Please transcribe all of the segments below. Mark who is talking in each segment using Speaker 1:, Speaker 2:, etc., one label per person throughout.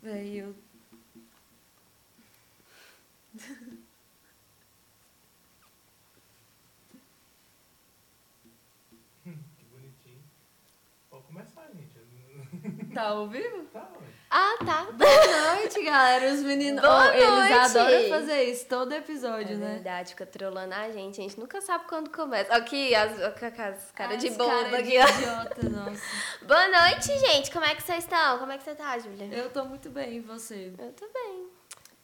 Speaker 1: Bem, eu.
Speaker 2: Que bonitinho. Pode começar, gente.
Speaker 3: Tá ao vivo?
Speaker 2: Tá, ué.
Speaker 1: Ah,
Speaker 4: É
Speaker 1: tá. Boa noite, galera. Os meninos.
Speaker 4: Boa
Speaker 1: Oh, eles
Speaker 4: noite.
Speaker 1: adoram fazer isso todo
Speaker 4: É
Speaker 1: episódio, né?
Speaker 4: verdade, fica trolando a gente. A gente nunca sabe quando começa. Aqui, as, com as caras de
Speaker 1: As
Speaker 4: bobo
Speaker 1: cara de
Speaker 4: aqui, ó.
Speaker 1: idiota, nossa.
Speaker 4: Boa noite, gente. Como é que vocês estão? Como é que você tá, Júlia?
Speaker 1: Eu tô muito bem, e você?
Speaker 4: Eu tô bem.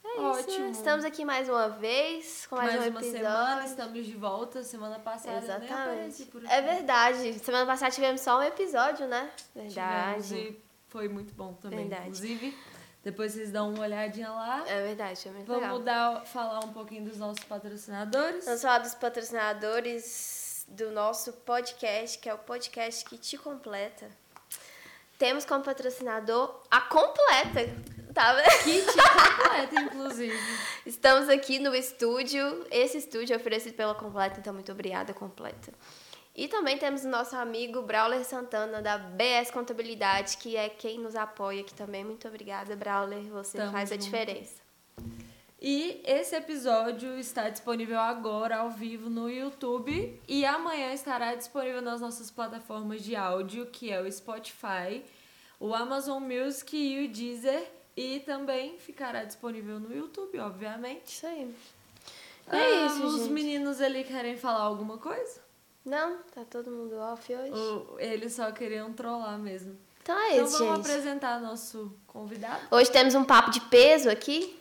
Speaker 4: É isso.
Speaker 1: Ótimo.
Speaker 4: né? Estamos aqui mais uma vez, com mais, um
Speaker 1: uma
Speaker 4: episódio.
Speaker 1: semana, estamos de volta. Semana passada nem apareci
Speaker 4: Exatamente.
Speaker 1: por
Speaker 4: É verdade. Semana passada tivemos só um episódio, né? Verdade.
Speaker 1: Tivemos E foi muito bom também.
Speaker 4: Verdade.
Speaker 1: Inclusive, depois vocês dão uma olhadinha lá.
Speaker 4: É verdade, foi muito legal.
Speaker 1: Vamos dar, falar um pouquinho dos nossos patrocinadores.
Speaker 4: Vamos falar dos patrocinadores do nosso podcast, que é o podcast que te completa. Temos como patrocinador a completa, tá vendo?
Speaker 1: Kit completa, inclusive.
Speaker 4: Estamos aqui no estúdio. Esse estúdio é oferecido pela Completa, então muito obrigada, Completa. E também temos o nosso amigo Brauler Santana, da BS Contabilidade, que é quem nos apoia aqui também. Muito obrigada, Brauler. Você
Speaker 1: Tamo
Speaker 4: faz a
Speaker 1: junto.
Speaker 4: diferença.
Speaker 1: E esse episódio está disponível agora ao vivo no YouTube e amanhã estará disponível nas nossas plataformas de áudio, que é o Spotify, o Amazon Music e o Deezer, e também ficará disponível no YouTube, obviamente. Ah,
Speaker 4: Isso aí. É isso,
Speaker 1: os
Speaker 4: gente.
Speaker 1: meninos ali querem falar alguma coisa?
Speaker 4: Não? Tá todo mundo off hoje?
Speaker 1: Ou eles só queriam trollar mesmo?
Speaker 4: Então é
Speaker 1: Então
Speaker 4: isso,
Speaker 1: vamos
Speaker 4: gente.
Speaker 1: apresentar nosso convidado.
Speaker 4: Hoje temos um papo de peso aqui,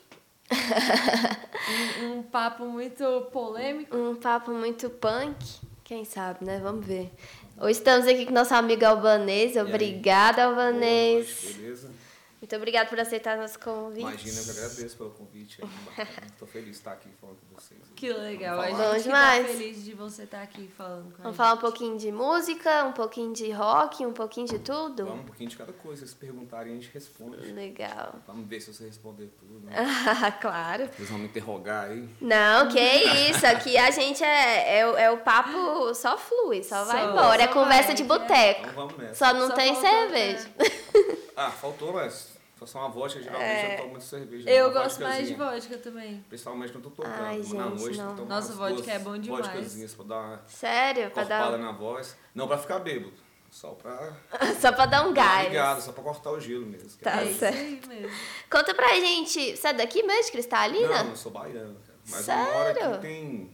Speaker 1: Um, um papo muito polêmico.
Speaker 4: um papo muito punk. Quem sabe, né? Vamos ver. Hoje estamos aqui com nosso amigo Albanês. Obrigada,
Speaker 5: Boa noite,
Speaker 4: Albanês.
Speaker 5: beleza?
Speaker 4: Muito obrigada por aceitar nosso convite.
Speaker 5: Imagina, né? eu que agradeço pelo convite. aí, bacana. Tô feliz de estar aqui falando com vocês.
Speaker 1: Que legal, a gente
Speaker 5: Vamos falar.
Speaker 4: Bom
Speaker 1: que
Speaker 4: demais.
Speaker 1: tá feliz de você estar aqui falando com a
Speaker 4: Vamos
Speaker 1: gente.
Speaker 4: falar um pouquinho de música, um pouquinho de rock, um pouquinho de tudo?
Speaker 5: Vamos um pouquinho de cada coisa. Se perguntarem, a gente responde.
Speaker 4: Legal.
Speaker 5: Vamos ver se você responder tudo. Né?
Speaker 4: Hum. Ah, claro.
Speaker 5: Vocês vão me interrogar aí.
Speaker 4: Não, que isso. Aqui a gente é, é, o- é o papo só flui,
Speaker 1: Só,
Speaker 4: só, vai embora. é
Speaker 1: só
Speaker 4: conversa
Speaker 1: vai,
Speaker 4: de
Speaker 1: né?
Speaker 4: boteco.
Speaker 5: Então vamos nessa.
Speaker 4: Só não
Speaker 1: Só
Speaker 4: tem
Speaker 1: faltou, é. né?
Speaker 4: cerveja.
Speaker 5: Ah, faltou, mas só só uma vodka. Geralmente
Speaker 4: É.
Speaker 5: eu tomo muita cerveja.
Speaker 1: Eu
Speaker 5: uma
Speaker 1: gosto mais de
Speaker 5: vodkazinha.
Speaker 1: vodka também.
Speaker 5: Principalmente quando eu tô tocando.
Speaker 4: Ai,
Speaker 5: mas na
Speaker 4: gente,
Speaker 5: noite,
Speaker 4: não.
Speaker 5: então
Speaker 1: Nossa,
Speaker 5: umas
Speaker 1: vodka
Speaker 5: duas
Speaker 1: é bom demais.
Speaker 5: Vodkazinhas pra dar uma
Speaker 4: Sério, pra dar, um
Speaker 5: corpada na voz. Não pra ficar bêbado. Só pra...
Speaker 4: só pra dar um gás.
Speaker 5: Obrigado, só pra cortar o gelo mesmo. que é
Speaker 4: Tá
Speaker 1: é
Speaker 5: mais-
Speaker 4: certo.
Speaker 1: isso aí mesmo.
Speaker 4: Conta pra gente, você é daqui mesmo, de Cristalina?
Speaker 5: Não, eu sou baiano, cara. Mas
Speaker 4: Sério?
Speaker 5: eu moro aqui tem.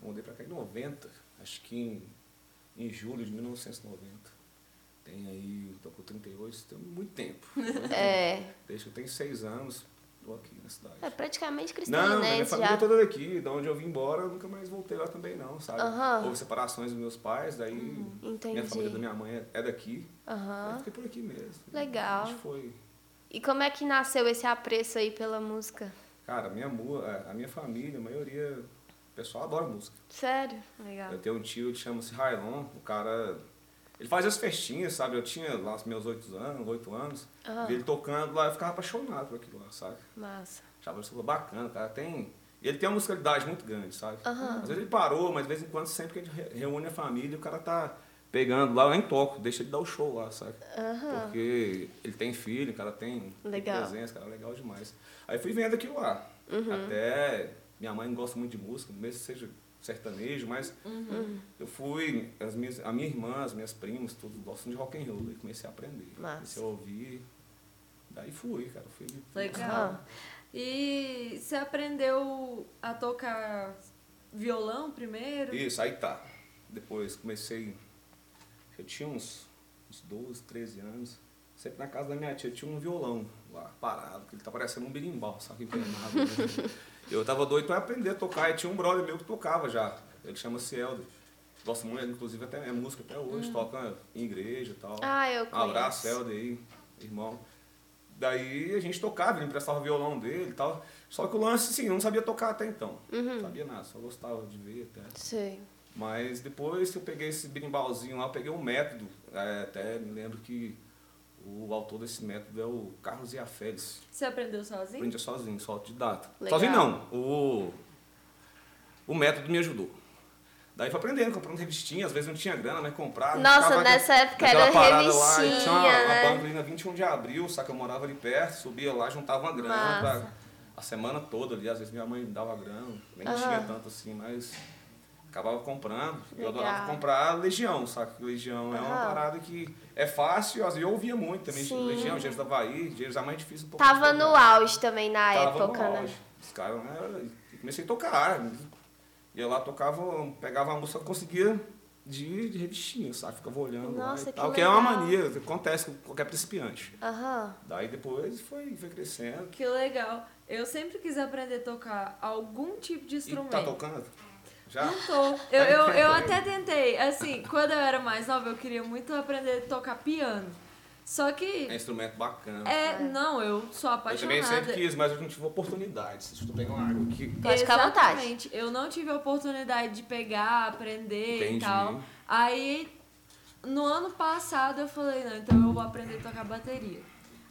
Speaker 5: Eu mudei pra cá em 90, acho que em, em julho de 1990. Tem aí, eu tô com 38, tem muito tempo.
Speaker 4: É.
Speaker 5: Desde que eu tenho 6 anos, tô aqui na cidade.
Speaker 4: É praticamente né,
Speaker 5: Não, minha
Speaker 4: cristalinense
Speaker 5: família
Speaker 4: já.
Speaker 5: é toda daqui, de onde eu vim embora, eu nunca mais voltei lá também não, sabe?
Speaker 4: Aham. Hum,
Speaker 5: Houve separações dos meus pais, daí minha
Speaker 4: entendi.
Speaker 5: família da minha mãe é- é daqui,
Speaker 4: Aham.
Speaker 5: Aí fiquei por aqui mesmo.
Speaker 4: Legal.
Speaker 5: A gente foi
Speaker 4: E como é que nasceu esse apreço aí pela música?
Speaker 5: Cara, minha, mu- a minha família, a maioria, o pessoal adora música.
Speaker 4: Sério? Legal.
Speaker 5: Eu tenho um tio que chama-se Railon, o cara. Ele fazia as festinhas, sabe? Eu tinha lá os meus 8 anos, 8 anos.
Speaker 4: Ah.
Speaker 5: Vi ele tocando lá, eu ficava apaixonado por aquilo lá, sabe?
Speaker 4: Massa.
Speaker 5: Achava isso bacana, o cara. Tem. Ele tem uma musicalidade muito grande, sabe?
Speaker 4: Aham.
Speaker 5: Às vezes ele parou, mas de vez em quando, sempre que a gente re- reúne a família, o cara tá pegando lá, eu nem toco, deixa ele dar o show lá, sabe?
Speaker 4: Aham.
Speaker 5: Porque ele tem filho, o cara tem, tem
Speaker 4: Legal.
Speaker 5: presença, cara, é legal demais. Aí fui vendo aquilo lá.
Speaker 4: Uhum.
Speaker 5: Até minha mãe gosta muito de música, mesmo que seja sertanejo, mas
Speaker 4: Uhum.
Speaker 5: eu fui, as minhas, a minha irmã, as minhas primas, tudo gostam de rock and roll, aí comecei a aprender.
Speaker 4: Massa.
Speaker 5: Comecei a ouvir. Daí fui, cara, fui.
Speaker 1: Legal.
Speaker 5: Ah.
Speaker 4: Aham.
Speaker 1: E você aprendeu a tocar violão primeiro?
Speaker 5: Isso, aí tá. Depois comecei. Eu tinha uns, uns 12, 13 anos. Sempre na casa da minha tia tinha um violão lá, parado, que ele tá parecendo um berimbau, sabe? Empenado, né? Eu tava doido pra aprender a tocar. E tinha um brother meu que tocava já. Ele chama-se Helder. Gosta muito, inclusive até, é músico até hoje, toca em igreja e tal.
Speaker 4: Hum. Ah, eu
Speaker 5: Um abraço,
Speaker 4: conheço.
Speaker 5: Helder aí, irmão. Daí a gente tocava, ele emprestava o violão dele e tal. Só que o lance, assim, eu não sabia tocar até então.
Speaker 4: Uhum.
Speaker 5: Não sabia nada, só gostava de ver até.
Speaker 4: Sei.
Speaker 5: Mas depois que eu peguei esse birimbalzinho lá, eu peguei um método. É, até me lembro que o autor desse método é o Carlos Iafeles.
Speaker 1: Você aprendeu sozinho?
Speaker 5: Aprendi sozinho, só autodidata.
Speaker 4: Legal.
Speaker 5: Sozinho não. O, o método me ajudou. Daí foi aprendendo, comprando revistinha, às vezes não tinha grana, mas comprava.
Speaker 4: Nossa,
Speaker 5: ficava
Speaker 4: nessa
Speaker 5: naquela-
Speaker 4: época
Speaker 5: naquela
Speaker 4: era
Speaker 5: parada
Speaker 4: revistinha,
Speaker 5: Lá, tinha uma,
Speaker 4: né?
Speaker 5: uma banca ali na 21 de abril, saca? Eu morava ali perto, subia lá, juntava uma grana
Speaker 4: Massa.
Speaker 5: pra- a semana toda ali. Às vezes minha mãe me dava grana, nem
Speaker 4: Aham.
Speaker 5: tinha tanto assim, mas acabava comprando. Eu
Speaker 4: Legal.
Speaker 5: adorava comprar Legião, saca? Que Legião é uma
Speaker 4: Aham.
Speaker 5: parada que é fácil, às vezes eu ouvia muito também.
Speaker 4: Sim.
Speaker 5: Legião, Gênesis da Bahia, Gênesis é mais difícil um pouco.
Speaker 4: Tava
Speaker 5: de
Speaker 4: no
Speaker 5: tocar.
Speaker 4: auge também na
Speaker 5: Tava
Speaker 4: época,
Speaker 5: no
Speaker 4: né?
Speaker 5: auge. Os caras, né, eu comecei a tocar. Ia lá, tocava, pegava uma música, conseguia de, de revistinha, sabe? Ficava olhando
Speaker 4: Nossa,
Speaker 5: lá
Speaker 4: que
Speaker 5: e tal. Que é uma
Speaker 4: legal.
Speaker 5: mania, acontece com qualquer principiante.
Speaker 4: Aham.
Speaker 5: Daí depois foi, foi crescendo. tá
Speaker 1: Que legal. Eu sempre quis aprender a tocar algum tipo de
Speaker 5: E
Speaker 1: instrumento.
Speaker 5: tá tocando? Já? Tá
Speaker 1: Não tô. Eu, eu, eu até tentei. Assim, quando eu era mais nova, eu queria muito aprender a tocar piano. Só
Speaker 5: É um
Speaker 1: que.
Speaker 5: instrumento bacana.
Speaker 1: É,
Speaker 4: É.
Speaker 1: não, eu sou
Speaker 5: eu também
Speaker 1: apaixonada.
Speaker 5: sempre quis, mas eu não tive oportunidade. Deixa eu pegar uma água aqui.
Speaker 4: Pode ficar à vontade.
Speaker 1: Exatamente. Eu não tive a oportunidade de pegar, aprender e
Speaker 5: Entendi.
Speaker 1: tal. Aí, no ano passado, eu falei, não, então eu vou aprender a tocar bateria.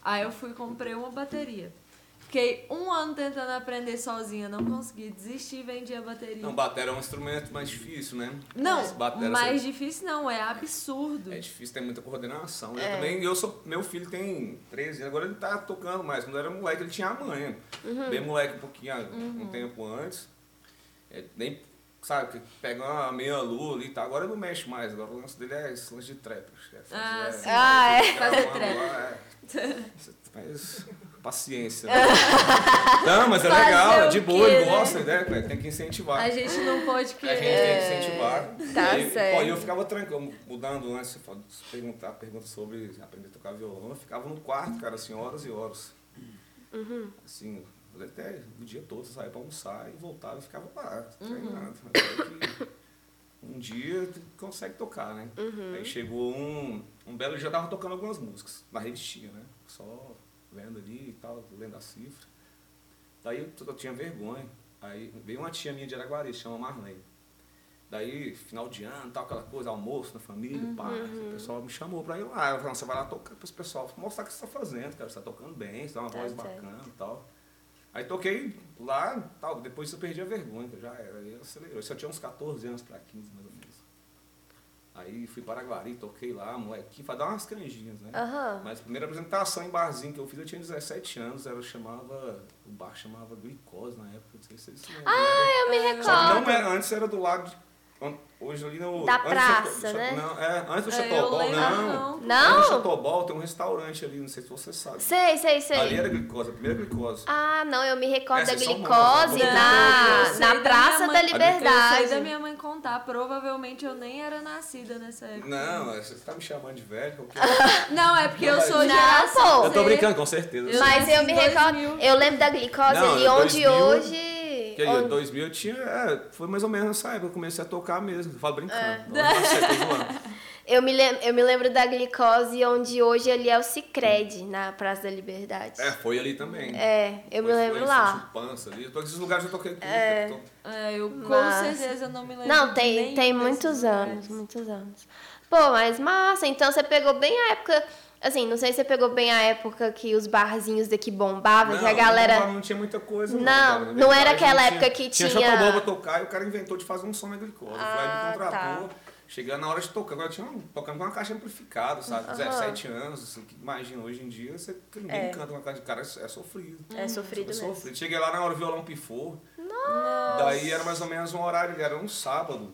Speaker 1: Aí eu fui e comprei uma bateria. Fiquei um ano tentando aprender sozinha, não consegui, desisti, vendi a bateria.
Speaker 5: Não, batera é um instrumento mais difícil, né?
Speaker 1: Não,
Speaker 5: Mas batera,
Speaker 1: mais
Speaker 5: você-
Speaker 1: difícil não, é absurdo.
Speaker 5: É difícil, tem muita coordenação. Eu
Speaker 4: É.
Speaker 5: também, eu sou, meu filho tem 13, agora ele tá tocando mais. Quando eu era moleque, ele tinha a manha.
Speaker 1: Uhum.
Speaker 5: Bem moleque um pouquinho, ah, um tempo antes. É, nem, sabe, que pega uma meia lua ali e tá. Agora ele não mexe mais, agora o lance dele é esse lance de trap. acho que É,
Speaker 1: Ah,
Speaker 5: é,
Speaker 1: sim.
Speaker 4: Ah, é.
Speaker 5: Fazer
Speaker 1: trap.
Speaker 5: é. Mas paciência. né? Não, mas é
Speaker 1: Fazer
Speaker 5: legal, é
Speaker 1: o
Speaker 5: de boa, ele
Speaker 1: quê, né?
Speaker 5: gosta, né? cara? Tem que incentivar.
Speaker 1: A gente não pode
Speaker 5: A gente
Speaker 1: querer. né?
Speaker 5: tem que incentivar.
Speaker 4: tá
Speaker 5: e, pô,
Speaker 4: certo.
Speaker 5: e eu ficava tranquilo, mudando né? antes, você pode perguntar, pergunta sobre aprender a tocar violão. Eu ficava no quarto, cara, assim, horas e horas.
Speaker 4: Uhum.
Speaker 5: Assim, eu até o dia todo, eu saía pra almoçar e voltava e ficava lá,
Speaker 4: Uhum.
Speaker 5: treinando. Até que um dia tu consegue tocar, né?
Speaker 4: Uhum.
Speaker 5: Aí chegou um, um belo dia, eu tava tocando algumas músicas, na revistinha, né? Só vendo ali e tal, lendo a cifra. Daí eu, eu tinha vergonha. Aí veio uma tia minha de Araguari, chama Marlene. Daí, final de ano, tal, aquela coisa, almoço na família, pá.
Speaker 4: Uhum.
Speaker 5: O pessoal me chamou pra ir lá. Eu falei, você vai lá tocar para os pessoal mostrar o que você tá fazendo, cara. Você tá tocando bem, você dá uma
Speaker 4: Tá
Speaker 5: voz
Speaker 4: certo.
Speaker 5: bacana e tal. Aí toquei lá, tal, depois eu perdi a vergonha, que eu já era, aí acelerou. Isso eu tinha uns 14 anos pra 15, mais ou menos. Aí fui para Araguari, toquei lá, molequinho, pra dar umas canjinhas, né?
Speaker 4: Aham.
Speaker 5: Mas a primeira apresentação em barzinho que eu fiz, eu tinha 17 anos, ela chamava, o bar chamava glicose na época, não sei se vocês lembram.
Speaker 4: Ah, eu me
Speaker 5: Só que
Speaker 4: recordo.
Speaker 5: não era, antes era do lado de, an- hoje ali no...
Speaker 4: Da
Speaker 5: antes do
Speaker 4: praça,
Speaker 5: Chateau-
Speaker 4: né?
Speaker 5: Não, é, antes do
Speaker 1: É, eu
Speaker 5: Chotobol,
Speaker 1: lembro,
Speaker 5: não.
Speaker 1: não.
Speaker 5: Antes do
Speaker 4: Não?
Speaker 5: Chotobol tem um restaurante ali, não sei se você sabe.
Speaker 4: Sei, sei, sei.
Speaker 5: Ali era glicose, a primeira glicose.
Speaker 4: Ah, não, eu me recordo
Speaker 5: Essa
Speaker 4: da
Speaker 5: é só uma,
Speaker 4: glicose
Speaker 5: tá bom?
Speaker 1: Não, eu
Speaker 4: Assim, na,
Speaker 1: sei
Speaker 4: na
Speaker 1: da minha mãe-
Speaker 4: Praça da
Speaker 1: Eu sei da
Speaker 4: Liberdade.
Speaker 1: minha mãe contar, provavelmente eu nem era nascida nessa época.
Speaker 5: Não, você tá me chamando de velho,
Speaker 4: Ah,
Speaker 5: qualquer...
Speaker 1: Não, é porque eu
Speaker 5: Não,
Speaker 1: sou
Speaker 4: mas-
Speaker 1: geração
Speaker 4: Não, pô.
Speaker 5: eu tô
Speaker 1: Z.
Speaker 5: brincando, com certeza.
Speaker 1: Eu
Speaker 4: Mas
Speaker 1: nasci
Speaker 4: eu
Speaker 1: em
Speaker 4: me
Speaker 1: 2000.
Speaker 4: recordo. Eu lembro da glicose
Speaker 5: Não,
Speaker 4: ali
Speaker 5: era
Speaker 4: onde
Speaker 5: 2000,
Speaker 4: hoje.
Speaker 5: Que aí,
Speaker 4: onde-
Speaker 5: 2000 tinha. É, foi mais ou menos nessa época que eu comecei a tocar mesmo. Eu falo brincando.
Speaker 4: É.
Speaker 5: Não, tá certo, tô zoando.
Speaker 4: Eu me, lem- eu me lembro da glicose onde hoje ali é o Cicred, na Praça da Liberdade.
Speaker 5: é, foi ali também.
Speaker 4: É, eu me
Speaker 5: Foi
Speaker 4: lembro
Speaker 5: influência,
Speaker 4: lá.
Speaker 5: Chupança ali. Eu tô- Esses lugares eu toquei tudo.
Speaker 4: É.
Speaker 5: eu tô-
Speaker 1: É, eu com
Speaker 4: Massa.
Speaker 1: certeza não me lembro.
Speaker 4: Não,
Speaker 1: de
Speaker 4: tem,
Speaker 1: nenhum
Speaker 4: tem
Speaker 1: desses
Speaker 4: muitos
Speaker 1: lugares.
Speaker 4: anos, muitos anos. Pô, mas massa, então você pegou bem a época. Assim, não sei se você pegou bem a época que os barzinhos daqui bombavam, que a
Speaker 5: Não,
Speaker 4: galera.
Speaker 5: não tinha muita coisa. Não,
Speaker 4: Não,
Speaker 5: cara. Na
Speaker 4: não
Speaker 5: verdade,
Speaker 4: era aquela
Speaker 5: não
Speaker 4: época que
Speaker 5: Tinha
Speaker 4: tinha-
Speaker 5: chotobol pra tocar e o cara inventou de fazer um som na glicose.
Speaker 4: Ah,
Speaker 5: Foi aí me contratou. Chegando na hora de tocar. Agora tinha um, tocando com uma caixa amplificada, sabe? 17 anos, assim, que imagina, hoje em dia você, ninguém
Speaker 4: É.
Speaker 5: canta com uma caixa de cara, é é sofrido.
Speaker 4: É sofrido
Speaker 5: Eu
Speaker 4: mesmo.
Speaker 5: sofri. Cheguei lá na hora o violão pifou. Daí era mais ou menos um horário, era um sábado.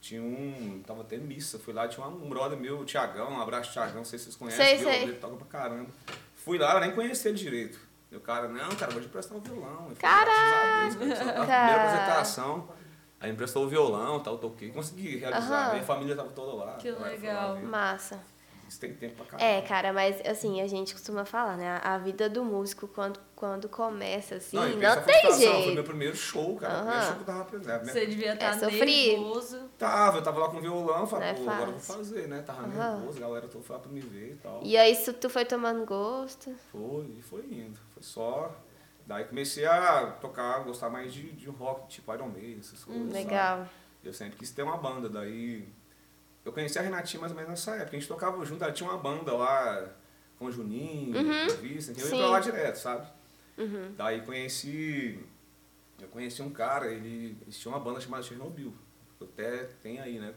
Speaker 5: Tinha um. Tava até missa. Fui lá, tinha um brother meu, o Tiagão, um abraço Tiagão, não sei se vocês conhecem,
Speaker 4: Sei,
Speaker 5: violão,
Speaker 4: sei.
Speaker 5: ele toca pra caramba. Fui lá, eu nem conhecia ele direito. E o cara, não, cara, vou te emprestar o violão. Eu falei, "Graças a Deus, cara, isso é a
Speaker 4: Caraca!
Speaker 5: Primeira apresentação. Aí emprestou o violão, tal, toquei, consegui realizar.
Speaker 4: Aham.
Speaker 5: Minha família tava toda lá.
Speaker 1: Que
Speaker 5: Ela foi lá
Speaker 1: legal.
Speaker 5: ver.
Speaker 4: Massa.
Speaker 5: "Ah, Isso tem tempo pra caramba.
Speaker 4: É, cara, mas assim, a gente costuma falar, né? A a vida do músico, quando, quando começa, assim,
Speaker 5: Não,
Speaker 4: não,
Speaker 5: e pensa a
Speaker 4: tem
Speaker 5: frustração, Foi meu
Speaker 4: jeito.
Speaker 5: primeiro show, cara. O primeiro
Speaker 4: Aham.
Speaker 5: show que eu tava aprendendo. Minha
Speaker 1: Você devia
Speaker 4: É,
Speaker 1: estar
Speaker 4: sofrido.
Speaker 1: nervoso.
Speaker 5: Tava, eu tava lá com o violão,
Speaker 4: Não é
Speaker 5: falei, pô, agora eu vou
Speaker 4: fácil.
Speaker 5: fazer, né? Tava
Speaker 4: Aham.
Speaker 5: nervoso, a galera toda foi lá pra me ver e tal.
Speaker 4: E aí isso tu foi tomando gosto.
Speaker 5: Foi, e foi indo. Foi só. Daí comecei a tocar, gostar mais de, de rock, tipo Iron Maiden, essas coisas. sabe?
Speaker 4: Hum, Legal.
Speaker 5: Eu sempre quis ter uma banda, daí. Eu conheci a Renatinha mais ou menos nessa época. A gente tocava junto, ela tinha uma banda lá com o Juninho, com o Vicente, eu ia pra
Speaker 4: Sim.
Speaker 5: lá direto, sabe? Daí conheci. Eu conheci um cara, ele, ele tinha uma banda chamada Chernobyl. Eu até tenho aí, né?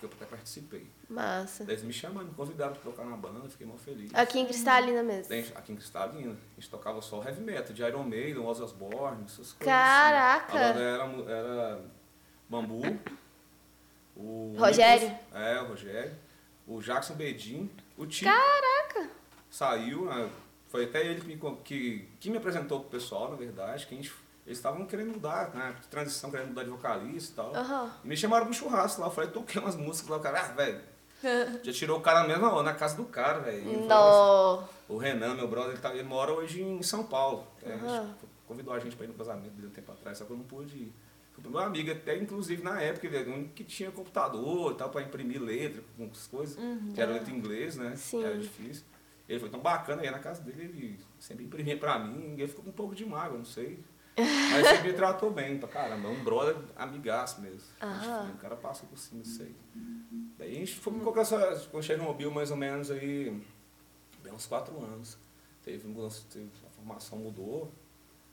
Speaker 5: Que eu até participei.
Speaker 4: Massa.
Speaker 5: Eles me chamaram, me convidaram pra tocar na banda, fiquei mal feliz.
Speaker 4: Aqui em Cristalina mesmo.
Speaker 5: né, Aqui em Cristalina, a gente tocava só heavy metal, de Iron Maiden, Ozzy Osbourne, essas coisas.
Speaker 4: Caraca!
Speaker 5: Assim. A banda era, era Bambu, o...
Speaker 4: Rogério?
Speaker 5: Lucas, é, o Rogério. O Jackson Bedin, o Tio.
Speaker 4: Caraca!
Speaker 5: Saiu, né, foi até ele que me, que, que me apresentou pro pessoal, na verdade, que a gente eles estavam querendo mudar, né? Transição, querendo mudar de vocalista e tal.
Speaker 4: Uhum.
Speaker 5: E me chamaram pra um churrasco lá. Eu falei, toquei umas músicas lá. O cara, ah, velho. já tirou o cara na mesma hora, na casa do cara, velho.
Speaker 4: Assim,
Speaker 5: o Renan, meu brother, ele, tá, ele mora hoje em São Paulo. É,
Speaker 4: Ah.
Speaker 5: uhum. Convidou a gente pra ir no casamento dele um tempo atrás, só que eu não pude ir. Fui meu amigo, até inclusive na época, ele um que tinha computador e tal, pra imprimir letra, algumas coisas, uhum. que era letra em inglês, né?
Speaker 4: Ah. Sim.
Speaker 5: Era difícil. Ele foi tão bacana, aí na casa dele, ele sempre imprimia pra mim, ele ficou com um pouco de mágoa, não sei. Mas ele me tratou bem pra caramba. Um brother amigaço mesmo.
Speaker 4: Aham.
Speaker 5: O cara passou por cima disso aí. Daí a gente foi colocar essa. Quando Chernobyl, mais ou menos aí. Bem uns quatro anos. Teve mudança, teve, a formação mudou.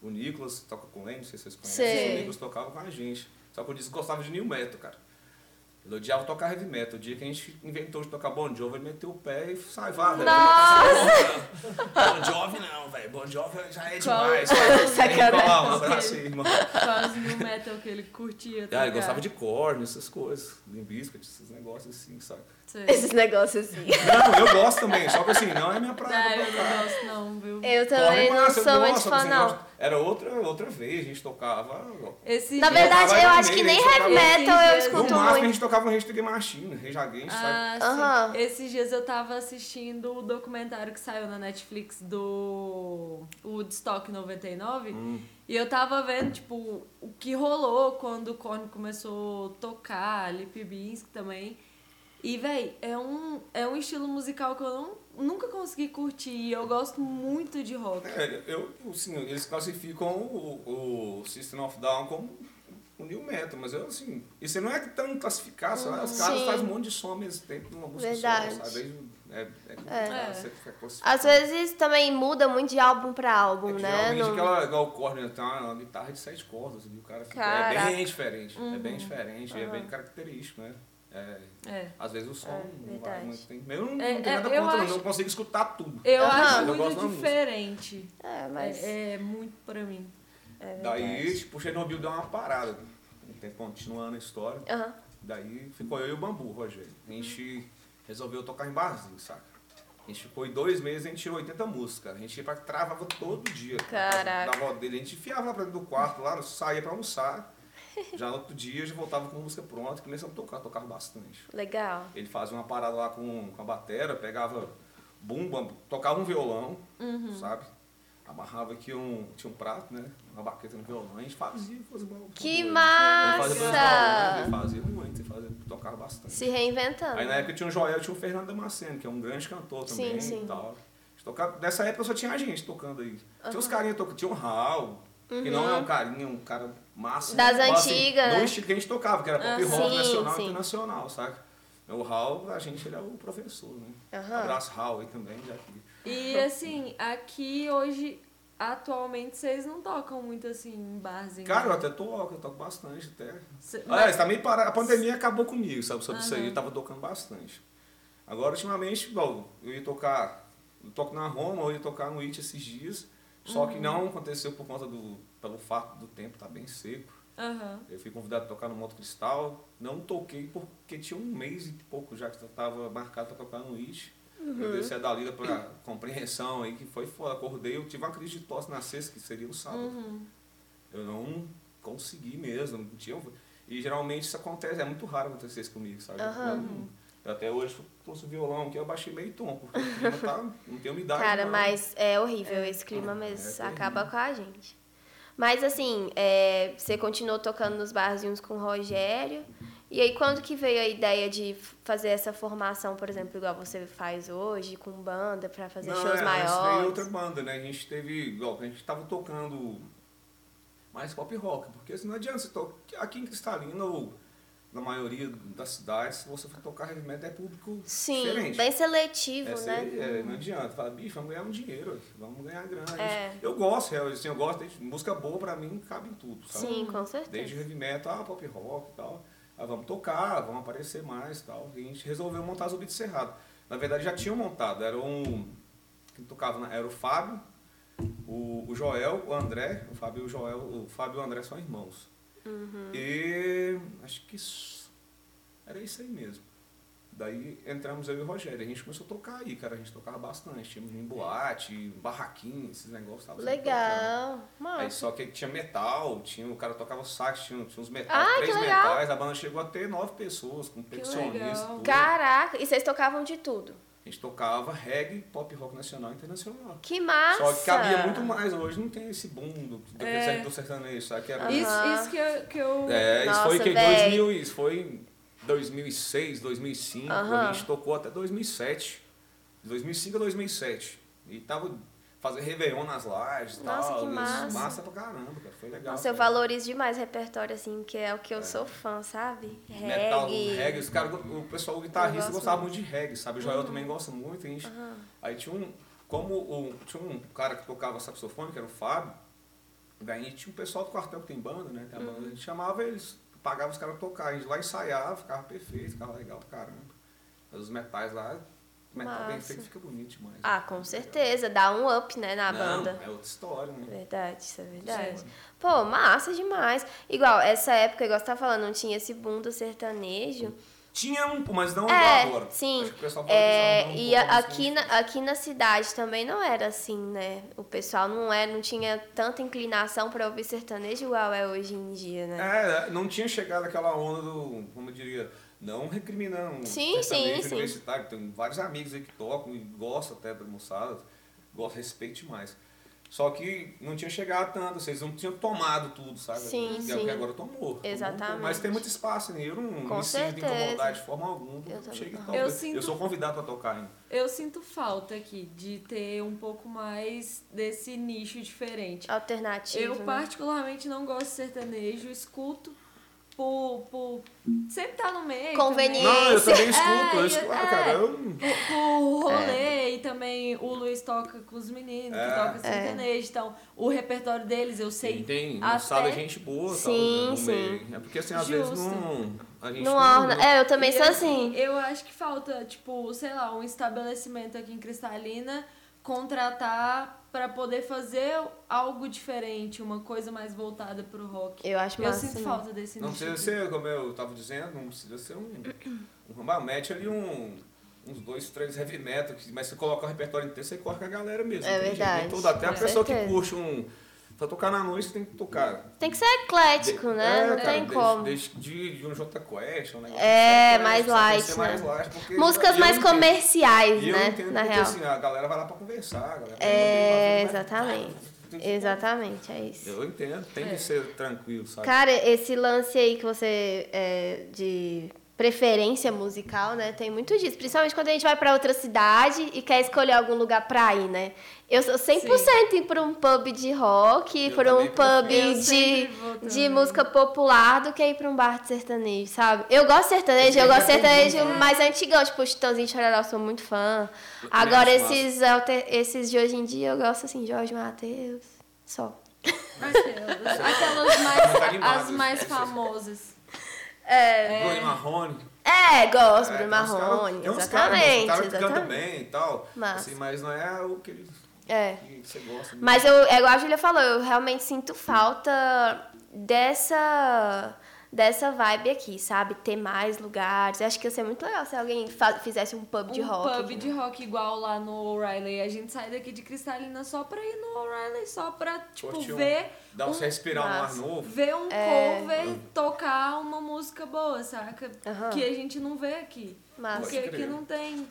Speaker 5: O Nicolas toca com o Leme, não sei se vocês conhecem.
Speaker 4: Sei.
Speaker 5: O Nicolas tocava com a gente. Só que o Nicolas gostava de New Metal, cara. Ele odiava tocar heavy metal. O dia que a gente inventou de tocar Bon Jovi, ele meteu o pé e sai, vá, velho. Bon Jovi não, velho. Bon Jovi já é demais.
Speaker 4: Sacanagem.
Speaker 5: Tá, um abraço aí, irmão.
Speaker 1: Quase no metal que ele curtia.
Speaker 5: Ah,
Speaker 1: tá
Speaker 5: ele gostava
Speaker 1: ligado?
Speaker 5: de corno, essas coisas. Limbiscuit, esses negócios assim, sabe?
Speaker 1: Sei.
Speaker 4: Esses negócios assim.
Speaker 5: Não, eu gosto também, só que assim, não é minha
Speaker 1: Ah,
Speaker 5: praia.
Speaker 1: eu não gosto não, viu?
Speaker 4: Eu
Speaker 5: Corre,
Speaker 4: também não
Speaker 5: mas eu
Speaker 4: sou muito
Speaker 5: gosto,
Speaker 4: fã,
Speaker 5: assim,
Speaker 4: não.
Speaker 5: gosto. Era outra, outra vez, a gente tocava.
Speaker 1: Esse
Speaker 4: Na
Speaker 1: dia-
Speaker 4: verdade, eu
Speaker 5: Tocava
Speaker 4: acho que
Speaker 5: heavy
Speaker 4: nem
Speaker 5: metal,
Speaker 4: heavy
Speaker 1: tocava-
Speaker 4: metal eu
Speaker 1: No
Speaker 5: No
Speaker 4: escuto
Speaker 5: máximo a
Speaker 4: muito.
Speaker 5: gente togava um Rage Machine, Rage Against, sabe?
Speaker 1: Ah,
Speaker 4: Aham.
Speaker 1: sim. Esses dias eu tava assistindo o documentário que saiu na Netflix do Woodstock 99.
Speaker 5: Hum.
Speaker 1: E eu tava vendo, tipo, o que rolou quando o Korn começou a tocar, Lip Binsk também. E, véi, é um, é um estilo musical que eu não, nunca consegui curtir. E eu gosto muito de rock.
Speaker 5: É, eu, assim, eles classificam o, o System of Down como o New Metal, mas eu, assim, isso não é tão classificado, sabe? Os caras
Speaker 4: Sim.
Speaker 5: fazem um monte de som ao mesmo tempo numa música
Speaker 4: Verdade.
Speaker 5: só, sabe? É, é,
Speaker 1: É.
Speaker 5: complicado você ficar classificando.
Speaker 4: Às vezes também muda muito de álbum pra álbum,
Speaker 5: É que
Speaker 4: né?
Speaker 5: geralmente
Speaker 4: Não-
Speaker 5: aquela igual o Korn, tem uma, uma guitarra de sete cordas, e o cara fica, é
Speaker 4: Caraca.
Speaker 5: bem diferente, é
Speaker 1: Uhum.
Speaker 5: bem diferente, é bem característico, né? É,
Speaker 1: É.
Speaker 5: às vezes o som
Speaker 4: É,
Speaker 5: não vai
Speaker 4: verdade.
Speaker 5: muito tempo. Eu não,
Speaker 1: É,
Speaker 5: não tenho
Speaker 1: é,
Speaker 5: nada
Speaker 1: eu
Speaker 5: contra, não,
Speaker 1: acho-
Speaker 5: eu consigo escutar tudo.
Speaker 1: Eu
Speaker 4: Aham.
Speaker 1: acho
Speaker 5: Eu gosto da
Speaker 1: muito
Speaker 5: música.
Speaker 1: diferente.
Speaker 4: É, mas.
Speaker 1: É, é muito pra mim.
Speaker 4: é
Speaker 5: Daí,
Speaker 4: verdade.
Speaker 5: tipo, Chernobyl deu uma parada. né? Tem- Continuando a história.
Speaker 4: Aham.
Speaker 5: Daí ficou eu e o Bambu, Rogério. A gente resolveu tocar em barzinho, saca? A gente ficou em dois meses, a gente tirou 80 músicas. A gente ia pra, travava todo dia. na casa
Speaker 4: Caraca.
Speaker 5: Da avó dele, a gente enfiava lá pra dentro do quarto, lá, saía pra almoçar. Já no outro dia, já voltava com a música pronta e começamos a tocar, tocava bastante.
Speaker 4: Legal.
Speaker 5: Ele fazia uma parada lá com, com a batera, pegava bumba, tocava um violão,
Speaker 4: Uhum.
Speaker 5: sabe? Amarrava aqui um. Tinha um prato, né? Uma baqueta no violão, a gente fazia coisa boa.
Speaker 4: Que
Speaker 5: Ele fazia dois violões,
Speaker 4: massa!
Speaker 5: Ele fazia muito, ele fazia, tocava bastante.
Speaker 4: Se reinventando.
Speaker 5: né? Aí na época tinha o Joel e tinha o Fernando Damasceno, que é um grande cantor também
Speaker 4: Sim, sim.
Speaker 5: e tal. A gente Tocava, nessa época só tinha a gente tocando aí. Tinha os carinhas tocando, tinha o Raul, que não é um carinha, é um cara massa.
Speaker 4: Uhum. Das
Speaker 5: Mas, assim,
Speaker 4: antigas,
Speaker 5: Do
Speaker 4: né?
Speaker 5: estilo que a gente tocava, que era pop
Speaker 4: Ah,
Speaker 5: rock
Speaker 4: sim,
Speaker 5: nacional
Speaker 4: sim.
Speaker 5: e internacional, saca? O Raul, a gente, ele é o professor, né?
Speaker 4: Aham.
Speaker 5: Abraço Raul aí também, já que...
Speaker 1: E
Speaker 5: Então.
Speaker 1: assim, aqui hoje, atualmente, vocês não tocam muito assim em barzinho.
Speaker 5: Cara, eu até toco, eu toco bastante até.
Speaker 1: Cê-
Speaker 5: Ah, isso tá meio parado. A pandemia acabou comigo, sabe? Sobre isso aí,
Speaker 1: Aham.
Speaker 5: eu tava tocando bastante. Agora, ultimamente, igual, eu ia tocar. Eu toco na Roma, eu ia tocar no It esses dias. Só que não aconteceu por conta do. pelo fato do tempo tá bem seco.
Speaker 1: Aham.
Speaker 5: Eu fui convidado a tocar no Moto Cristal. Não toquei porque tinha um mês e pouco já que eu tava marcado pra tocar no It. Eu desci a Dalila pra compreensão aí, que foi fora. Acordei, eu tive uma crise de tosse na sexta, que seria o sábado.
Speaker 1: Uhum.
Speaker 5: Eu não consegui mesmo. Não tinha... E geralmente isso acontece, é muito raro acontecer isso comigo, sabe?
Speaker 4: Aham.
Speaker 5: Eu- eu até hoje trouxe o violão aqui, eu baixei meio tom, porque o clima tá, não tem umidade.
Speaker 4: Cara,
Speaker 5: não.
Speaker 4: mas é horrível esse clima
Speaker 5: É
Speaker 4: mesmo.
Speaker 5: terrível.
Speaker 4: Acaba com a gente. Mas assim, é, você continuou tocando nos barzinhos com o Rogério. E aí, quando que veio a ideia de f- fazer essa formação, por exemplo, igual você faz hoje, com banda, pra fazer shows
Speaker 5: é, essa daí é
Speaker 4: maiores?
Speaker 5: outra banda, né? A gente teve, igual, a gente tava tocando mais pop rock, porque assim, não adianta você tocar aqui em Cristalina ou na maioria das cidades, se você for tocar heavy metal é público
Speaker 4: Sim,
Speaker 5: diferente.
Speaker 4: bem seletivo,
Speaker 5: Essa aí,
Speaker 4: né?
Speaker 5: é, não adianta. Fala, bicho, vamos ganhar um dinheiro, vamos ganhar grana.
Speaker 4: É.
Speaker 5: Eu gosto, eu, assim, eu gosto, de música boa pra mim cabe em tudo, sabe?
Speaker 4: Sim, com certeza.
Speaker 5: Desde heavy metal, ah, pop rock e tal. ah, vamos tocar, vamos aparecer mais e tal. E a gente resolveu montar as Beats Cerrado. Na verdade já tinham montado, era um. Quem tocava na- era o Fábio, o, o Joel, o André, o Fábio e o Joel, o Fábio e o André são irmãos. E acho que isso- era isso aí mesmo. Daí entramos eu e o Rogério. A gente começou a tocar aí, cara. A gente tocava bastante. Tinha em boate, em barraquinha, esses negócios. Tava sempre tocando.
Speaker 4: Legal.
Speaker 5: assim, Aí
Speaker 4: Mano.
Speaker 5: só que tinha metal, tinha, o cara tocava sax, tinha, tinha uns metais,
Speaker 4: Ah, que
Speaker 5: três
Speaker 4: legal.
Speaker 5: metais. A banda chegou a ter nove pessoas, com percussionista.
Speaker 1: legal.
Speaker 5: tudo.
Speaker 4: Caraca, e vocês tocavam de tudo.
Speaker 5: A gente tocava reggae, pop rock nacional e internacional.
Speaker 4: Que massa.
Speaker 5: Só que cabia muito mais. Hoje não tem esse boom do, do,
Speaker 1: É.
Speaker 5: do sertanejo, sabe? Que era
Speaker 4: Aham.
Speaker 1: Isso, isso que eu. Que eu...
Speaker 5: É, isso foi
Speaker 4: Nossa,
Speaker 5: que em
Speaker 4: véi.
Speaker 5: 2000, isso foi em 2006, 2005,
Speaker 4: Aham.
Speaker 5: a gente tocou até 2007. De 2005 a 2007. E tava fazendo Réveillon nas lajes e
Speaker 4: Nossa,
Speaker 5: tal.
Speaker 4: que
Speaker 5: isso,
Speaker 4: massa.
Speaker 5: massa pra caramba, cara. Foi legal.
Speaker 4: Nossa, eu
Speaker 5: cara.
Speaker 4: valorizo demais repertório, assim, que é o que eu
Speaker 5: É.
Speaker 4: sou fã, sabe?
Speaker 5: Metal,
Speaker 4: Reggae.
Speaker 5: reggae, os caras, o pessoal, o guitarrista
Speaker 4: gosto
Speaker 5: gostava muito de reggae, sabe? O Joel também gosta muito, a gente Aí tinha um. Como o, tinha um cara que tocava saxofone, que era o Fábio, daí tinha um pessoal do quartel que tem banda, né? Tem a banda, a
Speaker 4: Uhum.
Speaker 5: gente chamava eles, pagava os caras pra tocar, a gente lá ensaiava, ficava perfeito, ficava legal pra caramba. Mas os metais lá, o metal bem
Speaker 4: Massa.
Speaker 5: feito fica bonito demais.
Speaker 4: Ah,
Speaker 5: né?
Speaker 4: com
Speaker 5: Legal.
Speaker 4: certeza. Dá um up, né, na
Speaker 5: Não,
Speaker 4: banda.
Speaker 5: É outra história, né?
Speaker 4: Verdade, isso é verdade.
Speaker 1: Sim.
Speaker 4: Pô, massa demais. Igual, essa época, igual você tá falando, não tinha esse boom do sertanejo.
Speaker 5: Tinha um, mas não
Speaker 4: É,
Speaker 5: igual agora.
Speaker 4: sim.
Speaker 5: Acho que o pessoal
Speaker 4: É,
Speaker 5: valorizava um
Speaker 4: e
Speaker 5: pouco
Speaker 4: a-
Speaker 5: mais
Speaker 4: aqui
Speaker 5: que-
Speaker 4: na, aqui na cidade também não era assim, né? O pessoal não é, não tinha tanta inclinação pra ouvir sertanejo igual é hoje em dia, né?
Speaker 5: É, não tinha chegado aquela onda do, como eu diria, não recriminando.
Speaker 4: Sim,
Speaker 5: o sertanejo
Speaker 4: sim, sim.
Speaker 5: universitário, Tem vários amigos aí que tocam e gostam até da moçada, gostam, respeito demais. Só que não tinha chegado tanto, vocês não tinham tomado tudo, sabe?
Speaker 4: Sim,
Speaker 5: que É o
Speaker 4: sim.
Speaker 5: que agora tomou. tomou.
Speaker 4: Exatamente.
Speaker 5: Mas tem muito espaço, né? Eu não
Speaker 4: Com
Speaker 5: me sinto
Speaker 4: certeza.
Speaker 5: incomodado de forma alguma.
Speaker 4: Eu também
Speaker 5: Chega e
Speaker 4: não.
Speaker 5: toca.
Speaker 1: Eu sinto-
Speaker 5: sou convidado pra tocar ainda.
Speaker 1: Eu sinto falta aqui de ter um pouco mais desse nicho diferente.
Speaker 4: Alternativo.
Speaker 1: Eu
Speaker 4: né?
Speaker 1: particularmente não gosto de sertanejo, escuto por, por sempre tá no meio. também,
Speaker 4: Conveniente.
Speaker 5: Não, eu também escuto.
Speaker 1: É,
Speaker 5: eu escuto. Ah,
Speaker 1: é.
Speaker 5: cara, eu.
Speaker 1: Por, por rolê e também o Luiz toca com os meninos,
Speaker 5: É.
Speaker 1: que toca
Speaker 4: É.
Speaker 1: sertanejo. Então, o repertório deles eu sei.
Speaker 5: Quem tem
Speaker 1: até-
Speaker 5: moçada é gente boa,
Speaker 4: Sim,
Speaker 5: tal, no
Speaker 4: sim.
Speaker 5: meio. É porque assim, às vezes
Speaker 1: Justo.
Speaker 5: não. A gente
Speaker 4: Não
Speaker 5: não-
Speaker 4: orna. É, eu também
Speaker 1: E,
Speaker 4: sou assim.
Speaker 1: Eu acho que falta, tipo, sei lá, um estabelecimento aqui em Cristalina contratar pra poder fazer algo diferente, uma coisa mais voltada pro rock.
Speaker 4: Eu acho
Speaker 1: Eu
Speaker 4: massa.
Speaker 1: sinto
Speaker 4: né?
Speaker 1: falta desse
Speaker 5: Não
Speaker 1: nicho
Speaker 5: precisa
Speaker 1: aqui.
Speaker 5: ser, como eu tava dizendo, não precisa ser um. um ramal. mete ali um, uns dois, três heavy metal, que- mas você coloca o repertório inteiro, você corre com a galera mesmo.
Speaker 4: É
Speaker 5: não tem jeito. Nem
Speaker 4: verdade,
Speaker 5: Todo, até a
Speaker 4: com
Speaker 5: pessoa
Speaker 4: certeza.
Speaker 5: que puxa um. Pra tocar na noite, você tem que tocar.
Speaker 4: Tem que ser eclético,
Speaker 5: De-
Speaker 4: né?
Speaker 5: é,
Speaker 4: não
Speaker 5: cara,
Speaker 4: tem
Speaker 5: de-
Speaker 4: como.
Speaker 5: De, de- de um J Quest, um negócio.
Speaker 4: É,
Speaker 5: dessa,
Speaker 4: mais
Speaker 5: sabe? Tem que
Speaker 4: light,
Speaker 5: ser
Speaker 4: né?
Speaker 5: mais light, porque- e
Speaker 4: Músicas
Speaker 5: eu
Speaker 4: mais
Speaker 5: entendo.
Speaker 4: comerciais,
Speaker 5: E eu
Speaker 4: né?
Speaker 5: entendo,
Speaker 4: Na
Speaker 5: porque
Speaker 4: real.
Speaker 5: assim, a galera vai lá pra conversar, a galera
Speaker 4: É,
Speaker 5: vai lá pra-
Speaker 4: exatamente.
Speaker 5: é
Speaker 4: Exatamente, é isso.
Speaker 5: Eu entendo, tem que ser tranquilo, sabe?
Speaker 4: Cara, esse lance aí que você é de preferência musical, né? Tem muito disso. Principalmente quando a gente vai pra outra cidade e quer escolher algum lugar pra ir, né? Eu sou 100% ir pra um pub de rock,
Speaker 5: Eu
Speaker 4: pra um
Speaker 5: também prefiro.
Speaker 4: pub
Speaker 1: Eu
Speaker 4: de,
Speaker 1: sempre vou
Speaker 4: de
Speaker 1: também.
Speaker 4: música popular do que ir pra um bar de sertanejo, sabe? Eu gosto de sertanejo, eu
Speaker 5: Eu
Speaker 4: gosto de
Speaker 5: também,
Speaker 4: sertanejo
Speaker 5: né?
Speaker 4: mais antigão, tipo Chitãozinho e Chororó, sou muito fã.
Speaker 5: Eu também
Speaker 4: Agora
Speaker 5: acho massa.
Speaker 4: esses, alter- esses de hoje em dia, eu gosto assim, Jorge Matheus, só.
Speaker 1: é, Aquelas, aquelas
Speaker 5: tá
Speaker 1: mais,
Speaker 5: Muito animadas,
Speaker 1: as mais
Speaker 5: essas.
Speaker 1: famosas. É.
Speaker 5: Bruno Marrone.
Speaker 4: É, gosto, Bruno
Speaker 5: É, tem uns cara-
Speaker 4: Marrone,
Speaker 5: tem uns caras,
Speaker 4: exatamente,
Speaker 5: cara que canta
Speaker 4: exatamente.
Speaker 5: bem e tal.
Speaker 4: Massa.
Speaker 5: Assim, mas não é o que, ele,
Speaker 4: É.
Speaker 5: que você gosta. né?
Speaker 4: Mas eu, é igual a Julia falou, eu realmente sinto falta dessa dessa vibe aqui, sabe? Ter mais lugares. Eu acho que ia ser muito legal se alguém fa- fizesse um pub de
Speaker 1: um
Speaker 4: rock.
Speaker 1: pub de rock igual lá no O'Reilly. A gente sai daqui de Cristalina só pra ir no O'Reilly, só pra, tipo,
Speaker 5: Curte um-
Speaker 1: ver,
Speaker 5: Dá pra você
Speaker 1: um-
Speaker 5: respirar
Speaker 4: Massa.
Speaker 5: um ar novo.
Speaker 1: ver um
Speaker 4: É.
Speaker 1: cover tocar uma música boa, saca?
Speaker 4: Aham.
Speaker 1: Que a gente não vê aqui.
Speaker 4: Massa.
Speaker 1: Porque
Speaker 5: Pode crer.
Speaker 1: aqui não tem.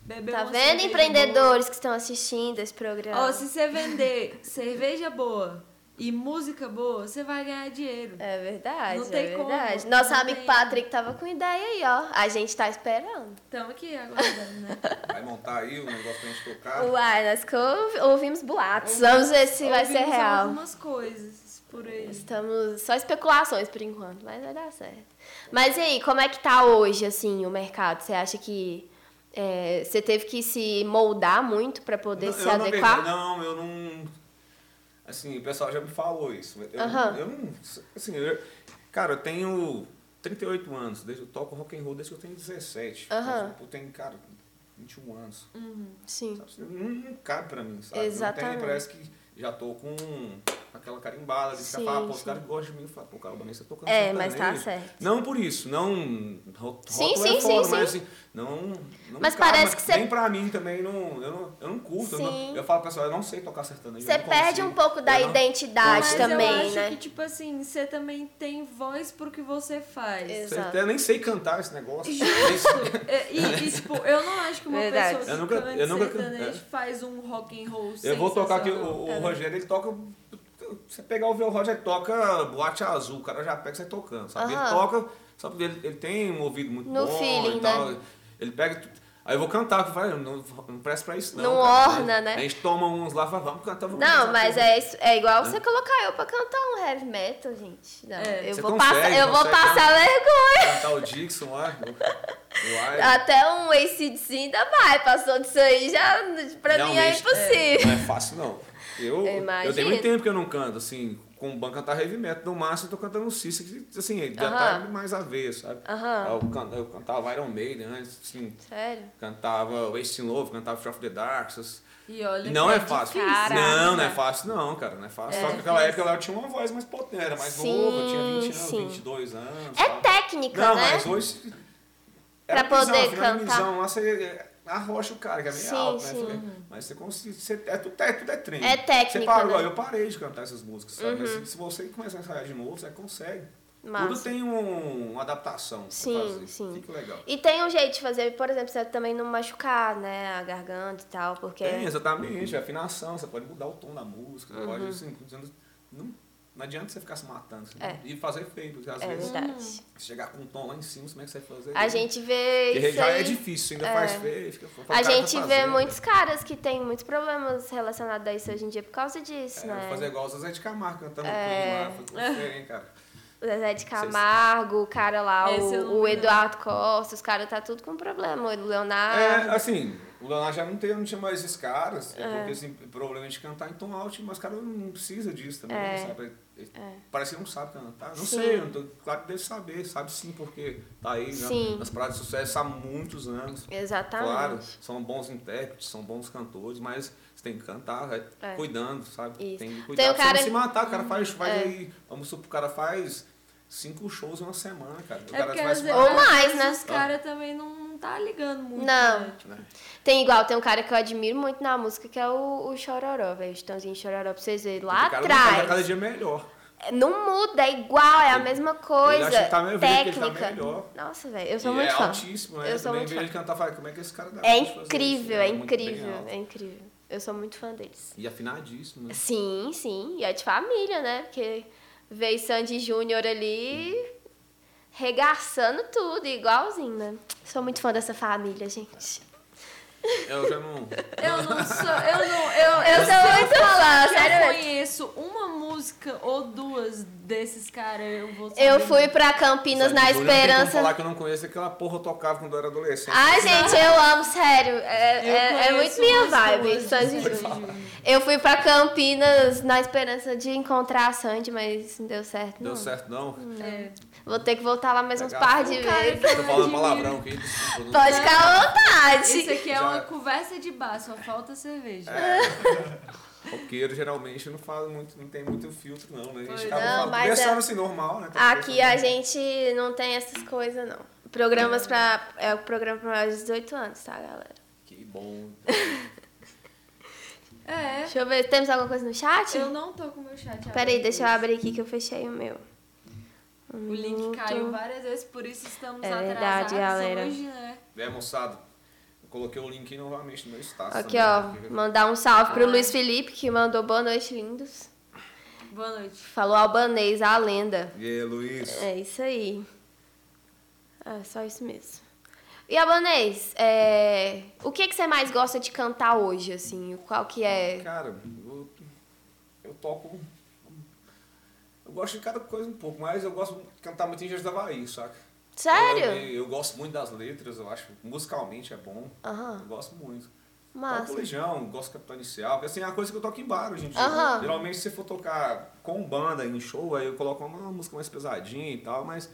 Speaker 1: Beber
Speaker 4: Tá
Speaker 1: uma
Speaker 4: vendo,
Speaker 1: cerveja
Speaker 4: empreendedores que estão assistindo esse programa?
Speaker 1: boa. Ó, se você vender cerveja boa e música boa, você vai ganhar dinheiro.
Speaker 4: É verdade,
Speaker 1: Não
Speaker 4: é
Speaker 1: tem como,
Speaker 4: verdade.
Speaker 1: não
Speaker 4: Nosso
Speaker 1: tem.
Speaker 4: amigo Patrick tava com ideia aí, ó. A gente tá esperando.
Speaker 1: Tamo aqui aguardando, né?
Speaker 5: Vai montar aí o negócio pra gente tocar.
Speaker 4: Uai, nós que ouvi- ouvimos boatos. Vamos ver se vai ser
Speaker 1: Ouvimos
Speaker 4: real.
Speaker 1: algumas coisas por aí.
Speaker 4: Estamos só especulações por enquanto, mas vai dar certo. Mas e aí, como é que tá hoje, assim, o mercado? Você acha que é, você teve que se moldar muito para poder
Speaker 5: Não,
Speaker 4: se
Speaker 5: eu não
Speaker 4: adequar?
Speaker 5: vejo- Não, eu não. Assim, o pessoal já me falou isso. Eu,
Speaker 4: Aham.
Speaker 5: eu não. Assim, eu- cara, eu tenho 38 anos, desde eu toco rock and roll desde que eu tenho 17.
Speaker 4: Aham.
Speaker 5: Mas Eu tenho, cara, 21 anos.
Speaker 1: Uhum.
Speaker 4: Sim.
Speaker 5: sabe? Não, não cabe pra mim, sabe? Não
Speaker 4: Exatamente.
Speaker 5: tem, parece que já tô com aquela carimbada de
Speaker 4: Sim,
Speaker 5: ficar, pô, os
Speaker 4: sim.
Speaker 5: caras gostam de mim, fala, pô, cara, também você tocando
Speaker 4: É, mas tá
Speaker 5: sertanejo.
Speaker 4: certo.
Speaker 5: Não por isso, não. ro-
Speaker 4: Sim,
Speaker 5: rótulo é
Speaker 4: sim,
Speaker 5: foda,
Speaker 4: sim,
Speaker 5: mas assim, não, não.
Speaker 4: Mas
Speaker 5: cabe,
Speaker 4: parece que você-
Speaker 5: Nem pra mim também, não, eu, não, eu não curto. Eu,
Speaker 4: Sim.
Speaker 5: não, eu falo pro pessoal, eu não sei tocar sertanejo.
Speaker 4: Você
Speaker 5: eu não
Speaker 4: perde
Speaker 5: consigo,
Speaker 4: um pouco da
Speaker 5: eu não-
Speaker 4: identidade
Speaker 1: Mas eu
Speaker 4: também,
Speaker 1: acho
Speaker 4: né?
Speaker 1: que, tipo assim, você também tem voz pro que você faz.
Speaker 4: Exato.
Speaker 5: Você até nem sei cantar esse negócio.
Speaker 1: Justo. É, e, e, tipo, eu não acho que uma
Speaker 4: Verdade.
Speaker 1: pessoa que
Speaker 5: Eu nunca-
Speaker 1: canta
Speaker 5: eu nunca-
Speaker 1: sertanejo
Speaker 5: é.
Speaker 1: faz um rock and roll
Speaker 5: Eu vou tocar aqui, o,
Speaker 1: sensacional.
Speaker 5: o Rogério, ele toca. Você pegar o violão, ele toca boate azul, o cara já pega e sai tocando, sabe? Ele
Speaker 4: Aham.
Speaker 5: toca, sabe? Ele, ele tem um ouvido muito
Speaker 4: No
Speaker 5: bom
Speaker 4: feeling,
Speaker 5: e tal.
Speaker 4: né?
Speaker 5: Ele pega. tu- Aí eu vou cantar, eu falo, não, não presta pra isso, não.
Speaker 4: Não
Speaker 5: cara."
Speaker 4: orna, né?
Speaker 5: A gente toma uns lá e fala, vamos cantar, vamos
Speaker 4: Não,
Speaker 5: cantar.
Speaker 4: mas é, isso- é igual você colocar eu pra cantar um heavy metal, gente. Não,
Speaker 1: É.
Speaker 4: eu
Speaker 5: Você
Speaker 4: vou,
Speaker 5: consegue,
Speaker 4: passar, eu vou
Speaker 5: consegue,
Speaker 4: passar vergonha.
Speaker 5: Cantar o Dixon lá. o- o Iron.
Speaker 4: Até um ACDC ainda vai, passou disso aí, já pra mim é
Speaker 5: Realmente,
Speaker 4: impossível.
Speaker 5: Não é fácil, não. Eu,
Speaker 4: Eu
Speaker 5: eu,
Speaker 4: imagino.
Speaker 5: tenho muito tempo que eu não canto, assim, com o banco cantar heavy metal. No máximo, eu tô cantando um Cissa, que, assim, já tá
Speaker 4: Aham.
Speaker 5: mais a ver, sabe?
Speaker 4: Aham.
Speaker 5: Eu, can- eu cantava Iron Maiden antes, assim,
Speaker 4: Sério?
Speaker 5: cantava Wasting Love, cantava Fear of the Dark, essas...
Speaker 1: E olha
Speaker 5: Não
Speaker 1: que
Speaker 5: é fácil.
Speaker 1: difícil.
Speaker 4: Caraca. né?
Speaker 5: Não, não é fácil não, cara, não é fácil.
Speaker 1: né? É
Speaker 5: Só que naquela
Speaker 1: difícil.
Speaker 5: época eu tinha uma voz mais potente, era mais
Speaker 4: Sim,
Speaker 5: novo, eu tinha 20 anos,
Speaker 4: sim.
Speaker 5: 22 anos.
Speaker 4: É
Speaker 5: tal.
Speaker 4: técnica,
Speaker 5: Não,
Speaker 4: né?
Speaker 5: mas hoje...
Speaker 4: Pra
Speaker 5: era prisão,
Speaker 4: poder
Speaker 5: afinal, era
Speaker 4: cantar.
Speaker 5: prisão, lá você arrocha o cara, que é meio
Speaker 4: Sim,
Speaker 5: alto,
Speaker 4: sim.
Speaker 5: né? Fica- Mas você consegue... você- é, tudo, é, tudo é treino.
Speaker 4: É técnica,
Speaker 5: Você parou,
Speaker 4: né? Uhum.
Speaker 5: eu parei de cantar essas músicas, sabe? Mas se- se você começar a ensaiar de novo, você consegue. Tudo
Speaker 4: Massa.
Speaker 5: tem um- uma adaptação pra
Speaker 4: Sim,
Speaker 5: fazer.
Speaker 4: sim.
Speaker 5: Fica legal.
Speaker 4: E tem um jeito de fazer, por exemplo, você também não machucar, né, a garganta e tal, porque...
Speaker 5: Tem, exatamente. É afinação, você pode mudar o tom da música, você
Speaker 4: Uhum.
Speaker 5: pode, assim, dizendo- não, não adianta você ficar se matando. assim,
Speaker 4: É.
Speaker 5: E fazer feio, porque às
Speaker 4: É
Speaker 5: vezes
Speaker 4: verdade.
Speaker 5: você chegar com um tom lá em cima, como é que você vai fazer?
Speaker 4: A gente vê
Speaker 5: Porque
Speaker 4: isso
Speaker 5: já é
Speaker 4: aí...
Speaker 5: difícil, ainda
Speaker 4: é.
Speaker 5: faz feio. Fica, o
Speaker 4: A
Speaker 5: cara tá
Speaker 4: gente vê
Speaker 5: fazendo,
Speaker 4: muitos caras que têm muitos problemas relacionados a isso hoje em dia por causa disso,
Speaker 5: É,
Speaker 4: né?
Speaker 5: Fazer igual o Zezé de Camargo cantando
Speaker 4: É.
Speaker 5: é. Queen lá, foi feio, hein, cara.
Speaker 4: O Zezé de Camargo, o cara lá,
Speaker 1: Esse eu não
Speaker 4: o, o
Speaker 1: vi, não.
Speaker 4: Eduardo Costa, os caras tá tudo com problema. O Leonardo.
Speaker 5: É, assim, o Leonardo já não, tem, não tinha mais esses caras, é. porque assim, problema de cantar em tom alto, mas o cara não precisa disso também, né,
Speaker 4: É.
Speaker 5: sabe? Ele-
Speaker 4: É.
Speaker 5: Parece que não sabe cantar. Não
Speaker 4: Sim.
Speaker 5: sei, eu não tô- claro que deve saber, sabe sim, porque tá aí né,
Speaker 4: Sim.
Speaker 5: nas paradas de sucesso há muitos anos.
Speaker 4: Exatamente.
Speaker 5: É, Claro, são bons intérpretes, são bons cantores, mas você tem que cantar, vai
Speaker 4: É.
Speaker 5: cuidando, sabe?
Speaker 4: Isso.
Speaker 5: Tem que
Speaker 4: Tem
Speaker 5: cuidar.
Speaker 4: um
Speaker 5: Pra você
Speaker 4: cara-
Speaker 5: não se matar, o cara faz, faz
Speaker 4: É.
Speaker 5: aí, vamos supor, o cara faz cinco shows em uma semana, cara. O
Speaker 1: É
Speaker 5: cara
Speaker 1: porque
Speaker 5: faz
Speaker 1: às vezes,
Speaker 4: Ou mais,
Speaker 1: às vezes
Speaker 4: né?
Speaker 1: os caras também não, não tá ligando muito.
Speaker 4: Não.
Speaker 1: né? Tipo,
Speaker 4: Tem igual, tem um cara que eu admiro muito na música que é o, o Chororó, velho. O Chitãozinho Chororó, pra vocês verem lá
Speaker 5: o cara não faz, é
Speaker 4: atrás.
Speaker 5: cada dia melhor.
Speaker 4: Não muda, é igual, é a
Speaker 5: Ele-
Speaker 4: mesma
Speaker 5: ele
Speaker 4: coisa.
Speaker 5: acha que tá melhor, ele acha que tá
Speaker 4: técnica.
Speaker 5: melhor.
Speaker 4: Nossa, velho, eu sou
Speaker 5: E
Speaker 4: muito
Speaker 5: é
Speaker 4: fã.
Speaker 5: altíssimo, né?
Speaker 4: Eu sou
Speaker 5: também
Speaker 4: muito
Speaker 5: vejo
Speaker 4: fã.
Speaker 5: ele cantar e falo, como é que esse cara dá
Speaker 4: É
Speaker 5: conta de fazer isso?
Speaker 4: incrível, é
Speaker 5: muito bem
Speaker 4: incrível,
Speaker 5: alto.
Speaker 4: é incrível. Eu sou muito fã deles.
Speaker 5: E afinadíssimo, né?
Speaker 4: Sim, sim. E é de família, né? Porque veio Sandy Júnior ali regaçando tudo, igualzinho, né? Sou muito fã dessa família, gente.
Speaker 5: Eu já não...
Speaker 1: Tipo, Eu não sou. Eu não. Eu,
Speaker 4: Eu sou muito fã,
Speaker 1: se eu
Speaker 4: sério. mesmo.
Speaker 1: conheço uma música ou duas desses caras, eu vou saber.
Speaker 4: Eu fui pra Campinas
Speaker 5: Sabe,
Speaker 4: na
Speaker 5: eu não tenho como falar
Speaker 4: esperança. Ah,
Speaker 5: que eu não conheço aquela porra eu tocava quando eu era adolescente.
Speaker 4: Ai, gente, eu amo, sério. É,
Speaker 1: Eu
Speaker 4: é- é
Speaker 1: conheço
Speaker 4: muito minha
Speaker 1: umas
Speaker 4: vibe,
Speaker 1: duas de
Speaker 4: Sandy
Speaker 1: Sandy
Speaker 4: Júnior.
Speaker 1: Júnior.
Speaker 4: Eu fui pra Campinas na esperança de encontrar a Sandy, mas não deu certo, não.
Speaker 5: Deu certo, não?
Speaker 1: É.
Speaker 4: Vou ter que voltar lá mais uns
Speaker 5: Legal.
Speaker 4: par de
Speaker 1: Cara,
Speaker 4: vezes.
Speaker 1: que
Speaker 5: Tô
Speaker 1: eu
Speaker 5: falando
Speaker 1: admiro.
Speaker 5: palavrão aqui, desculpa. não-
Speaker 4: Pode ficar à vontade.
Speaker 1: Isso aqui é
Speaker 5: Já- É.
Speaker 1: uma conversa de bar, só falta cerveja.
Speaker 5: Roqueiro geralmente não faz muito, não tem muito filtro, não, né? A
Speaker 1: Pois
Speaker 5: gente acaba
Speaker 4: não,
Speaker 5: falando-
Speaker 4: mas
Speaker 5: conversando
Speaker 4: é-
Speaker 5: assim, normal, né?
Speaker 4: Aqui a gente não tem essas coisas, não. Programas pra. É o programa pra maiores de 18 anos, tá, galera?
Speaker 5: Que bom.
Speaker 1: É.
Speaker 4: Deixa eu ver, temos alguma coisa no chat?
Speaker 1: Eu não tô com o meu chat
Speaker 4: Peraí, deixa eu abrir aqui que eu fechei o meu. Um
Speaker 1: O link
Speaker 4: minuto.
Speaker 1: caiu várias vezes, por isso estamos
Speaker 4: É
Speaker 1: atrasados
Speaker 4: verdade, galera.
Speaker 1: hoje, né?
Speaker 5: É, moçada, eu coloquei o link novamente no meu status.
Speaker 4: Aqui,
Speaker 5: também,
Speaker 4: ó.
Speaker 5: porque-
Speaker 4: Mandar um salve pro
Speaker 1: Ah.
Speaker 4: Luiz Felipe, que mandou boa noite, lindos.
Speaker 1: Boa noite.
Speaker 4: Falou albanês, a lenda.
Speaker 5: E aí, Luiz?
Speaker 4: É isso aí. É só isso mesmo. E albanês, é... o que, que você mais gosta de cantar hoje, assim? Qual que é?
Speaker 5: Cara, eu, eu toco. Eu gosto de cada coisa um pouco, mas eu gosto de cantar muito em Engenhos da Bahia, saca?
Speaker 4: Sério?
Speaker 5: Eu, eu gosto muito das letras, eu acho musicalmente é bom.
Speaker 4: Aham.
Speaker 5: Eu gosto muito. Toco
Speaker 4: Massa.
Speaker 5: Legião, gosto de Capitão Inicial, porque, assim, é uma coisa que eu toco em bar hoje em dia.
Speaker 4: Aham.
Speaker 5: Geralmente se for tocar com banda em show, aí eu coloco uma música mais pesadinha e tal, mas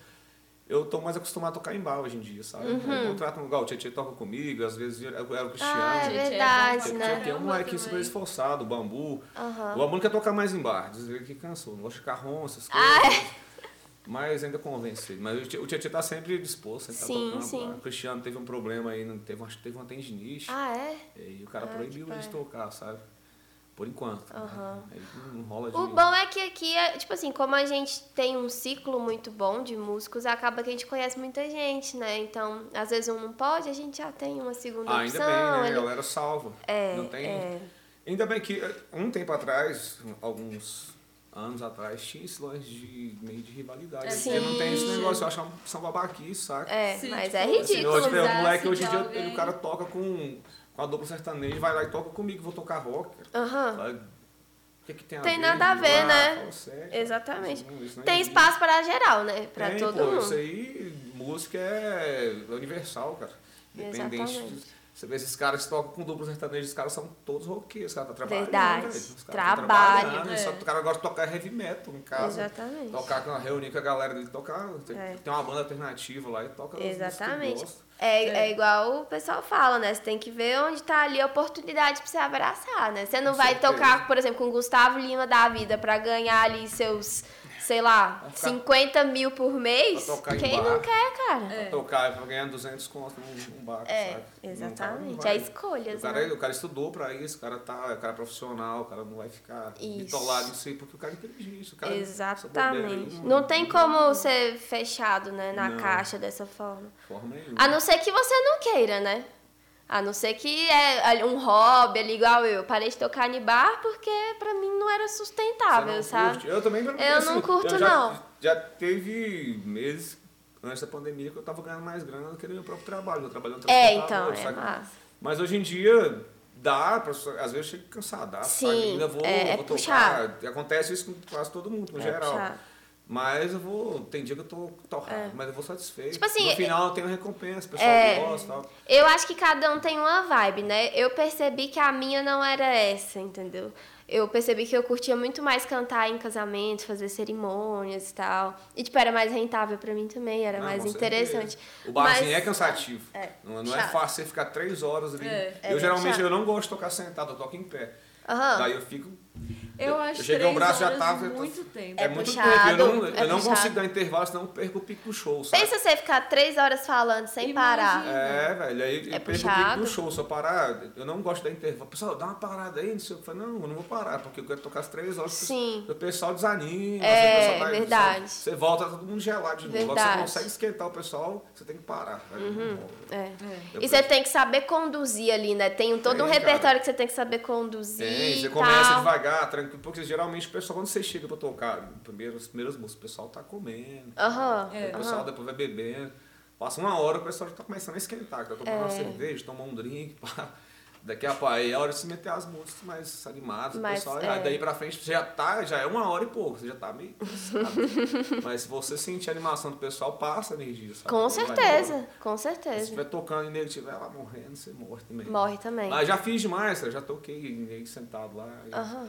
Speaker 5: eu tô mais acostumado a tocar em bar hoje em dia, sabe?
Speaker 4: Uhum.
Speaker 5: Eu contrato um igual, o Tietchan toca comigo, às vezes eu era o Cristiano.
Speaker 4: Ah, é
Speaker 1: Tietê é bom
Speaker 4: verdade,
Speaker 1: pra
Speaker 5: Tinha,
Speaker 4: né?
Speaker 1: caramba.
Speaker 5: tinha um moleque
Speaker 1: também.
Speaker 5: super esforçado, o bambu.
Speaker 4: Aham.
Speaker 5: O bambu não quer tocar mais em bar, diz ele que cansou, não gosta de ficar ronça, essas coisas.
Speaker 4: Ah,
Speaker 5: Mas ainda convence ele. Mas o Tietchan- o Tietchan tá sempre disposto, sempre
Speaker 4: Sim,
Speaker 5: tá tocando.
Speaker 4: sim.
Speaker 5: lá. O Cristiano teve um problema aí, não teve, acho que teve um uma tendinite.
Speaker 4: Ah, é?
Speaker 5: E o cara
Speaker 4: Ah,
Speaker 5: proibiu
Speaker 4: que
Speaker 5: eles de
Speaker 4: pai.
Speaker 5: tocar, sabe? Por enquanto. né?
Speaker 4: Aham.
Speaker 5: Aí não rola de.
Speaker 4: O bom é que aqui, é, tipo assim, como a gente tem um ciclo muito bom de músicos, acaba que a gente conhece muita gente, né? Então, às vezes um não pode, a gente já tem uma segunda
Speaker 5: Ah, ainda
Speaker 4: opção.
Speaker 5: bem, né? A
Speaker 4: ele-
Speaker 5: galera salva.
Speaker 4: É,
Speaker 5: não tem.
Speaker 4: é.
Speaker 5: Ainda bem que eh, um tempo atrás, alguns anos atrás, tinha esse lance de meio de rivalidade.
Speaker 4: É, Sim.
Speaker 5: Porque não tem esse negócio, eu acho que são babaquice, saca?
Speaker 4: É,
Speaker 1: Se,
Speaker 4: mas
Speaker 1: tipo,
Speaker 4: é
Speaker 1: assim,
Speaker 5: Assim,
Speaker 4: ridículo.
Speaker 5: hoje, por exemplo, o
Speaker 1: Usar,
Speaker 5: moleque
Speaker 1: se
Speaker 5: hoje em
Speaker 1: de
Speaker 5: dia,
Speaker 1: alguém.
Speaker 5: ele- o cara toca com, com a dupla sertaneja, vai lá e toca comigo, vou tocar rock.
Speaker 4: Aham.
Speaker 5: Sabe? O que, que tem a
Speaker 4: Tem
Speaker 5: ver?
Speaker 4: nada a ver,
Speaker 5: Ah,
Speaker 4: né?
Speaker 5: fala sério,
Speaker 4: Exatamente.
Speaker 5: isso não- isso não
Speaker 4: Tem
Speaker 5: existe.
Speaker 4: espaço para geral, né? Para
Speaker 5: é Tem,
Speaker 4: todo
Speaker 5: pô,
Speaker 4: mundo.
Speaker 5: Isso aí, música é universal, cara. Independente.
Speaker 4: Exatamente.
Speaker 5: Você vê esses caras que tocam com duplo sertanejo, os caras são todos roqueiros, os caras estão trabalhando.
Speaker 4: Verdade.
Speaker 5: velho. Os caras tão
Speaker 4: Trabalham,
Speaker 5: trabalhando,
Speaker 1: é.
Speaker 5: Só que o cara gosta de tocar heavy metal em casa.
Speaker 4: Exatamente.
Speaker 5: Tocar com reunir com a galera dele, tocar. Tem,
Speaker 4: É.
Speaker 5: tem uma banda alternativa lá e toca as músicas que
Speaker 4: Exatamente.
Speaker 5: gosta.
Speaker 4: É,
Speaker 1: É.
Speaker 4: é igual o pessoal fala, né? Você tem que ver onde tá ali a oportunidade pra você abraçar, né? Você não
Speaker 5: Com
Speaker 4: vai
Speaker 5: certeza.
Speaker 4: tocar, por exemplo, com o Gustavo Lima da vida pra ganhar ali seus, sei lá,
Speaker 5: Vai ficar-
Speaker 4: 50 mil por mês.
Speaker 5: Pra tocar em
Speaker 4: Quem
Speaker 5: bar.
Speaker 4: não quer, cara?
Speaker 1: É.
Speaker 5: Tocar pra ganhar 200 conto num, num bar,
Speaker 4: É,
Speaker 5: sabe? Não, cara, não
Speaker 4: exatamente.
Speaker 5: vai.
Speaker 4: É escolhas,
Speaker 5: O cara,
Speaker 4: né?
Speaker 5: o cara estudou pra isso, o cara tá, o cara é profissional, o cara não vai ficar
Speaker 4: Isso.
Speaker 5: bitolado, não sei, porque o cara é inteligente. O cara
Speaker 4: Exatamente. Não tem como ser fechado, né, na
Speaker 5: né? Não.
Speaker 4: caixa dessa forma.
Speaker 5: Forma nenhuma.
Speaker 4: A Ah, não ser que você não queira, né? A não ser que é ali um hobby, ali igual eu. Parei de tocar em bar porque pra mim não era
Speaker 5: Você
Speaker 4: sustentável,
Speaker 5: não
Speaker 4: sabe?
Speaker 5: curte? Eu também não assim,
Speaker 4: Eu não curto,
Speaker 5: já,
Speaker 4: não.
Speaker 5: Já teve meses antes da pandemia que eu tava ganhando mais grana do que no meu próprio trabalho. Eu trabalhei no
Speaker 4: É,
Speaker 5: trabalho,
Speaker 4: então, é
Speaker 5: saca?
Speaker 4: massa.
Speaker 5: Mas hoje em dia dá, pra- às vezes chega cansada,
Speaker 4: Sim,
Speaker 5: ainda vou,
Speaker 4: é- é
Speaker 5: vou tocar.
Speaker 4: puxado.
Speaker 5: Acontece isso com quase todo mundo, no
Speaker 4: É
Speaker 5: geral.
Speaker 4: puxado. É.
Speaker 5: Mas eu vou. Tem dia que eu tô torrado, mas eu vou satisfeito.
Speaker 4: Tipo assim,
Speaker 5: no final tem uma recompensa, o pessoal
Speaker 4: é.
Speaker 5: gosta e tal.
Speaker 4: Eu acho que cada um tem uma vibe, né? Eu percebi que a minha não era essa, entendeu? Eu percebi que eu curtia muito mais cantar em casamento, fazer cerimônias e tal. E, tipo, era mais rentável pra mim também, era
Speaker 5: Não,
Speaker 4: é mais
Speaker 5: com certeza.
Speaker 4: interessante.
Speaker 5: O barzinho
Speaker 4: Mas-
Speaker 5: é cansativo.
Speaker 4: É,
Speaker 5: Não, não é
Speaker 4: chato.
Speaker 5: fácil você ficar três horas ali.
Speaker 1: É.
Speaker 5: eu
Speaker 4: É,
Speaker 5: geralmente
Speaker 4: chato.
Speaker 5: eu não gosto de tocar sentado, eu toco em pé.
Speaker 4: Aham.
Speaker 5: Daí eu fico.
Speaker 1: Eu acho
Speaker 5: eu cheguei o
Speaker 1: três
Speaker 5: braço já
Speaker 1: horas
Speaker 5: tava.
Speaker 1: muito tempo.
Speaker 5: É,
Speaker 4: É
Speaker 5: muito
Speaker 4: puxado,
Speaker 5: tempo. Eu não,
Speaker 4: é
Speaker 5: eu não
Speaker 4: puxado.
Speaker 5: consigo dar intervalo, senão eu perco o pico do show. Sabe?
Speaker 4: Pensa você ficar três horas falando sem
Speaker 1: Imagina.
Speaker 4: parar.
Speaker 5: É, velho, aí
Speaker 4: É
Speaker 5: eu perco o pico
Speaker 4: puxado.
Speaker 5: do show, se eu parar, eu não gosto de dar intervalo. Pessoal, dá uma parada aí, não sei o que. Eu falo, não, eu não vou parar, porque eu quero tocar as três horas.
Speaker 4: Sim.
Speaker 5: O pessoal desanima.
Speaker 4: É,
Speaker 5: às vezes o pessoal vai-
Speaker 4: verdade.
Speaker 5: Você volta, tá todo mundo gelado de novo. Agora Você
Speaker 4: Verdade.
Speaker 5: consegue esquentar o pessoal, você tem que parar. velho.
Speaker 4: É.
Speaker 5: Eu
Speaker 4: E você tem que saber conduzir ali, né? Tem um- todo um
Speaker 5: Tem, cara.
Speaker 4: repertório que você tem que saber conduzir.
Speaker 5: Tem,
Speaker 4: e
Speaker 5: você começa
Speaker 4: tal.
Speaker 5: devagar, tranquilo, porque geralmente o pessoal, quando você chega pra tocar, primeiro, as primeiras músicas, o pessoal tá comendo,
Speaker 4: Aham,
Speaker 5: aí o
Speaker 4: É. aham.
Speaker 5: pessoal depois vai bebendo, passa uma hora, o pessoal já tá começando a esquentar, tá tomando
Speaker 4: É.
Speaker 5: uma cerveja, tomar um drink, pá. daqui a pouco aí é a hora de se meter as músicas mais animadas,
Speaker 4: Mas,
Speaker 5: o pessoal,
Speaker 4: é.
Speaker 5: aí daí pra frente já tá, já é uma hora e pouco, você já tá meio cansado. Mas se você sentir a animação do pessoal, passa a energia, sabe?
Speaker 4: Com
Speaker 5: Vai embora.
Speaker 4: certeza, com
Speaker 5: Se
Speaker 4: certeza.
Speaker 5: estiver tocando e nego estiver lá morrendo, você morre também.
Speaker 4: Morre também.
Speaker 5: Mas já fiz demais, eu já toquei nego sentado lá. e-
Speaker 4: Aham.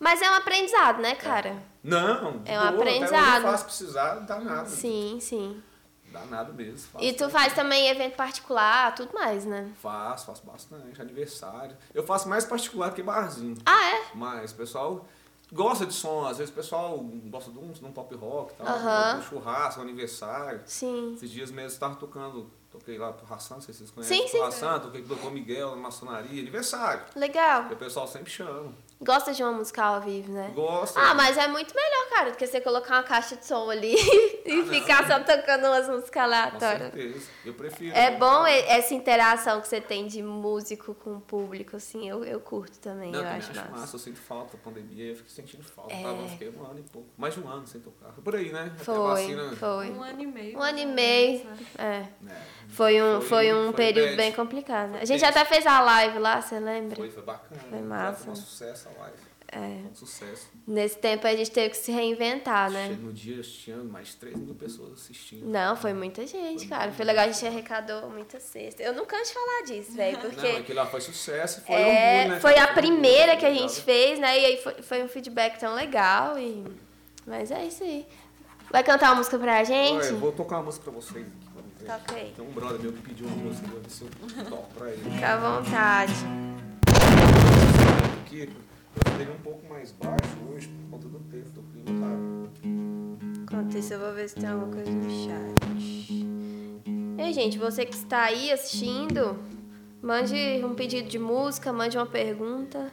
Speaker 4: Mas é um aprendizado, né, cara?
Speaker 5: Não, de
Speaker 4: É um
Speaker 5: boa, até hoje
Speaker 4: aprendizado.
Speaker 5: Eu faço precisar, dá nada.
Speaker 4: Sim, sim.
Speaker 5: Dá nada mesmo. Faço,
Speaker 4: E tu faz também evento particular, tudo mais, né?
Speaker 5: Faço, faço bastante, aniversário. Eu faço mais particular que barzinho.
Speaker 4: Ah, é?
Speaker 5: Mas o pessoal gosta de som, às vezes o pessoal gosta de um, de um pop rock, tal,
Speaker 4: Aham.
Speaker 5: um churrasco, um aniversário.
Speaker 4: Sim.
Speaker 5: Esses dias mesmo eu tava tocando, toquei lá pro Hassan, não sei se vocês conhecem.
Speaker 4: Sim, sim.
Speaker 5: Pro Hassan, toquei pro Dr. Miguel na maçonaria, aniversário.
Speaker 4: Legal.
Speaker 5: E o pessoal sempre chama.
Speaker 4: Gosta de uma música ao vivo, né?
Speaker 5: Gosta.
Speaker 4: Ah, mas é muito melhor, cara, do que você colocar uma caixa de som ali e ficar só tocando umas músicas
Speaker 5: Ah, Com
Speaker 4: aleatórias.
Speaker 5: certeza. Eu prefiro.
Speaker 4: É bom e- essa interação que você tem de músico com o público, assim, eu, eu curto também,
Speaker 5: Não,
Speaker 4: eu
Speaker 5: também
Speaker 4: acho massa.
Speaker 5: Eu sinto falta da pandemia, eu fiquei sentindo falta.
Speaker 4: É.
Speaker 5: Tava, fiquei um ano e pouco. Mais de um ano sem tocar. Foi por aí, né? Até a
Speaker 4: Foi,
Speaker 5: vacina-
Speaker 4: foi.
Speaker 1: Um ano e meio.
Speaker 4: Um ano e
Speaker 1: mais ou
Speaker 4: meio,
Speaker 1: menos, né?
Speaker 4: é.
Speaker 5: né?
Speaker 4: Foi um,
Speaker 5: Foi-
Speaker 4: foi um
Speaker 5: foi
Speaker 4: período
Speaker 5: bad.
Speaker 4: bem complicado. né? A
Speaker 5: Foi
Speaker 4: gente
Speaker 5: bad.
Speaker 4: até fez a live lá, você lembra?
Speaker 5: Foi, foi bacana.
Speaker 4: Foi massa. É.
Speaker 5: Foi um sucesso a live. Foi um sucesso.
Speaker 4: Nesse tempo a gente teve que se reinventar,
Speaker 5: Che-
Speaker 4: né?
Speaker 5: No dia tinha mais de 3 mil pessoas assistindo.
Speaker 4: Não, foi muita gente, cara. Foi legal, a gente arrecadou muita cesta. Eu não canso de falar disso, velho,
Speaker 5: Não,
Speaker 4: porque
Speaker 5: aquilo lá foi sucesso e foi
Speaker 4: é,
Speaker 5: orgulho, né?
Speaker 4: foi a
Speaker 5: Foi orgulho,
Speaker 4: primeira
Speaker 5: né?
Speaker 4: que a gente fez, né? E aí foi, foi um feedback tão legal e... Mas é isso aí. Vai cantar uma música pra gente?
Speaker 5: Olha, eu vou tocar uma música pra vocês aqui. vamos ver.
Speaker 4: Toca aí.
Speaker 5: Tem um brother meu que pediu uma música, vou ver se eu toco pra ele.
Speaker 4: Fica à vontade.
Speaker 5: Aqui, eu dei um pouco mais baixo hoje por conta do tempo, do clima, tá?
Speaker 4: Enquanto isso, eu vou ver se tem alguma coisa no chat. Ei, gente, você que está aí assistindo, mande um pedido de música, mande uma pergunta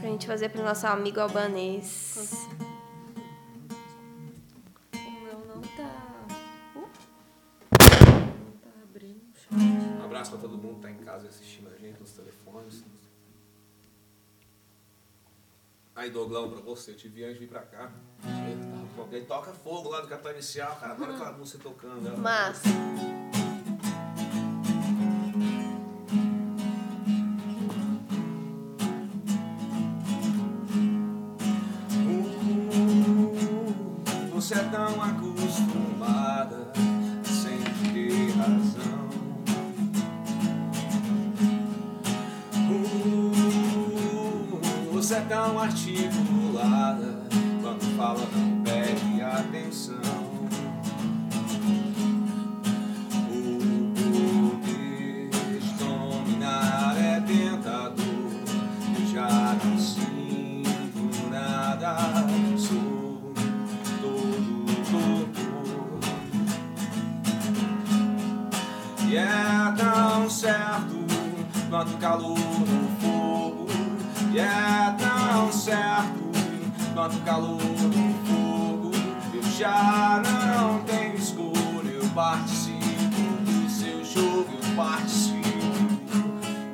Speaker 4: pra gente fazer pro nosso amigo albanês.
Speaker 1: O meu não tá. Uh? Não tá abrindo. gente.
Speaker 5: Um abraço pra todo mundo que tá em casa assistindo a gente nos telefones. Aí, Douglão, pra você, eu te vi antes de vir pra cá. Alguém toca fogo lá do Capitão Inicial, cara. Agora aquela música tocando. né? ela-
Speaker 4: Mas,
Speaker 5: Você é tão acostumada sem ter razão. Uh, Você é tão articulada quando fala não pede atenção. O poder de dominar é tentador. Eu já não sinto nada. Sou todo torto. E é tão certo quanto o calor do fogo. E é tão certo quanto o calor do fogo. Eu já não tenho escolha, eu participo do seu jogo, eu participo.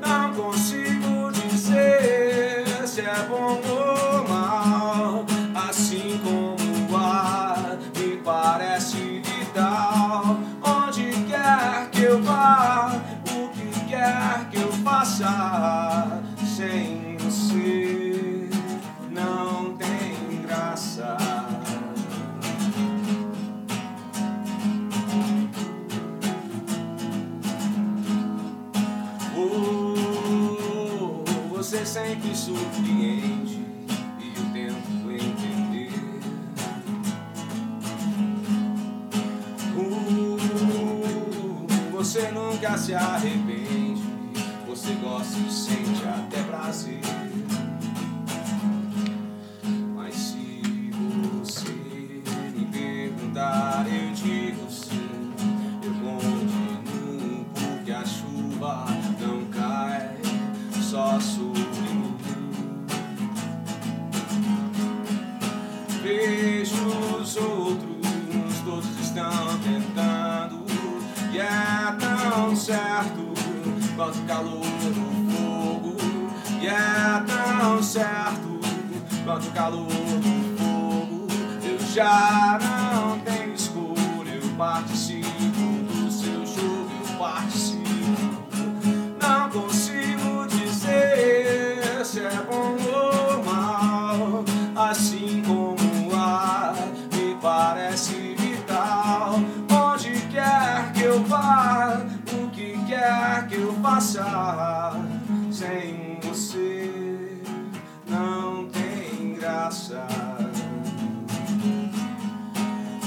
Speaker 5: Não consigo dizer se é bom ou mal, assim como o ar me parece vital. Onde quer que eu vá, o que quer que eu faça, sem você não tem graça. Oh, você sempre surpreende e eu tento entender. Oh, você nunca se arrepende, você gosta e sente até prazer. Mas se você me perguntar, eu digo sim. Eu continuo porque a chuva não cai só sobre mim. Vejo os outros, todos estão tentando. E é tão certo quanto o calor do fogo. E é tão certo quanto o calor do fogo. Eu já não tenho escolha, eu participo do seu jogo, eu participo. Não consigo dizer se é bom ou mal, assim como o ar me parece vital. Onde quer que eu vá, o que quer que eu faça, sem você não tem graça.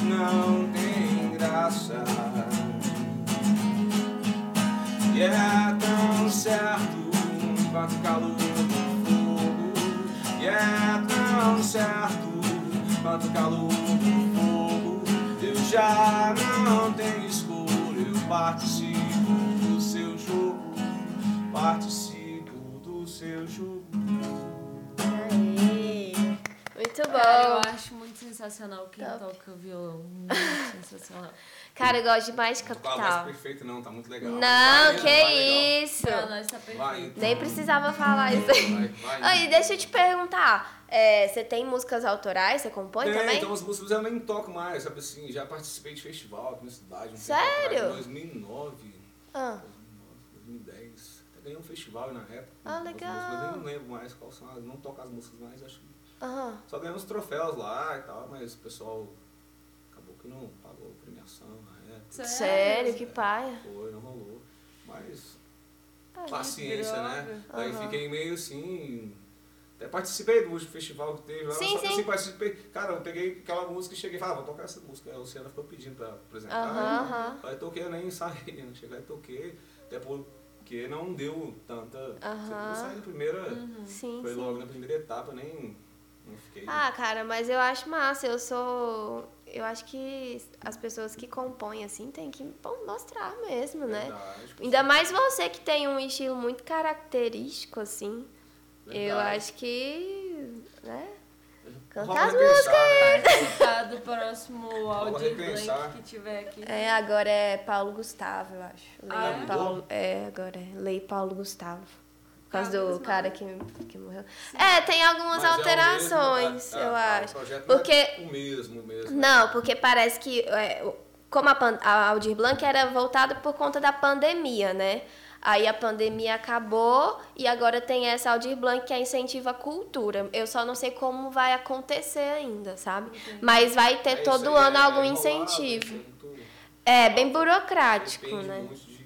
Speaker 5: Não tem graça. E é tão certo quanto o calor do fogo. E é tão certo quanto o calor do fogo. Eu já não tenho escolha, eu participo do seu jogo. Participo do seu jogo.
Speaker 4: Aê. Muito
Speaker 1: Cara, eu
Speaker 4: bom.
Speaker 1: acho muito sensacional quem
Speaker 4: Top.
Speaker 1: toca violão. Muito sensacional.
Speaker 4: Cara, eu gosto demais de
Speaker 5: Com a voz
Speaker 4: Capital.
Speaker 5: perfeita, não, tá muito legal.
Speaker 4: Não, que
Speaker 5: vai,
Speaker 4: isso.
Speaker 1: Pra nós tá
Speaker 5: Vai,
Speaker 1: perfeito.
Speaker 5: então.
Speaker 4: Nem precisava falar isso aí.
Speaker 5: Vai, vai.
Speaker 4: Aí, deixa eu te perguntar. é, você tem músicas autorais? Você compõe
Speaker 5: Tem,
Speaker 4: também?
Speaker 5: então as músicas eu nem toco mais, sabe assim, já participei de festival aqui na cidade. Um
Speaker 4: Sério?
Speaker 5: Tempo atrás, em 2009,
Speaker 4: Ah,
Speaker 5: 2010. Até ganhei um festival na época.
Speaker 4: Ah,
Speaker 5: com as
Speaker 4: legal.
Speaker 5: músicas, eu nem lembro mais quais são, as- não toco as músicas mais, acho que
Speaker 4: aham.
Speaker 5: só ganhei uns troféus lá e tal, mas o pessoal acabou que não pagou a premiação na época.
Speaker 1: é
Speaker 4: Sério, que paia.
Speaker 5: Foi, não rolou. Mas
Speaker 4: Ah,
Speaker 5: paciência,
Speaker 1: droga.
Speaker 5: né? Aí
Speaker 4: Aham.
Speaker 5: fiquei meio assim, Até participei do último festival que teve lá.
Speaker 4: Sim,
Speaker 5: eu só-
Speaker 4: sim.
Speaker 5: eu sei que assim, participei. Cara, eu peguei aquela música e cheguei e falei, ah, vou tocar essa música. Aí A Luciana ficou pedindo pra apresentar.
Speaker 4: Aham, aham.
Speaker 5: Aí toquei, eu nem ensaiei, né? Cheguei e toquei. Até porque não deu tanta.
Speaker 4: Aham.
Speaker 5: Eu saí na primeira.
Speaker 4: Sim,
Speaker 5: Foi
Speaker 4: sim.
Speaker 5: logo na primeira etapa, nem, nem fiquei.
Speaker 4: Ah, cara, mas eu acho massa. Eu sou. Eu acho que as pessoas que compõem assim têm que pô, mostrar mesmo, né?
Speaker 5: Verdade, com
Speaker 4: Ainda
Speaker 5: certeza.
Speaker 4: mais você que tem um estilo muito característico, assim. Eu
Speaker 5: Verdade.
Speaker 4: acho que. né?
Speaker 5: Rola
Speaker 4: Cantar as
Speaker 5: repensar,
Speaker 4: músicas.
Speaker 5: né?
Speaker 1: Tá, do próximo Audi
Speaker 5: repensar.
Speaker 1: Blank que tiver aqui.
Speaker 4: É, agora é Paulo Gustavo, eu acho. Lei
Speaker 1: Ah, é?
Speaker 4: Paulo, é, agora é Lei Paulo Gustavo. Por causa
Speaker 1: Carlos
Speaker 4: do
Speaker 1: Maia.
Speaker 4: cara que, que morreu. É, tem algumas
Speaker 5: Mas é o
Speaker 4: alterações,
Speaker 5: mesmo,
Speaker 4: eu
Speaker 5: a- a-
Speaker 4: acho.
Speaker 5: é, tá, O projeto
Speaker 4: Porque-
Speaker 5: não é o mesmo, o mesmo.
Speaker 4: Não, porque parece que. é, o- como a, pan- a Aldir Blanc era voltada por conta da pandemia, né? Aí a pandemia acabou e agora tem essa Aldir Blanc que é incentiva a cultura. Eu só não sei como vai acontecer ainda, sabe? Mas vai
Speaker 5: É
Speaker 4: ter
Speaker 5: isso
Speaker 4: todo
Speaker 5: aí,
Speaker 4: ano
Speaker 5: é
Speaker 4: algum
Speaker 5: enrolado,
Speaker 4: incentivo.
Speaker 5: isso é muito-
Speaker 4: É, bem burocrático,
Speaker 5: Depende
Speaker 4: né?
Speaker 5: muito de,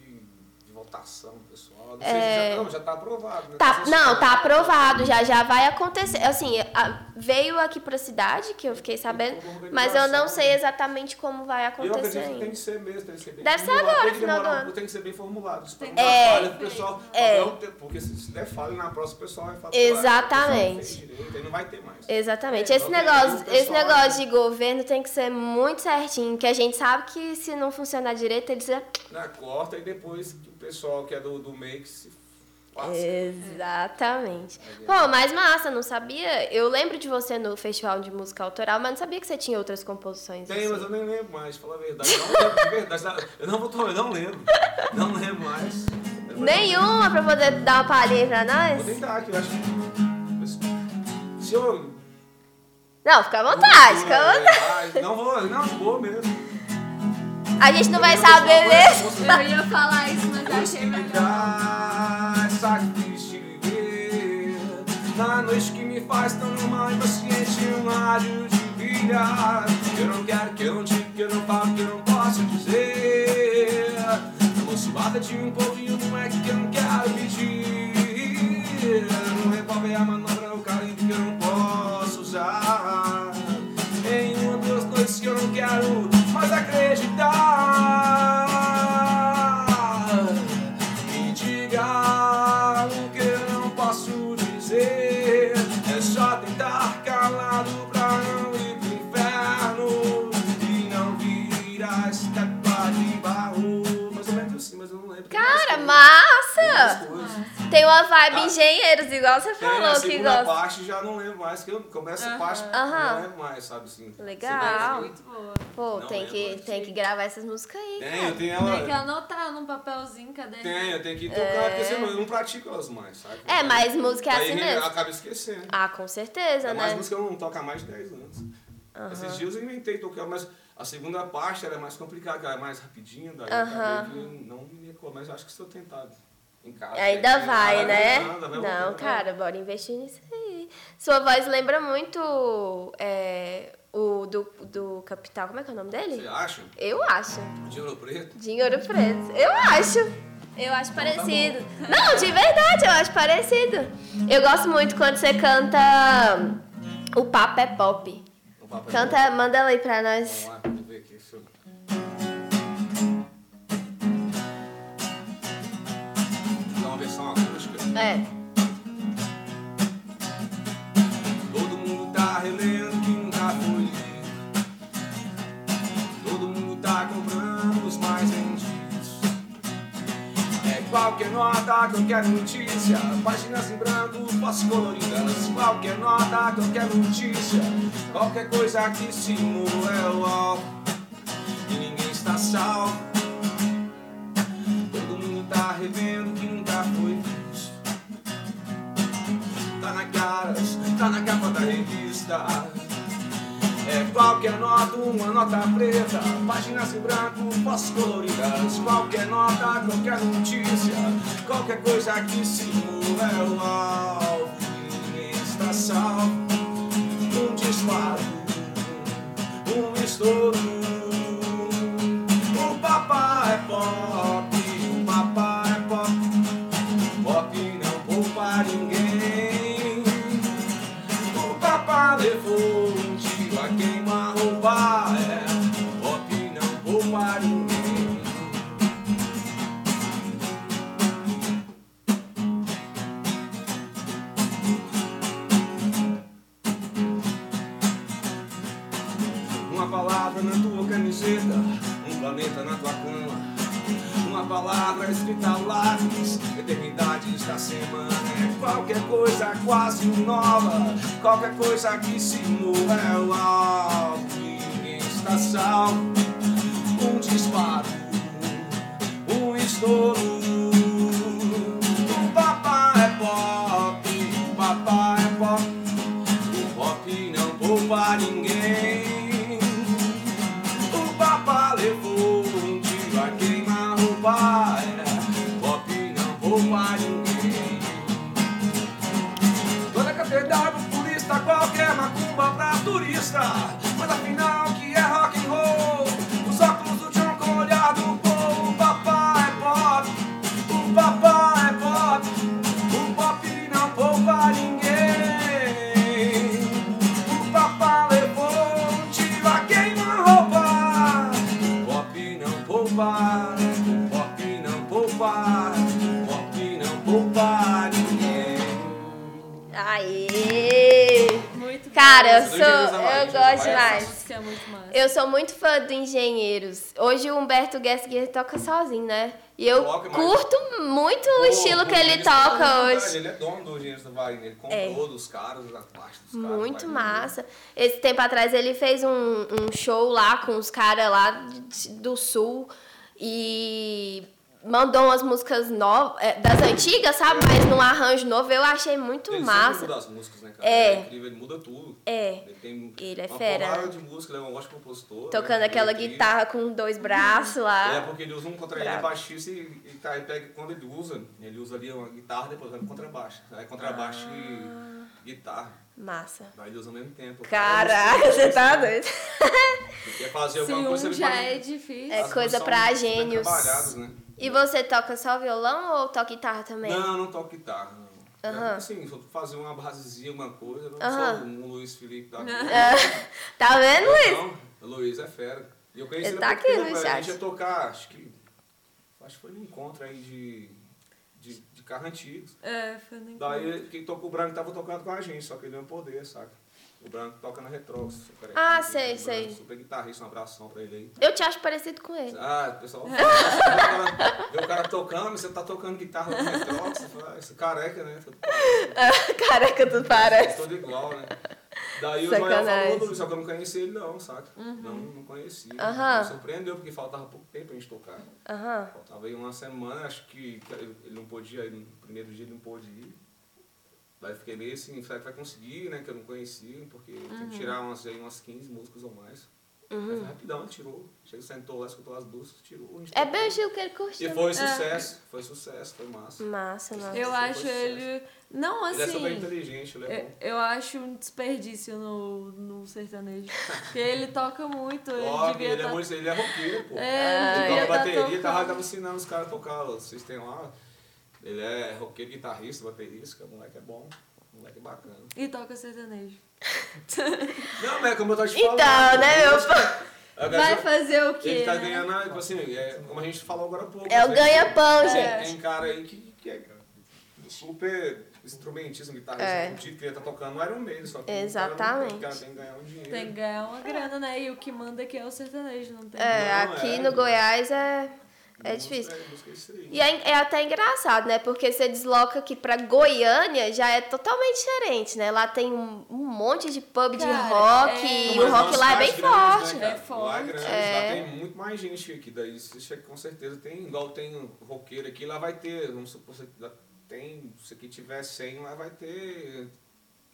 Speaker 5: de votação, pessoal. Não sei se
Speaker 4: É.
Speaker 5: já, não, já tá aprovado, né?
Speaker 4: Tá,
Speaker 5: Essas
Speaker 4: não,
Speaker 5: coisas.
Speaker 4: tá aprovado, já já vai acontecer. Assim, a- veio aqui pra cidade, que eu fiquei sabendo,
Speaker 5: toda uma
Speaker 4: mas eu não
Speaker 5: organização,
Speaker 4: sei
Speaker 5: né?
Speaker 4: exatamente como vai
Speaker 5: E eu
Speaker 4: acontecer
Speaker 5: acredito que tem
Speaker 4: ainda.
Speaker 5: que ser mesmo, tem que ser bem
Speaker 4: Deve ser
Speaker 5: formulado,
Speaker 4: agora,
Speaker 5: tem que
Speaker 4: final do
Speaker 5: demorar, um
Speaker 4: ano.
Speaker 5: Tem que ser bem formulado. Isso
Speaker 1: Tem
Speaker 5: não
Speaker 4: que
Speaker 5: atrapalha
Speaker 1: ser
Speaker 5: pro pessoal.
Speaker 4: É.
Speaker 5: não ter- um porque se, se der falha na próxima, o pessoal vai falar. "Pô,
Speaker 4: Exatamente.
Speaker 5: a pessoa não fez direito", aí não vai ter mais.
Speaker 4: Exatamente.
Speaker 5: É,
Speaker 4: Esse
Speaker 5: então tem
Speaker 4: negócio,
Speaker 5: que ter um
Speaker 4: esse
Speaker 5: pessoal
Speaker 4: negócio de governo tem que ser muito certinho, que a gente sabe que se não funcionar direito, eles.
Speaker 5: Na Né, corta e depois que o pessoal que é do, do make se faça. É
Speaker 4: Exatamente. Pô, mas massa, não sabia? Eu lembro de você no Festival de Música Autoral, mas não sabia que você tinha outras composições.
Speaker 5: Tem, mas
Speaker 4: assim.
Speaker 5: eu nem lembro mais, fala a verdade. Eu não lembro de verdade. Eu não, vou to- eu não lembro. Não lembro mais. Eu vou-
Speaker 4: Nenhuma pra poder dar uma palhinha pra
Speaker 5: Vou
Speaker 4: nós?
Speaker 5: tentar aqui, eu acho que. Se eu.
Speaker 4: Não, fica à vontade, fica à vontade.
Speaker 5: Não vou, não vou mesmo.
Speaker 4: A gente não vai saber mesmo.
Speaker 1: Eu ia falar isso,
Speaker 5: Luz
Speaker 1: mas
Speaker 5: que
Speaker 1: achei
Speaker 5: me
Speaker 1: melhor.
Speaker 5: dá sacrifício de viver Na noite que me faz tão mal impaciente um rádio de vida Eu não quero que eu não diga, que eu não falo, que eu não posso dizer Tô suada de um pouquinho, não é que eu não quero pedir Não revolve a manobra, o calibre que eu não posso usar em uma das noites que eu não quero mais acreditar. Me diga o que eu não posso dizer. É só tentar calado pra não ir pro inferno e não virar estátua de barro. Mais ou menos assim, mas eu não lembro.
Speaker 4: Cara,
Speaker 5: mais
Speaker 4: massa! Tem uma vibe
Speaker 5: Tá.
Speaker 4: engenheiros, igual você
Speaker 5: Tem É, a
Speaker 4: falou que
Speaker 5: segunda
Speaker 4: gosta.
Speaker 5: parte já não lembro mais, que eu começo a parte,
Speaker 4: Aham.
Speaker 5: não lembro mais, sabe assim.
Speaker 4: Legal.
Speaker 1: Muito boa.
Speaker 4: Pô,
Speaker 5: Não
Speaker 4: tem
Speaker 5: lembro,
Speaker 4: que,
Speaker 5: mas-
Speaker 4: tem que gravar essas músicas aí, cara.
Speaker 5: Tem, eu tenho
Speaker 1: Tem que
Speaker 5: ela.
Speaker 1: anotar num papelzinho, cadê?
Speaker 5: Tenho, tem que tocar, porque senão eu não pratico elas mais, sabe?
Speaker 4: É, mas música é assim
Speaker 5: Aí eu
Speaker 4: mesmo.
Speaker 5: acabo esquecendo.
Speaker 4: Ah, com certeza,
Speaker 5: É mais
Speaker 4: né?
Speaker 5: música que eu não toco há mais de 10 anos. Esses dias eu inventei tocar, mas a segunda parte era mais complicada, que era mais rapidinha, daí eu
Speaker 4: Aham.
Speaker 5: acabei que não me recordo, mas eu acho que se eu tentar em casa.
Speaker 4: Ainda
Speaker 5: aqui,
Speaker 4: vai,
Speaker 5: vai
Speaker 4: né?
Speaker 5: voltando, vai
Speaker 4: Não,
Speaker 5: voltando.
Speaker 4: cara, bora investir nisso aí. Sua voz lembra muito é, o do, do Capital. Como é que é o nome
Speaker 5: Você
Speaker 4: dele?
Speaker 5: acha?
Speaker 4: Eu acho.
Speaker 5: De ouro preto?
Speaker 4: De Ouro Preto. Eu acho. Eu acho parecido.
Speaker 5: Tá
Speaker 4: Não, de verdade, eu acho parecido. Eu gosto muito quando você canta O Papo é Pop.
Speaker 5: O papo é
Speaker 4: Canta, manda ela aí pra nós.
Speaker 5: Vamos lá, vamos ver aqui. se eu- Dá uma versão acústica.
Speaker 4: É.
Speaker 5: Todo mundo tá relendo que nunca foi lido. Todo mundo tá comprando os mais vendidos. É qualquer nota, qualquer notícia. Páginas em branco, fotos coloridas. Qualquer nota, qualquer notícia. Qualquer coisa que simula é LOL. E ninguém está salvo. Todo mundo tá revendo que nunca foi visto. Tá na cara, tá na capa da revista. É qualquer nota, uma nota preta. Páginas em branco, fotos coloridas. Qualquer nota, qualquer notícia. Qualquer coisa que simula é o alvo. Ninguém está salvo. Um disparo, um estouro. O papai é pop, o papai é pop. Pop não poupa ninguém. é. preta um na tua cama. Uma palavra escrita a lápis, eternidade está semana. É qualquer coisa quase nova, qualquer coisa que se mova é o alvo. Ninguém está salvo. Um disparo, um estouro. O papá é pop, o papá é pop. O pop não poupa ninguém. O papá levou um tiro a queimar roupa. Era pop não poupa ninguém. Toda catedral populista, qualquer macumba pra turista. Mas afinal que é rock and roll. Os óculos do John com o olhar do povo. O papá é pop, o papá é pop. O pop não poupa ninguém. O papá levou um tiro a queima-roupa. O pop não poupa, o pop não poupa, o pop não poupa ninguém.
Speaker 4: Aê!
Speaker 1: Muito bom.
Speaker 4: Cara, eu
Speaker 5: Os
Speaker 4: sou.
Speaker 5: engenheiros
Speaker 4: Eu
Speaker 5: amados,
Speaker 4: gosto
Speaker 5: essa
Speaker 1: Essa
Speaker 4: demais.
Speaker 1: música é muito massa.
Speaker 4: Eu sou muito fã do Engenheiros. Hoje o Humberto Gessinger toca sozinho, né? E eu
Speaker 5: Toca, mas-
Speaker 4: curto muito o
Speaker 5: Pô,
Speaker 4: estilo que ele
Speaker 5: eles têm
Speaker 4: toca
Speaker 5: vontade,
Speaker 4: hoje.
Speaker 5: Ele é dono do dinheiro do Wagner, ele
Speaker 4: É.
Speaker 5: comprou dos caras, a parte dos caras.
Speaker 4: Muito
Speaker 5: Wagner. né?
Speaker 4: massa. Esse tempo atrás ele fez um, um show lá com os caras lá de- do sul e mandou umas músicas novas, das antigas, sabe? Mas num arranjo novo. Eu achei muito
Speaker 5: Ele sempre
Speaker 4: massa.
Speaker 5: muda as músicas, né, cara?
Speaker 4: É.
Speaker 5: Ele incrível, ele muda tudo.
Speaker 4: É.
Speaker 5: Ele tem
Speaker 4: Ele é
Speaker 5: uma
Speaker 4: fera.
Speaker 5: porrada de música, ele é um ótimo compositor.
Speaker 4: Tocando
Speaker 5: né?
Speaker 4: aquela
Speaker 5: Ele é incrível.
Speaker 4: guitarra com dois braços
Speaker 5: É,
Speaker 4: lá.
Speaker 5: porque ele usa um contrabaixo
Speaker 4: Bravo.
Speaker 5: baixista e, e tá, ele pega, quando ele usa, ele usa ali uma guitarra, depois vai no contrabaixo. Aí é contrabaixo
Speaker 4: Ah.
Speaker 5: e guitarra.
Speaker 4: Massa.
Speaker 5: Daí ele usa ao mesmo tempo.
Speaker 4: Caraca, você tá doido.
Speaker 5: Ele Quer fazer
Speaker 1: Se
Speaker 5: alguma
Speaker 1: um
Speaker 5: coisa, ele
Speaker 1: já
Speaker 5: pode-
Speaker 1: é difícil.
Speaker 4: É
Speaker 5: as
Speaker 4: coisa
Speaker 5: são
Speaker 4: pra
Speaker 5: bem
Speaker 4: gênios.
Speaker 5: trabalhadas, né?
Speaker 4: E você toca só violão ou toca guitarra também?
Speaker 5: Não, não toco guitarra. Não.
Speaker 4: Aham.
Speaker 5: É, assim, só fazer uma basezinha, uma coisa, não
Speaker 4: Aham.
Speaker 5: sou um Luiz Felipe da
Speaker 4: Tá vendo, Luiz?
Speaker 5: Não, o Luiz é fera. E eu conheci
Speaker 4: Ele
Speaker 5: há
Speaker 4: tá
Speaker 5: pouco
Speaker 4: aqui
Speaker 5: tempo,
Speaker 4: no
Speaker 5: A
Speaker 4: chat.
Speaker 5: gente ia tocar, acho que. Acho que foi num encontro aí de. de, de carro antigo.
Speaker 1: É, foi nem
Speaker 5: Daí quem tocou o Branco tava tocando com a gente, só que ele não ia poder, saca? O Branco toca na Retrox. super
Speaker 4: Ah,
Speaker 5: equipe,
Speaker 4: sei,
Speaker 5: o Branco,
Speaker 4: sei.
Speaker 5: Super guitarrista, um abração pra ele aí.
Speaker 4: Eu te acho parecido com ele.
Speaker 5: Ah, o pessoal. vê o cara- vê o cara tocando, você tá tocando guitarra na Retrox, você fala, "Ah, esse careca, né?
Speaker 4: Caraca, tu parece.
Speaker 5: Tudo igual, né? Daí o Joel
Speaker 4: É. Sacanagem. Uhum.
Speaker 5: falou do Luiz, só que eu não conheci ele não, saca? Não, não conheci.
Speaker 4: Aham.
Speaker 5: Me surpreendeu, porque faltava pouco tempo pra gente tocar.
Speaker 4: Aham.
Speaker 5: Faltava aí uma semana, acho que ele ele não podia ir, no primeiro dia ele não pôde ir. Daí eu fiquei meio assim, será que vai conseguir, né? Que eu não conheci, porque
Speaker 4: Uhum.
Speaker 5: tem que tirar umas, aí umas 15 músicas ou mais. Mas foi rapidão, tirou. Chega, sentou lá, escutou as duas, tirou. a gente
Speaker 4: É
Speaker 5: tocou.
Speaker 4: bem Ah. o estilo que ele
Speaker 5: E
Speaker 4: curtiu.
Speaker 5: foi sucesso, foi sucesso, foi massa.
Speaker 4: Massa, massa.
Speaker 1: Eu
Speaker 5: Esse
Speaker 1: acho
Speaker 5: foi
Speaker 1: ele. Não,
Speaker 5: Ele é super
Speaker 1: assim.
Speaker 5: inteligente, ele é bom.
Speaker 1: eu- Eu acho um desperdício no, no sertanejo. Porque ele toca muito, ele
Speaker 5: Toca,
Speaker 1: devia
Speaker 5: ele, é
Speaker 1: tá-
Speaker 5: muito, ele é roqueiro, pô.
Speaker 1: É,
Speaker 5: Ele
Speaker 1: ele devia
Speaker 5: toca
Speaker 1: tá
Speaker 5: bateria, tava,
Speaker 1: tocando.
Speaker 5: tava ensinando os caras a tocar, ó, vocês têm lá. Ele é roqueiro, guitarrista, baterista, o moleque é bom. o Moleque é bacana.
Speaker 1: E toca sertanejo.
Speaker 5: Não, mas é como eu tô te falando.
Speaker 4: Então, né, meu
Speaker 5: eu
Speaker 1: Vai fazer o quê?
Speaker 5: Ele tá
Speaker 1: né?
Speaker 5: ganhando, tipo assim, é, como a gente falou agora há pouco.
Speaker 4: É o
Speaker 5: né?
Speaker 4: ganha-pão,
Speaker 5: Tem-
Speaker 4: gente.
Speaker 5: Tem cara aí que, que é super instrumentista, guitarrista,
Speaker 4: É.
Speaker 5: fudido, que ele tá tocando no Iron Maiden, só que o cara não-
Speaker 4: Exatamente.
Speaker 5: O cara tem que ganhar um dinheiro.
Speaker 1: Tem que ganhar uma grana, né? E o que manda aqui é o sertanejo, não tem. um
Speaker 4: É,
Speaker 5: Não,
Speaker 4: aqui
Speaker 5: é.
Speaker 4: no Goiás é, é
Speaker 5: Busca-
Speaker 4: difícil.
Speaker 5: busca isso aí.
Speaker 4: E é, é até engraçado, né? Porque você desloca aqui pra Goiânia, já é totalmente diferente, né? Lá tem um, um monte de pub de
Speaker 1: Cara,
Speaker 4: rock
Speaker 1: é.
Speaker 4: e
Speaker 5: Mas
Speaker 4: o rock
Speaker 5: nas
Speaker 4: lá é bem
Speaker 5: cidades grandes,
Speaker 4: forte.
Speaker 5: né,
Speaker 1: É
Speaker 5: cara? Lá
Speaker 1: forte.
Speaker 5: grandes,
Speaker 4: É.
Speaker 5: lá tem muito mais gente aqui. Daí você chega, com certeza tem, igual tem um roqueiro aqui, lá vai ter, vamos supor, se lá tem, se aqui tiver 100, lá vai ter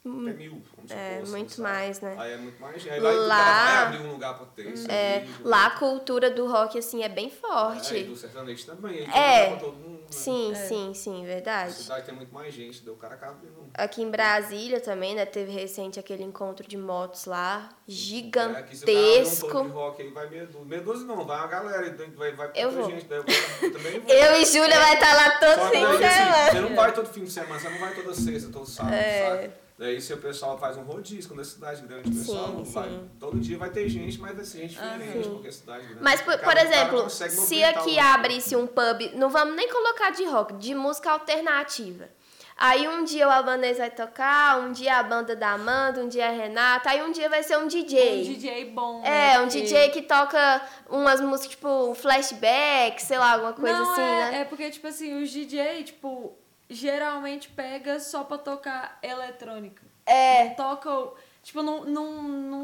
Speaker 5: até mil, vamos
Speaker 4: é,
Speaker 5: supor. assim,
Speaker 4: muito
Speaker 5: sabe?
Speaker 4: mais, né?
Speaker 5: Aí é muito mais gente. Aí vai,
Speaker 4: Lá-
Speaker 5: lá, vai abrir um lugar pra ter. isso
Speaker 4: É,
Speaker 5: aí,
Speaker 4: lá a cultura do rock, assim, é bem
Speaker 5: né? É, e
Speaker 4: forte.
Speaker 5: do sertanejo também. aí tem
Speaker 4: É.
Speaker 5: lugar pra todo mundo, né?
Speaker 4: Sim,
Speaker 1: É.
Speaker 4: sim, sim,
Speaker 5: Na
Speaker 4: verdade.
Speaker 5: cidade tem muito mais gente, daí o cara acaba abrindo um.
Speaker 4: Aqui em Brasília também, né? Teve recente aquele encontro de motos lá,
Speaker 5: É, aqui se o cara abrir Um
Speaker 4: gigantesco.
Speaker 5: pub de rock aí vai meia dúzia. Meia dúzia não, vai uma galera, e daí vai, vai
Speaker 4: Eu
Speaker 5: muita
Speaker 4: vou.
Speaker 5: gente, daí eu vou- também vou.
Speaker 4: Eu e Júlia vai estar lá todo
Speaker 5: Só que
Speaker 4: fim de
Speaker 5: daí, assim,
Speaker 4: semana.
Speaker 5: Você não vai todo fim de semana, você não vai toda sexta, todo sábado,
Speaker 4: É.
Speaker 5: sabe? Daí se o pessoal faz um rodízio na cidade grande, o pessoal
Speaker 4: Sim,
Speaker 5: não vai.
Speaker 4: sim. Ah,
Speaker 5: Todo dia vai ter gente, mas vai ser gente diferente,
Speaker 4: Sim.
Speaker 5: porque a cidade grande.
Speaker 4: Mas, por,
Speaker 5: o
Speaker 4: por
Speaker 5: cara- o cara
Speaker 4: exemplo,
Speaker 5: consegue
Speaker 4: se
Speaker 5: movimentar
Speaker 4: aqui
Speaker 5: o-
Speaker 4: abrisse um pub, não vamos nem colocar de rock, de música alternativa. Aí um dia o Albanês vai tocar, um dia a banda da Amanda, um dia a Renata, aí um dia vai ser um DJ.
Speaker 1: Um DJ bom, né?
Speaker 4: É, um
Speaker 1: que-
Speaker 4: DJ que toca umas músicas, tipo, flashback, sei lá, alguma coisa
Speaker 1: Não,
Speaker 4: assim,
Speaker 1: é,
Speaker 4: né?
Speaker 1: é porque, tipo assim, os DJ, tipo, geralmente pega só pra tocar eletrônica. um
Speaker 4: É.
Speaker 1: Toca, o- tipo, não... não, não...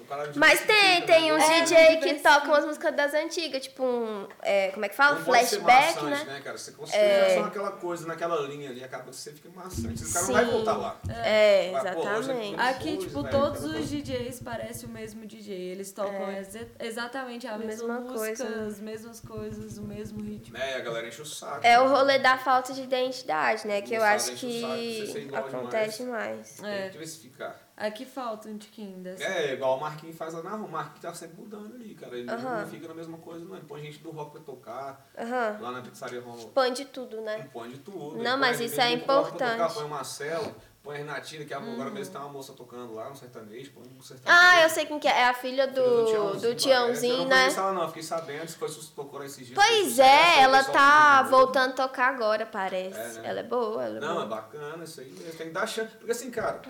Speaker 5: O cara de
Speaker 4: um- Mas tem,
Speaker 5: diversifica,
Speaker 4: tem
Speaker 5: né?
Speaker 4: uns
Speaker 1: É,
Speaker 4: DJ que
Speaker 1: diversifica.
Speaker 4: tocam as músicas das antigas, tipo um. é, como é que fala?
Speaker 5: Não pode ser
Speaker 4: Flashback,
Speaker 5: maçante,
Speaker 4: né?
Speaker 5: né? cara? Você construiu só aquela coisa naquela linha ali, acaba que você fica maçante. O cara não vai
Speaker 4: Sim.
Speaker 5: voltar lá.
Speaker 4: É,
Speaker 5: Mas, pô, hoje é
Speaker 4: exatamente.
Speaker 5: tudo-
Speaker 1: Aqui,
Speaker 5: Pois,
Speaker 1: tipo,
Speaker 5: velho,
Speaker 1: todos
Speaker 5: cara,
Speaker 1: os DJs parecem o mesmo DJ. Eles tocam
Speaker 4: É.
Speaker 1: exe- exatamente a mesma,
Speaker 4: Mesma
Speaker 1: música,
Speaker 4: coisa.
Speaker 1: as mesmas coisas, o mesmo ritmo.
Speaker 5: Né? E a galera enche o saco.
Speaker 4: É o
Speaker 5: né?
Speaker 4: rolê da falta de identidade, né? Que eu
Speaker 5: Moçada,
Speaker 4: acho
Speaker 5: enche o saco, você ser
Speaker 4: que
Speaker 5: igual
Speaker 4: acontece mais.
Speaker 5: Tem
Speaker 1: É.
Speaker 5: que diversificar.
Speaker 1: Aqui falta um tiquinho dessa.
Speaker 4: Assim.
Speaker 5: É, igual o Marquinhos faz lá na rua. O Marquinhos tá sempre mudando ali, cara. Ele
Speaker 4: Aham.
Speaker 5: não fica na mesma coisa, não. Ele põe gente do rock pra tocar.
Speaker 4: Aham.
Speaker 5: Lá na pizzaria Roma.
Speaker 4: Põe de tudo, né?
Speaker 5: Ele põe de tudo.
Speaker 4: Não,
Speaker 5: Ele põe
Speaker 4: mas
Speaker 5: ele
Speaker 4: isso é
Speaker 5: mesmo do rock pra
Speaker 4: importante.
Speaker 5: Tocar, põe o Marcelo, põe a Renatina, que agora mesmo tem uma moça tocando lá, um sertanejo, põe um sertanejo.
Speaker 4: Ah, eu sei quem que é. É a filha do, do
Speaker 5: Eu
Speaker 4: Tiãozinho,
Speaker 5: não
Speaker 4: né?
Speaker 5: conheço ela não, fiquei sabendo, se foi se tocou lá um esses dias.
Speaker 4: Pois
Speaker 5: Esse
Speaker 4: é, ela
Speaker 5: pessoal
Speaker 4: tá
Speaker 5: né? que-
Speaker 4: voltando a tocar agora, parece.
Speaker 5: É, né?
Speaker 4: Ela é boa, ela é
Speaker 5: Não, é
Speaker 4: boa.
Speaker 5: bacana isso aí mesmo. Tem que dar chance. Porque assim, cara,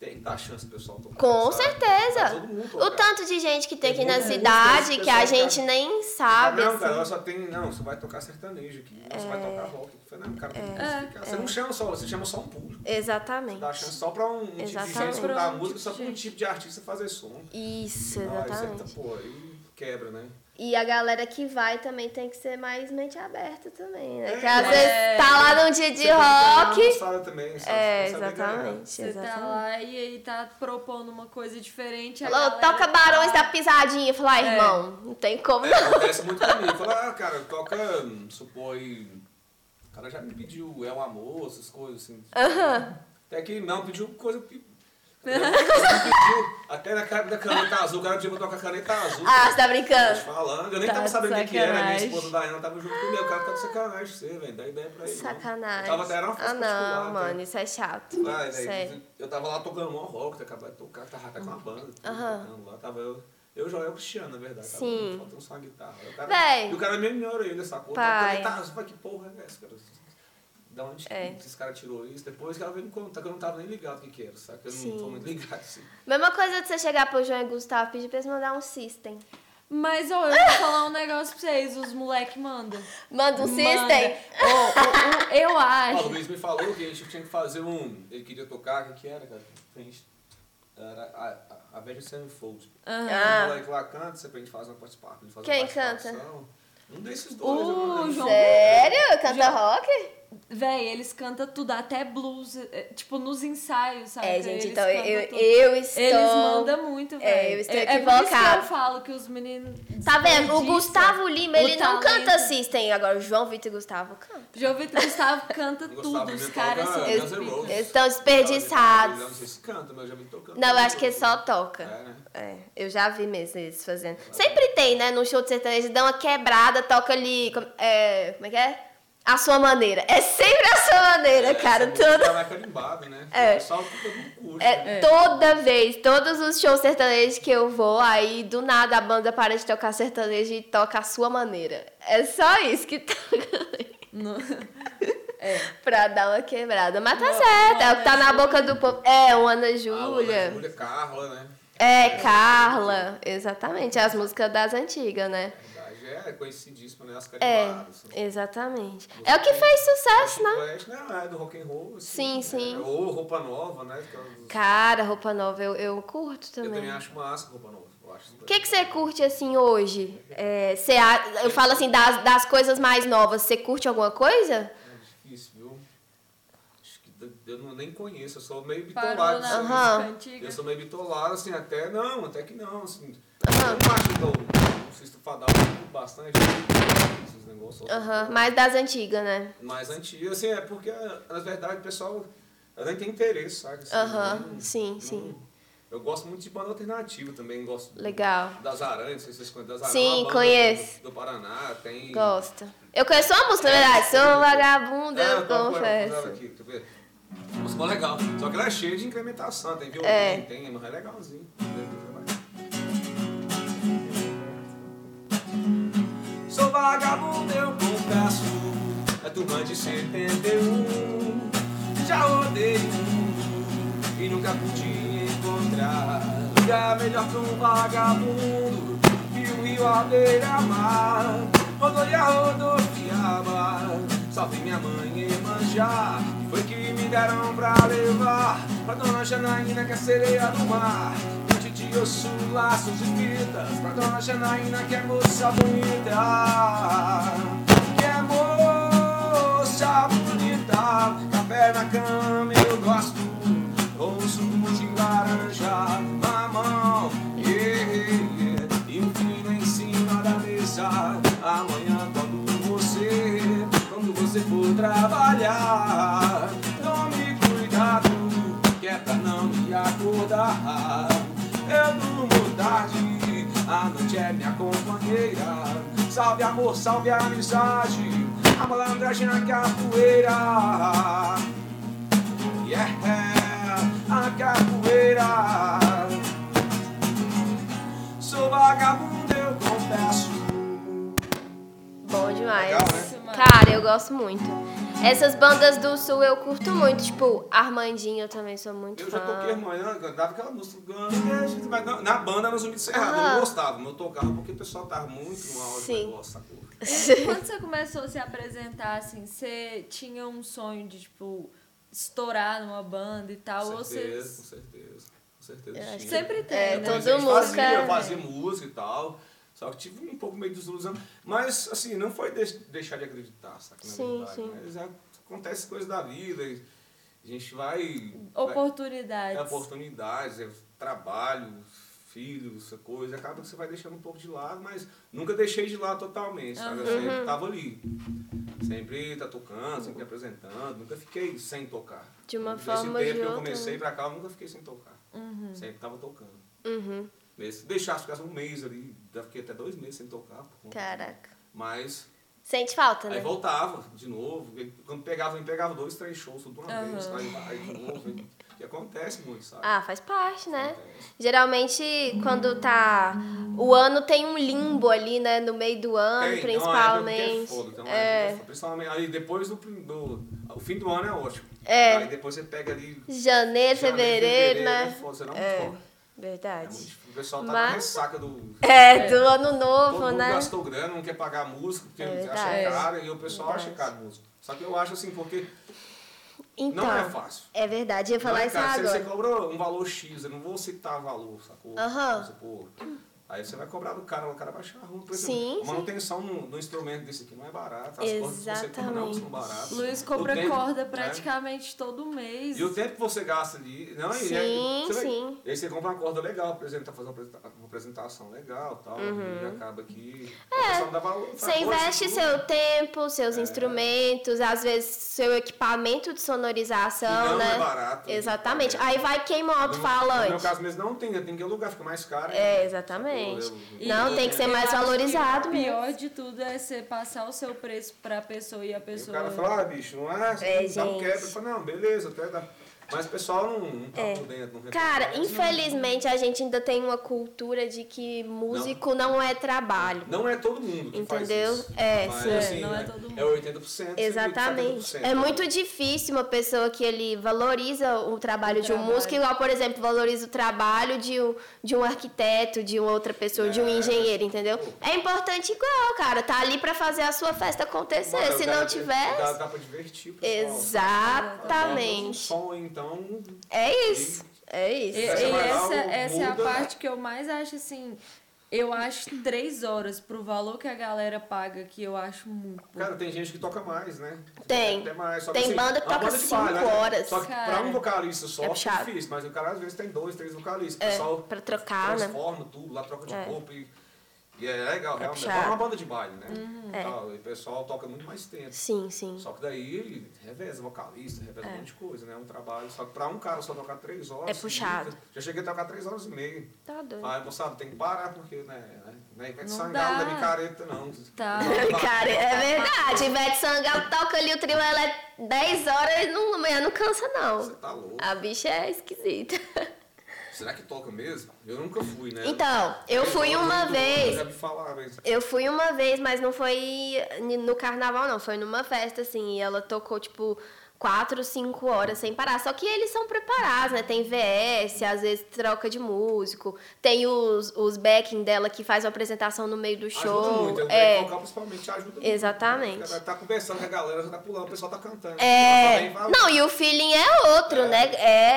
Speaker 5: tem que dar chance pro pessoal tocar.
Speaker 4: Com
Speaker 5: sabe? Tá Pra todo
Speaker 4: certeza.
Speaker 5: mundo
Speaker 4: O
Speaker 5: tocar.
Speaker 4: tanto de gente que tem aqui
Speaker 5: Tem
Speaker 4: na
Speaker 5: muita música,
Speaker 4: cidade
Speaker 5: esse
Speaker 4: que a
Speaker 5: pessoal
Speaker 4: gente
Speaker 5: tá-
Speaker 4: nem
Speaker 5: Ah,
Speaker 4: sabe,
Speaker 5: não, cara,
Speaker 4: assim.
Speaker 5: ela só tem. Não, você vai tocar sertanejo aqui. Não, você vai
Speaker 4: É.
Speaker 5: tocar rock. Foi, não, um cara, tem que
Speaker 1: É.
Speaker 5: diversificar. Você não chama só, você chama só um público.
Speaker 4: Exatamente.
Speaker 5: Dá chance só pra um, um tipo de gente
Speaker 4: Exatamente.
Speaker 5: escutar
Speaker 1: Pra um
Speaker 5: música,
Speaker 1: tipo
Speaker 5: só pra
Speaker 1: de
Speaker 5: um
Speaker 1: gente.
Speaker 5: tipo de artista fazer som.
Speaker 4: Isso,
Speaker 5: Ah, isso é,
Speaker 4: exatamente.
Speaker 5: tá- pô, aí quebra, né?
Speaker 4: E a galera que vai também tem que ser mais mente aberta também, né?
Speaker 5: É,
Speaker 4: Que às
Speaker 5: é.
Speaker 4: vezes tá lá num dia de rock.
Speaker 5: Sala também, sabe?
Speaker 4: É,
Speaker 5: Sabe ganhar.
Speaker 4: exatamente,
Speaker 1: Você tá
Speaker 4: exatamente.
Speaker 1: lá e aí tá propondo uma coisa diferente. a
Speaker 4: Falou,
Speaker 1: galera tá
Speaker 4: toca Barões da Pisadinha. Eu Falei, ah,
Speaker 1: É.
Speaker 4: irmão, não tem como
Speaker 5: É,
Speaker 4: não.
Speaker 5: acontece muito comigo. Fala, ah, cara, toca, hum, supõe. O cara já me pediu É o Amor, essas coisas assim. Até que não, pediu coisa. que- pediu, até na cara da caneta azul, o cara pediu pra tocar caneta azul.
Speaker 4: Ah, você tá
Speaker 5: Tô te
Speaker 4: brincando?
Speaker 5: falando, eu nem
Speaker 1: Tá
Speaker 5: tava
Speaker 1: de
Speaker 5: sabendo o que, que era, minha
Speaker 1: sacanagem.
Speaker 5: esposa Daiana tava junto comigo, o cara tá de sacanagem com você, velho, dá ideia pra ele. não.
Speaker 4: Sacanagem.
Speaker 5: Eu tava até era uma festa
Speaker 4: ah,
Speaker 5: particular,
Speaker 4: não,
Speaker 5: tá?
Speaker 4: mano, isso é chato.
Speaker 5: Ah, velho,
Speaker 4: Sério.
Speaker 5: eu tava lá tocando mó rock, acabado de tocar, tava até com uma banda, tudo,
Speaker 4: Aham.
Speaker 5: tocando lá, tava eu, eu já era o Cristiano, na verdade,
Speaker 4: Sim.
Speaker 5: tava faltando só uma guitarra. Aí o cara-
Speaker 4: Véi.
Speaker 5: E o cara me ignorou ele, sacou?
Speaker 4: Pai.
Speaker 5: Pai. Tá, mas que porra é essa, cara? Da onde
Speaker 4: É.
Speaker 5: que esse cara tirou isso? Depois o cara veio me contar que eu não tava nem ligado o que que era, saca? Eu
Speaker 4: Sim.
Speaker 5: não tô muito ligado, assim.
Speaker 4: Mesma coisa de você chegar pro João e Gustavo e pedir pra eles mandar um system.
Speaker 1: Mas, ó, eu vou falar um negócio pra vocês. Os moleque mandam.
Speaker 4: Manda um
Speaker 1: Manda.
Speaker 4: system?
Speaker 1: Ó, o- o- eu
Speaker 5: Ah, o
Speaker 1: acho.
Speaker 5: Luiz me falou que a gente tinha que fazer um... Ele queria tocar, o que que era, cara? A gente... Era a, a, a Veja Sevenfold.
Speaker 1: Aham.
Speaker 4: Ah.
Speaker 5: O moleque lá canta, você pra gente fazer uma participação. ele faz uma
Speaker 4: Quem canta? Uh,
Speaker 5: participação. Um desses
Speaker 1: O
Speaker 5: dois. eu não lembro.
Speaker 1: João
Speaker 4: Sério? Canta
Speaker 1: Já-
Speaker 4: rock?
Speaker 1: Véi, eles cantam tudo, até blues, é, tipo, nos ensaios, sabe?
Speaker 4: É,
Speaker 1: Eles
Speaker 4: gente, então
Speaker 1: cantam
Speaker 4: eu,
Speaker 1: tudo.
Speaker 4: eu estou.
Speaker 1: Eles mandam muito, velho.
Speaker 4: eu estou
Speaker 1: é, é por isso que
Speaker 4: equivocada.
Speaker 1: eu falo que os meninos...
Speaker 4: Tá vendo? O
Speaker 1: desperdiçam.
Speaker 4: Gustavo Lima,
Speaker 1: O
Speaker 4: ele não
Speaker 1: talento.
Speaker 4: canta System. Agora, o João Vitor e Gustavo cantam.
Speaker 1: João Vitor Gustavo canta
Speaker 5: Gustavo
Speaker 1: tudo, os
Speaker 5: Vitor
Speaker 1: caras
Speaker 5: canta
Speaker 1: são...
Speaker 5: Guns N' Roses.
Speaker 1: pica.
Speaker 4: Eles estão
Speaker 5: Eu Não
Speaker 4: desperdiçados.
Speaker 5: sei se canta, mas eu já me tocando.
Speaker 4: Não, eu acho que ele só
Speaker 5: É,
Speaker 4: toca.
Speaker 5: né?
Speaker 4: É, eu já vi mesmo eles fazendo. Sempre tem, né? No show de sertanejo, dá uma quebrada, toca ali. como- é, como é que é? A sua maneira. É sempre a sua maneira, cara.
Speaker 5: essa música
Speaker 4: Todo,
Speaker 5: Ela é carimbada, né?
Speaker 4: É.
Speaker 5: O pessoal todo mundo curte. né?
Speaker 4: é, toda vez, todos os shows sertanejos que eu vou, aí do nada a banda para de tocar sertanejo e toca a sua maneira. É só isso que toca.
Speaker 1: Não- É.
Speaker 4: Pra dar uma quebrada. Mas tá
Speaker 1: Uma-
Speaker 4: certo, é o que tá
Speaker 1: uma
Speaker 4: na
Speaker 1: Ana
Speaker 4: boca do povo. É, o Ana
Speaker 5: A Ana
Speaker 4: Júlia.
Speaker 5: Júlia, Carla, né?
Speaker 4: É, Carla. Exatamente, as músicas das antigas, né?
Speaker 5: Na verdade, é conhecidíssima, né? As
Speaker 4: É,
Speaker 5: carimbadas. assim.
Speaker 4: exatamente. É o que fez
Speaker 5: Acho
Speaker 4: sucesso,
Speaker 5: que
Speaker 4: né?
Speaker 5: Flash, Não, é do rock and roll.
Speaker 4: Sim,
Speaker 5: assim,
Speaker 4: sim.
Speaker 5: né? Ou roupa nova, né? Aquelas-
Speaker 4: Cara, roupa nova eu, eu curto
Speaker 5: Eu
Speaker 4: também.
Speaker 5: também acho massa roupa nova. eu acho
Speaker 4: O que, que você curte assim hoje? É, você a- eu falo assim, das, das coisas mais novas, você curte alguma coisa?
Speaker 5: É difícil, viu? Acho que d- eu não, nem conheço, eu sou meio
Speaker 1: Parou
Speaker 5: bitolado.
Speaker 1: na
Speaker 5: assim.
Speaker 4: Aham.
Speaker 1: música antiga.
Speaker 5: Eu sou meio bitolado, assim, até não, até que não, assim.
Speaker 4: Aham.
Speaker 5: Eu não acho que eu- o Sisto Fadal eu curto bastante esses negócios. outras
Speaker 4: Aham,
Speaker 5: coisas.
Speaker 4: mais das antigas, né?
Speaker 5: Mais antigo, assim, é porque, na verdade, o pessoal eu nem tem interesse, sabe? Assim,
Speaker 4: Aham,
Speaker 5: não-
Speaker 4: sim,
Speaker 5: não-
Speaker 4: sim.
Speaker 5: Eu gosto muito de banda alternativa também, gosto
Speaker 4: Legal.
Speaker 5: das Aranhas, não sei se vocês conhecem das Aranhas.
Speaker 4: Sim,
Speaker 5: uma banda
Speaker 4: conheço.
Speaker 5: Do, do Paraná, tem...
Speaker 4: Gosto. Eu conheço uma música, na verdade. Sou uma vagabunda,
Speaker 5: É,
Speaker 4: eu
Speaker 5: qual- qual é o nome
Speaker 4: confesso.
Speaker 5: dela aqui? Quer ver? Música legal. Só que ela é cheia de incrementação, tem violão,
Speaker 4: É.
Speaker 5: tem, mas é legalzinho. Sou vagabundo, eu confesso, é turma de 71. já rodei tudo e nunca pude encontrar lugar melhor que um vagabundo que o rio à beira-mar. Rodoia, rodopiaba, só vi minha mãe e manjar. Foi que me deram pra levar pra Dona Janaína, que é sereia do mar. Onde de osso, laços e fitas, pra Dona Janaína, que é moça bonita. Que é moça bonita, café na cama eu gosto, com suco de laranja, mamão, yeah, yeah, e um filho em cima da mesa. Amanhã quando você, quando você for trabalhar, tome cuidado, que é pra não me acordar. Eu durmo tarde, a noite é minha companheira. Salve amor, salve amizade, a malandragem na capoeira. Yeah, a capoeira. Sou vagabundo, eu confesso.
Speaker 4: Bom demais.
Speaker 5: Legal, né?
Speaker 4: Cara, eu gosto muito. Essas bandas do sul eu curto muito, tipo, Armandinho eu também sou muito
Speaker 5: Eu
Speaker 4: fã.
Speaker 5: já toquei amanhã, cantava aquela música. "Ganejo", mas na- Na banda era zumbi de cerrado, eu
Speaker 4: Aham.
Speaker 5: não gostava, mas eu tocava porque o pessoal tava muito no áudio
Speaker 4: Sim.
Speaker 5: do negócio, sacou?
Speaker 1: E Quando você começou a se apresentar, assim, você tinha um sonho de, tipo, estourar numa banda e tal?
Speaker 5: Com
Speaker 1: ou
Speaker 5: certeza, com
Speaker 1: você...
Speaker 5: certeza. Com certeza.
Speaker 4: Eu acho
Speaker 5: tinha.
Speaker 1: Sempre tem,
Speaker 4: Tá É,
Speaker 1: né?
Speaker 4: todo
Speaker 5: Mas a gente
Speaker 4: música-
Speaker 5: Fazia, eu fazia música e tal. Só que tive um pouco meio de desilusão. Mas, assim, não foi deix- deixar de acreditar, saca? Na
Speaker 4: Sim,
Speaker 5: verdade.
Speaker 4: sim.
Speaker 5: Mas é, acontece coisas da vida. e A gente vai. vai-
Speaker 1: Oportunidades.
Speaker 5: né? É oportunidades, é trabalho, filhos, essa coisa. Acaba que você vai deixando um pouco de lado, mas nunca deixei de lado totalmente, sabe? Eu sempre
Speaker 4: Uhum.
Speaker 5: tava ali. Sempre tá tocando, sempre apresentando. Nunca fiquei sem tocar.
Speaker 4: De uma
Speaker 5: Nesse
Speaker 4: forma ou
Speaker 5: tempo
Speaker 4: de
Speaker 5: que eu
Speaker 4: outra,
Speaker 5: comecei
Speaker 4: né?
Speaker 5: pra cá, eu nunca fiquei sem tocar. Sempre tava tocando.
Speaker 4: Uhum.
Speaker 5: Se deixasse, ficasse um mês ali, já fiquei até dois meses sem tocar. por conta.
Speaker 4: Caraca.
Speaker 5: Mas
Speaker 4: Sente falta, né?
Speaker 5: aí voltava de novo. E Quando pegava, eu pegava dois, três shows tudo de uma
Speaker 1: Aham.
Speaker 5: vez, aí vai de novo. E, e acontece muito, sabe?
Speaker 4: Ah, faz parte, né?
Speaker 5: Acontece.
Speaker 4: Geralmente, quando tá. O ano tem um limbo ali, né? No meio do ano,
Speaker 5: Tem, tem uma época que
Speaker 4: principalmente.
Speaker 5: É foda, tem uma
Speaker 4: É.
Speaker 5: época que é foda. principalmente aí depois do, prim- do- o fim do ano é ótimo.
Speaker 4: É.
Speaker 5: Aí depois você pega ali
Speaker 4: Janeiro,
Speaker 5: janeiro,
Speaker 4: fevereiro,
Speaker 5: é
Speaker 4: né?
Speaker 5: foda, você não
Speaker 4: É,
Speaker 5: toca. É muito
Speaker 4: Verdade.
Speaker 5: difícil. o pessoal tá
Speaker 4: Mas-
Speaker 5: na ressaca do
Speaker 4: É, do ano
Speaker 5: todo
Speaker 4: novo,
Speaker 5: mundo
Speaker 4: né?
Speaker 5: gastou grana, não quer pagar a música, porque
Speaker 4: É
Speaker 5: acha
Speaker 4: verdade.
Speaker 5: caro e o pessoal
Speaker 4: Verdade.
Speaker 5: acha caro a música. Só que eu acho assim, porque
Speaker 4: Então.
Speaker 5: não é fácil.
Speaker 4: É verdade, eu ia falar
Speaker 5: Não é
Speaker 4: isso
Speaker 5: caro. Você- Você
Speaker 4: agora.
Speaker 5: cobrou um valor X, eu não vou citar valor, sacou?
Speaker 4: Aham.
Speaker 5: Vamos supor. Aí você vai cobrar do cara, o cara vai achar ruim. Por exemplo,
Speaker 4: Sim, sim.
Speaker 5: a manutenção no, do instrumento desse aqui não é barata. As cordas que você compra não
Speaker 4: Exatamente.
Speaker 5: são baratas.
Speaker 1: Luiz
Speaker 5: O
Speaker 1: compra
Speaker 5: tempo,
Speaker 1: corda
Speaker 5: né?
Speaker 1: praticamente todo mês.
Speaker 5: E o tempo que você gasta ali. Não, e é-
Speaker 4: Sim,
Speaker 5: você vai-
Speaker 4: sim.
Speaker 5: Aí você compra uma corda legal, por exemplo, tá fazendo uma apresenta- uma apresentação legal tal. E acaba que. É. Você, não dá valor,
Speaker 4: Uhum. Você investe seu tempo,
Speaker 5: É.
Speaker 4: seus instrumentos, às vezes seu equipamento de sonorização,
Speaker 5: E não
Speaker 4: né?
Speaker 5: é barato.
Speaker 4: Exatamente.
Speaker 5: É.
Speaker 4: Aí vai queima o
Speaker 5: No meu
Speaker 4: alto-falante.
Speaker 5: caso mesmo, não tem, né, tem que alugar, fica mais caro. né.
Speaker 4: É, exatamente.
Speaker 5: Sacou? Eu-
Speaker 1: E-
Speaker 4: Não, tem que ser
Speaker 1: eu
Speaker 4: mais
Speaker 1: acho que
Speaker 4: valorizado
Speaker 1: O
Speaker 4: mesmo.
Speaker 1: pior de tudo é você passar o seu preço pra pessoa e a
Speaker 5: E o
Speaker 1: pessoa.
Speaker 5: cara fala, ah, bicho, não é?
Speaker 4: É,
Speaker 5: dá um
Speaker 4: gente.
Speaker 5: quebra. Eu falo, não, beleza, até dá. Mas o pessoal não, não tá por dentro. Não
Speaker 4: É. Cara,
Speaker 5: reconhece,
Speaker 4: infelizmente a gente ainda tem uma cultura de que músico não é trabalho.
Speaker 5: Não é todo mundo que
Speaker 4: Entendeu?
Speaker 5: faz isso.
Speaker 4: É,
Speaker 5: Mas,
Speaker 4: sim.
Speaker 5: assim,
Speaker 1: Não é
Speaker 5: né,
Speaker 1: todo mundo.
Speaker 5: É 80%.
Speaker 4: Exatamente.
Speaker 5: 70%,
Speaker 4: É
Speaker 5: né?
Speaker 4: muito difícil uma pessoa que ele valoriza o trabalho
Speaker 1: O
Speaker 4: de um
Speaker 1: trabalho.
Speaker 4: músico, igual, por exemplo, valoriza o trabalho de um, de um arquiteto, de uma outra pessoa, de um
Speaker 5: É.
Speaker 4: engenheiro, entendeu? É importante igual, cara. Tá ali pra fazer a sua festa acontecer.
Speaker 5: Bora,
Speaker 4: Se
Speaker 5: dá-
Speaker 4: não
Speaker 5: Dá,
Speaker 4: tiver.
Speaker 5: dá pra divertir o pessoal.
Speaker 4: Exatamente.
Speaker 5: Dá um som, então.
Speaker 4: É isso. É
Speaker 1: E,
Speaker 4: isso.
Speaker 5: Essa
Speaker 1: e
Speaker 5: vai lá,
Speaker 1: essa,
Speaker 5: o-
Speaker 1: essa é a
Speaker 5: muda. né?"
Speaker 1: parte que eu mais acho assim. Eu acho três horas pro valor que a galera paga, que eu acho muito.
Speaker 5: Cara, tem gente que toca mais, né?
Speaker 4: Tem.
Speaker 5: Até mais. Só
Speaker 4: Tem banda que
Speaker 5: é uma
Speaker 4: toca
Speaker 5: de
Speaker 4: cinco horas.
Speaker 5: Só que pra
Speaker 1: Cara.
Speaker 5: um vocalista só
Speaker 4: É
Speaker 5: é
Speaker 4: puxado.
Speaker 5: difícil, mas o cara às vezes tem dois, três vocalistas.
Speaker 4: É,
Speaker 5: o pessoal
Speaker 4: pra trocar, né?
Speaker 5: transforma tudo, lá troca de
Speaker 4: É.
Speaker 5: roupa e, e é legal, realmente.
Speaker 4: puxado.
Speaker 5: É uma banda de baile, né?
Speaker 4: É.
Speaker 5: E, tal, e o pessoal toca muito mais tempo.
Speaker 4: Sim, sim.
Speaker 5: Só que daí reveza vocalista, reveza um monte de coisa, né? Um trabalho. Só que pra um cara só tocar três horas.
Speaker 4: É puxado.
Speaker 5: seguidas, Já cheguei a tocar três horas e meia.
Speaker 4: Tá doido.
Speaker 5: Aí, moçada, tem que parar, porque, né? Não vai
Speaker 1: Não
Speaker 5: sangrar, não
Speaker 1: dá.
Speaker 5: é micareta, não.
Speaker 1: Tá.
Speaker 4: Cara, é verdade. Ivete Sangalo toca ali o trio, ela é 10 horas e não, amanhã não cansa,
Speaker 5: Você
Speaker 4: não.
Speaker 5: tá louco.
Speaker 4: A bicha é esquisita.
Speaker 5: Será que toca mesmo? Eu nunca fui, né?
Speaker 4: Então, eu fui uma
Speaker 5: Eu
Speaker 4: vez.
Speaker 5: já me né? falar, mas...
Speaker 4: Eu fui uma vez, mas não foi ni- no carnaval, não. Foi numa festa, assim. E ela tocou, tipo, quatro, cinco horas sem parar. Só que eles são preparados, né? Tem VS, às vezes troca de músico, tem os, os backing dela que faz uma apresentação no meio do show.
Speaker 5: Ajuda muito,
Speaker 4: é.
Speaker 5: é. vocal principalmente ajuda muito.
Speaker 4: Exatamente.
Speaker 5: Ela tá conversando com a galera, já tá pulando, o pessoal tá cantando.
Speaker 4: É.
Speaker 5: Ela também vai-
Speaker 4: Não, e o feeling é outro,
Speaker 5: É.
Speaker 4: né?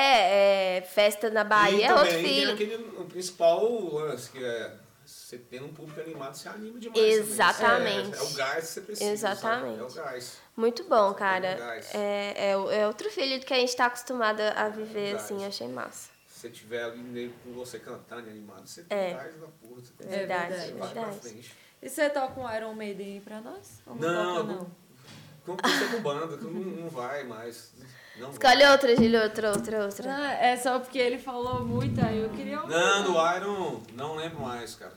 Speaker 4: É, é, Festa na Bahia
Speaker 5: E
Speaker 4: é outro
Speaker 5: também tem
Speaker 4: feeling.
Speaker 5: aquele principal lance, que é você tendo um público animado, você anima demais.
Speaker 4: Exatamente.
Speaker 5: também. É, é o gás que você precisa.
Speaker 4: Exatamente.
Speaker 5: sabe? É o gás.
Speaker 4: Muito bom,
Speaker 5: Você
Speaker 4: cara.
Speaker 5: tem um gás.
Speaker 4: É, é, o- é outro feeling que a gente tá acostumada a viver,
Speaker 5: Gás.
Speaker 4: assim. Achei massa.
Speaker 5: Se você tiver ali nele com você cantando e animado, você
Speaker 4: É.
Speaker 5: tem gás da porra. Você tem-
Speaker 4: Verdade,
Speaker 5: você vai pra
Speaker 4: verdade.
Speaker 5: frente.
Speaker 1: E você toca um Iron Maiden aí pra nós? Ou
Speaker 5: Não,
Speaker 1: toca,
Speaker 5: não. Não precisa com banda, tu não, não vai mais. Não
Speaker 4: Escolhe
Speaker 5: vai.
Speaker 4: outra, Júlio. Outra, outra, outra.
Speaker 1: Ah, é só porque ele falou muito, aí eu queria ouvir. Uh!
Speaker 5: Não, do Iron, não lembro mais, cara.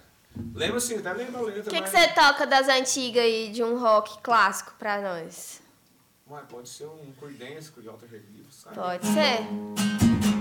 Speaker 5: Lembro sim, até lembro a letra.
Speaker 4: O que que
Speaker 5: mas-
Speaker 4: você toca das antigas aí, de um rock clássico pra nós?
Speaker 5: Ué, pode ser um Creedence com Jota Relief, sabe?
Speaker 4: Pode ser?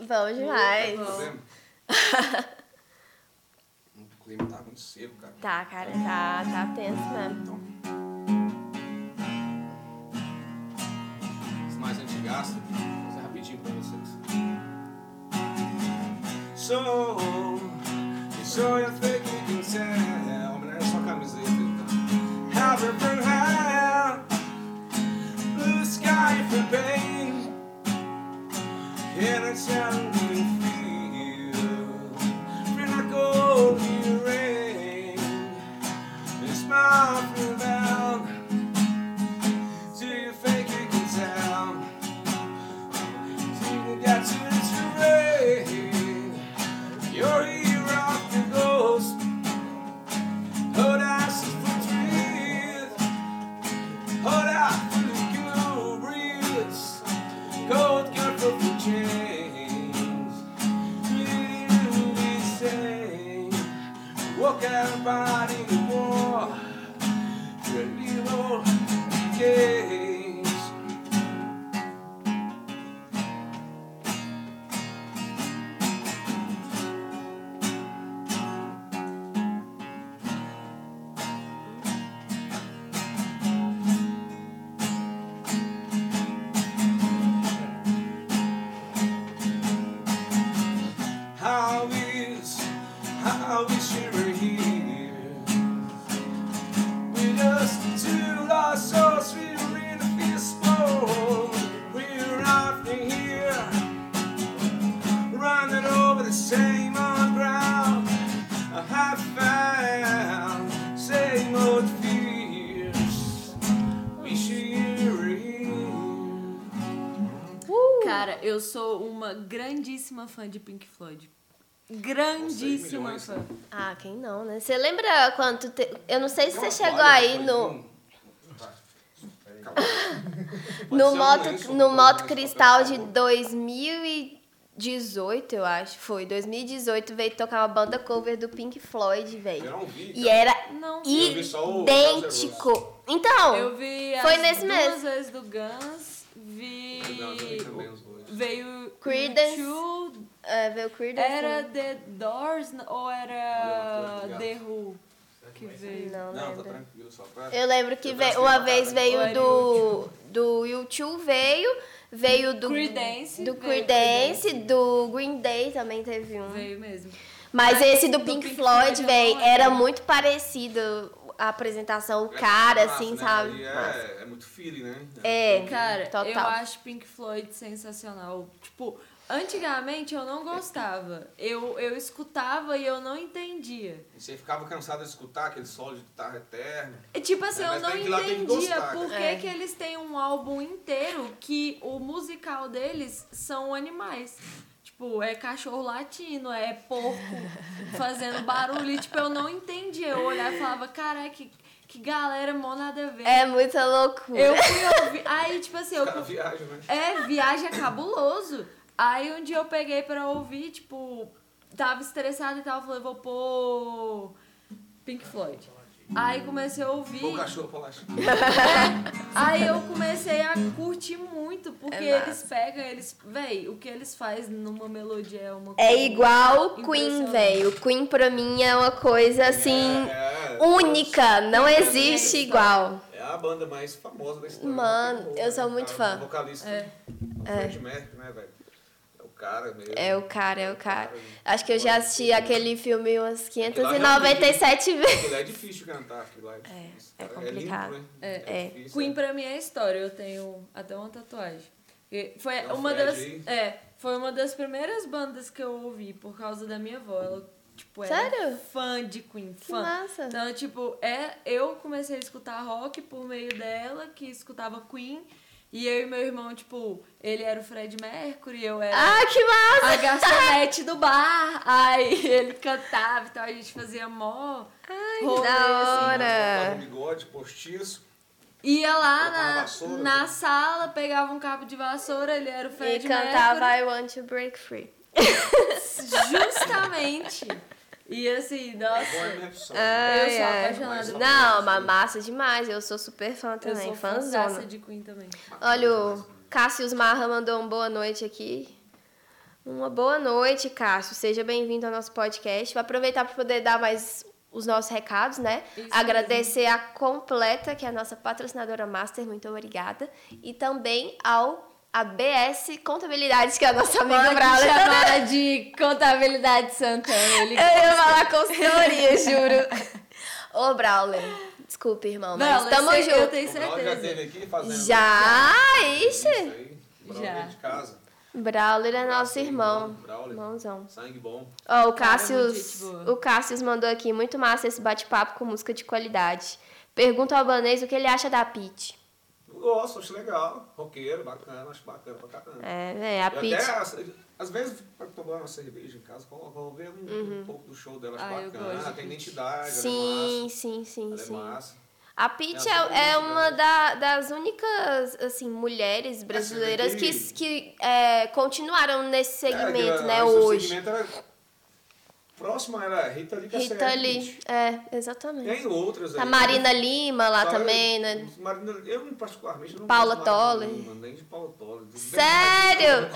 Speaker 4: É Bom demais.
Speaker 5: Tá vendo? o clima tá muito seco, cara.
Speaker 4: Tá, cara, tá, tá tenso mesmo.
Speaker 5: Então. Os mais antigas, vou fazer rapidinho pra vocês. So, so you think you can tell. Homenagem à sua camiseta, então. Have a burn high. Blue sky for pain. Can I sound you feel? Feel like gold rain. It's my rebound. Do you think you can tell? You can get to this rain. You're here off the ghost. Hold out for trees. Hold out for the cool breeze. Cold girl for the chains. You be safe. Walk out body war. Really old days. How is, how is she were here? We just two lost souls, we were in a fistful. We were out to here, running over the same old ground. I have found same old fears. Wish you were here.
Speaker 1: Cara, eu sou uma grandíssima fã de Pink Floyd.
Speaker 5: é
Speaker 1: Grandíssima
Speaker 5: Nossa,
Speaker 1: fã.
Speaker 4: Ah, quem não, né? Você lembra quando... tu te- Eu não sei se você chegou
Speaker 5: Olha,
Speaker 4: aí
Speaker 5: foi
Speaker 4: no...
Speaker 5: um- Pode
Speaker 4: No
Speaker 5: ser um
Speaker 4: moto,
Speaker 5: lenço,
Speaker 4: no
Speaker 5: um
Speaker 4: moto
Speaker 5: lenço,
Speaker 4: Cristal de
Speaker 5: papel,
Speaker 4: 2018, eu acho. Foi, 2018 veio tocar uma banda cover do Pink Floyd,
Speaker 5: Eu
Speaker 4: velho.
Speaker 5: não vi.
Speaker 4: E era
Speaker 1: Não.
Speaker 5: Eu vi só o
Speaker 4: idêntico. Então,
Speaker 1: Eu vi
Speaker 4: Foi
Speaker 1: as
Speaker 4: nesse
Speaker 1: duas
Speaker 4: mês.
Speaker 1: vezes do Guns, vi.
Speaker 5: Não, eu vi também os dois.
Speaker 1: Veio
Speaker 4: Creedence.
Speaker 1: U2,
Speaker 4: É, veio Creedence.
Speaker 1: Era The Doors ou era
Speaker 5: Olha,
Speaker 1: The Who? Que
Speaker 2: Mas-
Speaker 1: veio.
Speaker 4: Não,
Speaker 5: Não, tá
Speaker 4: lembro.
Speaker 5: tranquilo, só pra.
Speaker 4: Eu lembro que
Speaker 5: Eu
Speaker 4: veio,
Speaker 5: gastei
Speaker 4: uma
Speaker 5: pra
Speaker 4: vez
Speaker 5: caralho.
Speaker 4: veio
Speaker 1: Olha,
Speaker 4: do do YouTube veio, veio do
Speaker 1: Creedence,
Speaker 4: do
Speaker 1: veio
Speaker 4: Creedence, do Green Day também teve um.
Speaker 1: Veio mesmo.
Speaker 4: Mas
Speaker 1: Mas
Speaker 4: esse do
Speaker 1: do
Speaker 4: Pink,
Speaker 1: Pink
Speaker 4: Floyd,
Speaker 1: Floyd eu
Speaker 4: véi,
Speaker 1: não
Speaker 4: era
Speaker 1: lembro.
Speaker 4: muito parecido a apresentação, o
Speaker 5: É
Speaker 4: cara,
Speaker 5: massa,
Speaker 4: assim,
Speaker 5: né?
Speaker 4: sabe?
Speaker 5: E
Speaker 4: Massa.
Speaker 5: É, é muito feeling, né?
Speaker 4: É.
Speaker 1: Cara, eu
Speaker 4: Total.
Speaker 1: acho Pink Floyd sensacional. Tipo, antigamente eu não gostava. Eu, eu escutava e eu não entendia.
Speaker 5: E você ficava cansado de escutar aquele solo de guitarra eterno.
Speaker 1: E, Tipo assim,
Speaker 5: É,
Speaker 1: eu
Speaker 5: mas
Speaker 1: não
Speaker 5: tem que lá, tem que
Speaker 1: entendia
Speaker 5: gostar,
Speaker 1: por que,
Speaker 4: cara. É.
Speaker 1: que eles têm um álbum inteiro que o musical deles são animais. Tipo, é cachorro latino, é porco fazendo barulho. E, tipo, eu não entendia. Eu olhava e falava, caraca, que, que galera mó nada a ver.
Speaker 4: É muita loucura.
Speaker 1: Eu fui ouvir. Aí, tipo assim, eu.
Speaker 5: Os caras viajam, né?
Speaker 1: É, viagem é cabuloso. Aí um dia eu peguei pra ouvir, tipo, tava estressada e tal, falei, vou pôr Pink Floyd. Aí comecei a ouvir.
Speaker 5: Pô, cachorro pra lá.
Speaker 4: Tipo
Speaker 1: Aí eu comecei a curtir muito, porque
Speaker 4: É massa.
Speaker 1: eles pegam, eles. Véi, o que eles fazem numa melodia é uma
Speaker 4: É igual o Queen,
Speaker 1: Impressionante.
Speaker 4: velho. O Queen pra mim é uma coisa assim
Speaker 5: É, é.
Speaker 4: única, não
Speaker 5: É,
Speaker 4: existe
Speaker 1: é,
Speaker 4: igual.
Speaker 5: É a banda mais famosa da história.
Speaker 4: Mano,
Speaker 5: não tem
Speaker 4: eu sou
Speaker 5: né,
Speaker 4: muito
Speaker 5: cara?
Speaker 4: fã.
Speaker 5: O vocalista.
Speaker 1: É.
Speaker 5: O Fred Merck, né, velho? É o cara mesmo.
Speaker 4: É o cara, é o cara. Acho que eu já assisti aquele filme umas
Speaker 5: Aquilo lá
Speaker 4: 597 vezes.
Speaker 5: Aquilo é difícil cantar aquilo lá. É, difícil,
Speaker 4: é
Speaker 5: cara.
Speaker 4: complicado.
Speaker 5: É, limpo, né?
Speaker 4: É, é.
Speaker 5: difícil,
Speaker 1: Queen
Speaker 5: é.
Speaker 1: pra mim é história, eu tenho até uma tatuagem. E Foi
Speaker 5: É o
Speaker 1: uma
Speaker 5: Fred
Speaker 1: das.
Speaker 5: aí.
Speaker 1: É, foi uma das primeiras bandas que eu ouvi por causa da minha avó. Ela, tipo, era
Speaker 4: Sério?
Speaker 1: fã de Queen.
Speaker 4: Que
Speaker 1: Fã.
Speaker 4: massa.
Speaker 1: Então, tipo, é, eu comecei a escutar rock por meio dela, que escutava Queen. E eu e meu irmão, tipo, ele era o Fred Mercury, eu era
Speaker 4: Ah, que massa.
Speaker 1: a garçonete do bar. Aí ele cantava e tal, a gente fazia mó. assim. Ai,
Speaker 4: que da hora.
Speaker 5: Botava um bigode, postiço.
Speaker 1: Ia lá
Speaker 5: Colocava uma
Speaker 1: na,
Speaker 5: vassoura. né?
Speaker 1: na sala, pegava um cabo de vassoura, ele era o
Speaker 4: E
Speaker 1: Fred
Speaker 4: cantava I Want to Break Free.
Speaker 1: Mercury. Justamente. E assim,
Speaker 5: Bom, é
Speaker 1: nossa.
Speaker 5: minha opção.
Speaker 1: Ai,
Speaker 4: sou
Speaker 1: ai.
Speaker 4: apaixonada. Não, mas massa demais. Eu sou super fã
Speaker 1: Eu
Speaker 4: também,
Speaker 1: sou
Speaker 4: fãzona.
Speaker 1: fãzaça de Queen também.
Speaker 4: Olha, o Cássius Marra mandou uma boa noite aqui. Uma boa noite, Cássio. Seja bem-vindo ao nosso podcast. Vou aproveitar para poder dar mais os nossos recados, né?
Speaker 1: Isso
Speaker 4: Agradecer a Completa, que é a nossa patrocinadora master. Muito obrigada. E também ao ABS Contabilidade, que é a nossa amiga
Speaker 1: Pode
Speaker 4: Braula.
Speaker 1: chamar ela de contabilidade Santana. Ele...
Speaker 4: Eu ia falar consultoria, juro. Ô, Brauler, desculpa, irmão, mas
Speaker 1: Não,
Speaker 4: tamo
Speaker 1: eu sei- Eu
Speaker 4: junto.
Speaker 1: tenho
Speaker 5: O Braulio já
Speaker 1: certeza.
Speaker 5: esteve aqui fazendo.
Speaker 4: Já, ixi.
Speaker 5: isso aí. Braulio é de casa.
Speaker 4: Brauler é nosso irmão.
Speaker 5: Braulio.
Speaker 4: Irmãozão.
Speaker 5: Sangue bom.
Speaker 4: Ó,
Speaker 1: Cara,
Speaker 4: o
Speaker 1: muito
Speaker 4: Cássius,
Speaker 1: gente boa.
Speaker 4: o Cássius mandou aqui, muito massa esse bate-papo com música de qualidade. Pergunta ao Albanês o que ele acha da Pete.
Speaker 5: Eu gosto, acho legal. Roqueiro, bacana, acho bacana pra caramba.
Speaker 4: É, é a
Speaker 5: Eu até,
Speaker 4: Pete.
Speaker 5: às, às vezes, pra tomar uma cerveja em casa, coloca, vou ver um,
Speaker 4: Uhum.
Speaker 5: um pouco do show dela, acho
Speaker 1: Ah, eu
Speaker 5: bacana.
Speaker 1: gosto
Speaker 5: Ela
Speaker 1: de
Speaker 5: tem
Speaker 1: Pitty.
Speaker 5: identidade,
Speaker 4: Sim, sim, sim,
Speaker 5: ela é massa. Ela é
Speaker 4: sim.
Speaker 5: massa.
Speaker 4: A Pete
Speaker 5: Ela tem
Speaker 4: é, é
Speaker 5: muito
Speaker 4: uma
Speaker 5: cuidado.
Speaker 4: da- das únicas, assim, mulheres brasileiras que,
Speaker 5: que-
Speaker 4: que é, continuaram nesse
Speaker 5: É,
Speaker 4: segmento,
Speaker 5: que,
Speaker 4: né,
Speaker 5: ah, seu
Speaker 4: hoje.
Speaker 5: segmento era... Próxima era Rita Lee, que é
Speaker 4: Rita
Speaker 5: série,
Speaker 4: Lee,
Speaker 5: Pitty.
Speaker 4: é, exatamente.
Speaker 5: Tem outras
Speaker 4: A
Speaker 5: aí.
Speaker 4: Marina Lima lá
Speaker 5: Sabe,
Speaker 4: também, né?
Speaker 5: Marina, eu, particularmente, não
Speaker 4: Paula
Speaker 5: gosto de Marina
Speaker 4: Toller.
Speaker 5: Lima, Nem de Paula Toller. do-
Speaker 4: Sério?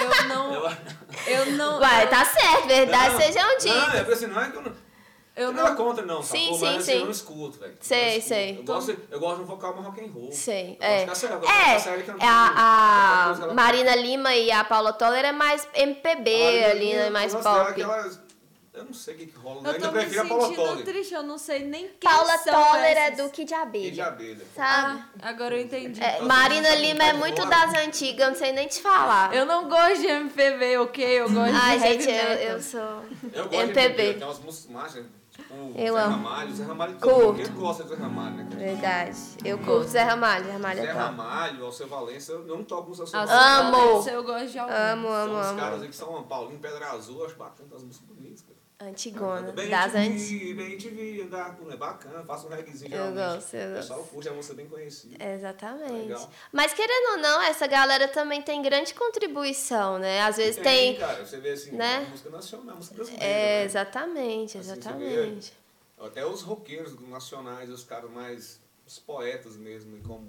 Speaker 1: Eu não.
Speaker 5: Ela-
Speaker 1: Eu não.
Speaker 4: Uai, tá certo, verdade
Speaker 5: Não,
Speaker 4: seja um
Speaker 5: Não,
Speaker 4: dia.
Speaker 5: é porque assim, não é que eu não...
Speaker 1: Eu
Speaker 5: não é
Speaker 1: não.
Speaker 5: contra, não,
Speaker 4: Sim,
Speaker 5: sacou?
Speaker 4: sim,
Speaker 5: Mas assim,
Speaker 4: sim.
Speaker 5: eu não escuto, velho.
Speaker 4: Sei,
Speaker 5: Eu não escuto.
Speaker 4: sei.
Speaker 5: Eu gosto, eu gosto de um vocal mais rock and roll.
Speaker 4: Sei,
Speaker 5: Eu
Speaker 4: é.
Speaker 5: gosto de ficar- eu gosto de ficar sério
Speaker 4: É,
Speaker 5: cantando.
Speaker 4: é a,
Speaker 5: Outra coisa,
Speaker 4: a
Speaker 5: ela-
Speaker 4: Marina Lima e a Paula Toller é mais MPB
Speaker 5: Ah,
Speaker 4: ali, né?
Speaker 5: eu-
Speaker 4: Mais
Speaker 5: eu gosto dela
Speaker 4: pop.
Speaker 5: que ela- Eu não sei o que, que rola. né?
Speaker 1: Eu
Speaker 5: ainda
Speaker 1: tô me
Speaker 5: prefiro a Paula
Speaker 1: sentindo
Speaker 5: Toller.
Speaker 1: triste, eu não sei nem quem
Speaker 4: Paula
Speaker 1: são
Speaker 4: Toller é
Speaker 1: essas.
Speaker 4: do Kid
Speaker 5: E de
Speaker 4: Abelha,
Speaker 5: abelha.
Speaker 4: sabe?
Speaker 1: Ah, agora eu entendi.
Speaker 4: É,
Speaker 5: Nossa,
Speaker 4: Marina
Speaker 5: nossa,
Speaker 4: Lima
Speaker 5: tá
Speaker 4: é
Speaker 5: de
Speaker 4: muito
Speaker 5: boa.
Speaker 4: das antigas, eu não sei nem te falar.
Speaker 1: Eu não gosto de MPB, ok? Eu gosto
Speaker 4: Ai,
Speaker 1: de heavy
Speaker 4: gente, eu,
Speaker 1: metal.
Speaker 4: eu sou.
Speaker 5: Eu gosto de então.
Speaker 4: MPB.
Speaker 5: abelha, Tem umas músicas massas, tipo
Speaker 4: Eu
Speaker 5: Zé
Speaker 4: amo.
Speaker 5: Ramalho. Zé Ramalho,
Speaker 4: Curto.
Speaker 5: todo mundo gosta de Zé Ramalho, né?
Speaker 4: Verdade. Eu curto Zé Ramalho, Zé Ramalho
Speaker 5: Zé
Speaker 4: é top.
Speaker 5: Ramalho, Alceu Valença, eu não toco música Alceu
Speaker 1: As
Speaker 5: Valença.
Speaker 4: Amo.
Speaker 1: bandas Eu gosto de algumas.
Speaker 4: Amo, amo,
Speaker 5: São os
Speaker 4: amo.
Speaker 5: caras aí que são Paulinho, Pedra Azul, acho bacana, as músicas bonitas, cara.
Speaker 4: Antigona,
Speaker 5: Bem
Speaker 4: das
Speaker 5: te vi,
Speaker 4: antigas.
Speaker 5: Bem te vi, andar, é bacana, faça um reggaezinho
Speaker 4: Eu
Speaker 5: geralmente.
Speaker 4: gosto, eu
Speaker 5: O pessoal curte, é uma música bem conhecida.
Speaker 4: Exatamente.
Speaker 5: Legal.
Speaker 4: Mas querendo ou não, essa galera também tem grande contribuição, né? Às vezes tem.
Speaker 5: cara, você vê assim,
Speaker 4: né?
Speaker 5: é uma música nacional, é uma música brasileira.
Speaker 4: É,
Speaker 5: né?
Speaker 4: exatamente,
Speaker 5: Assim, você
Speaker 4: exatamente.
Speaker 5: Até os roqueiros nacionais, os caras mais, os poetas mesmo, como,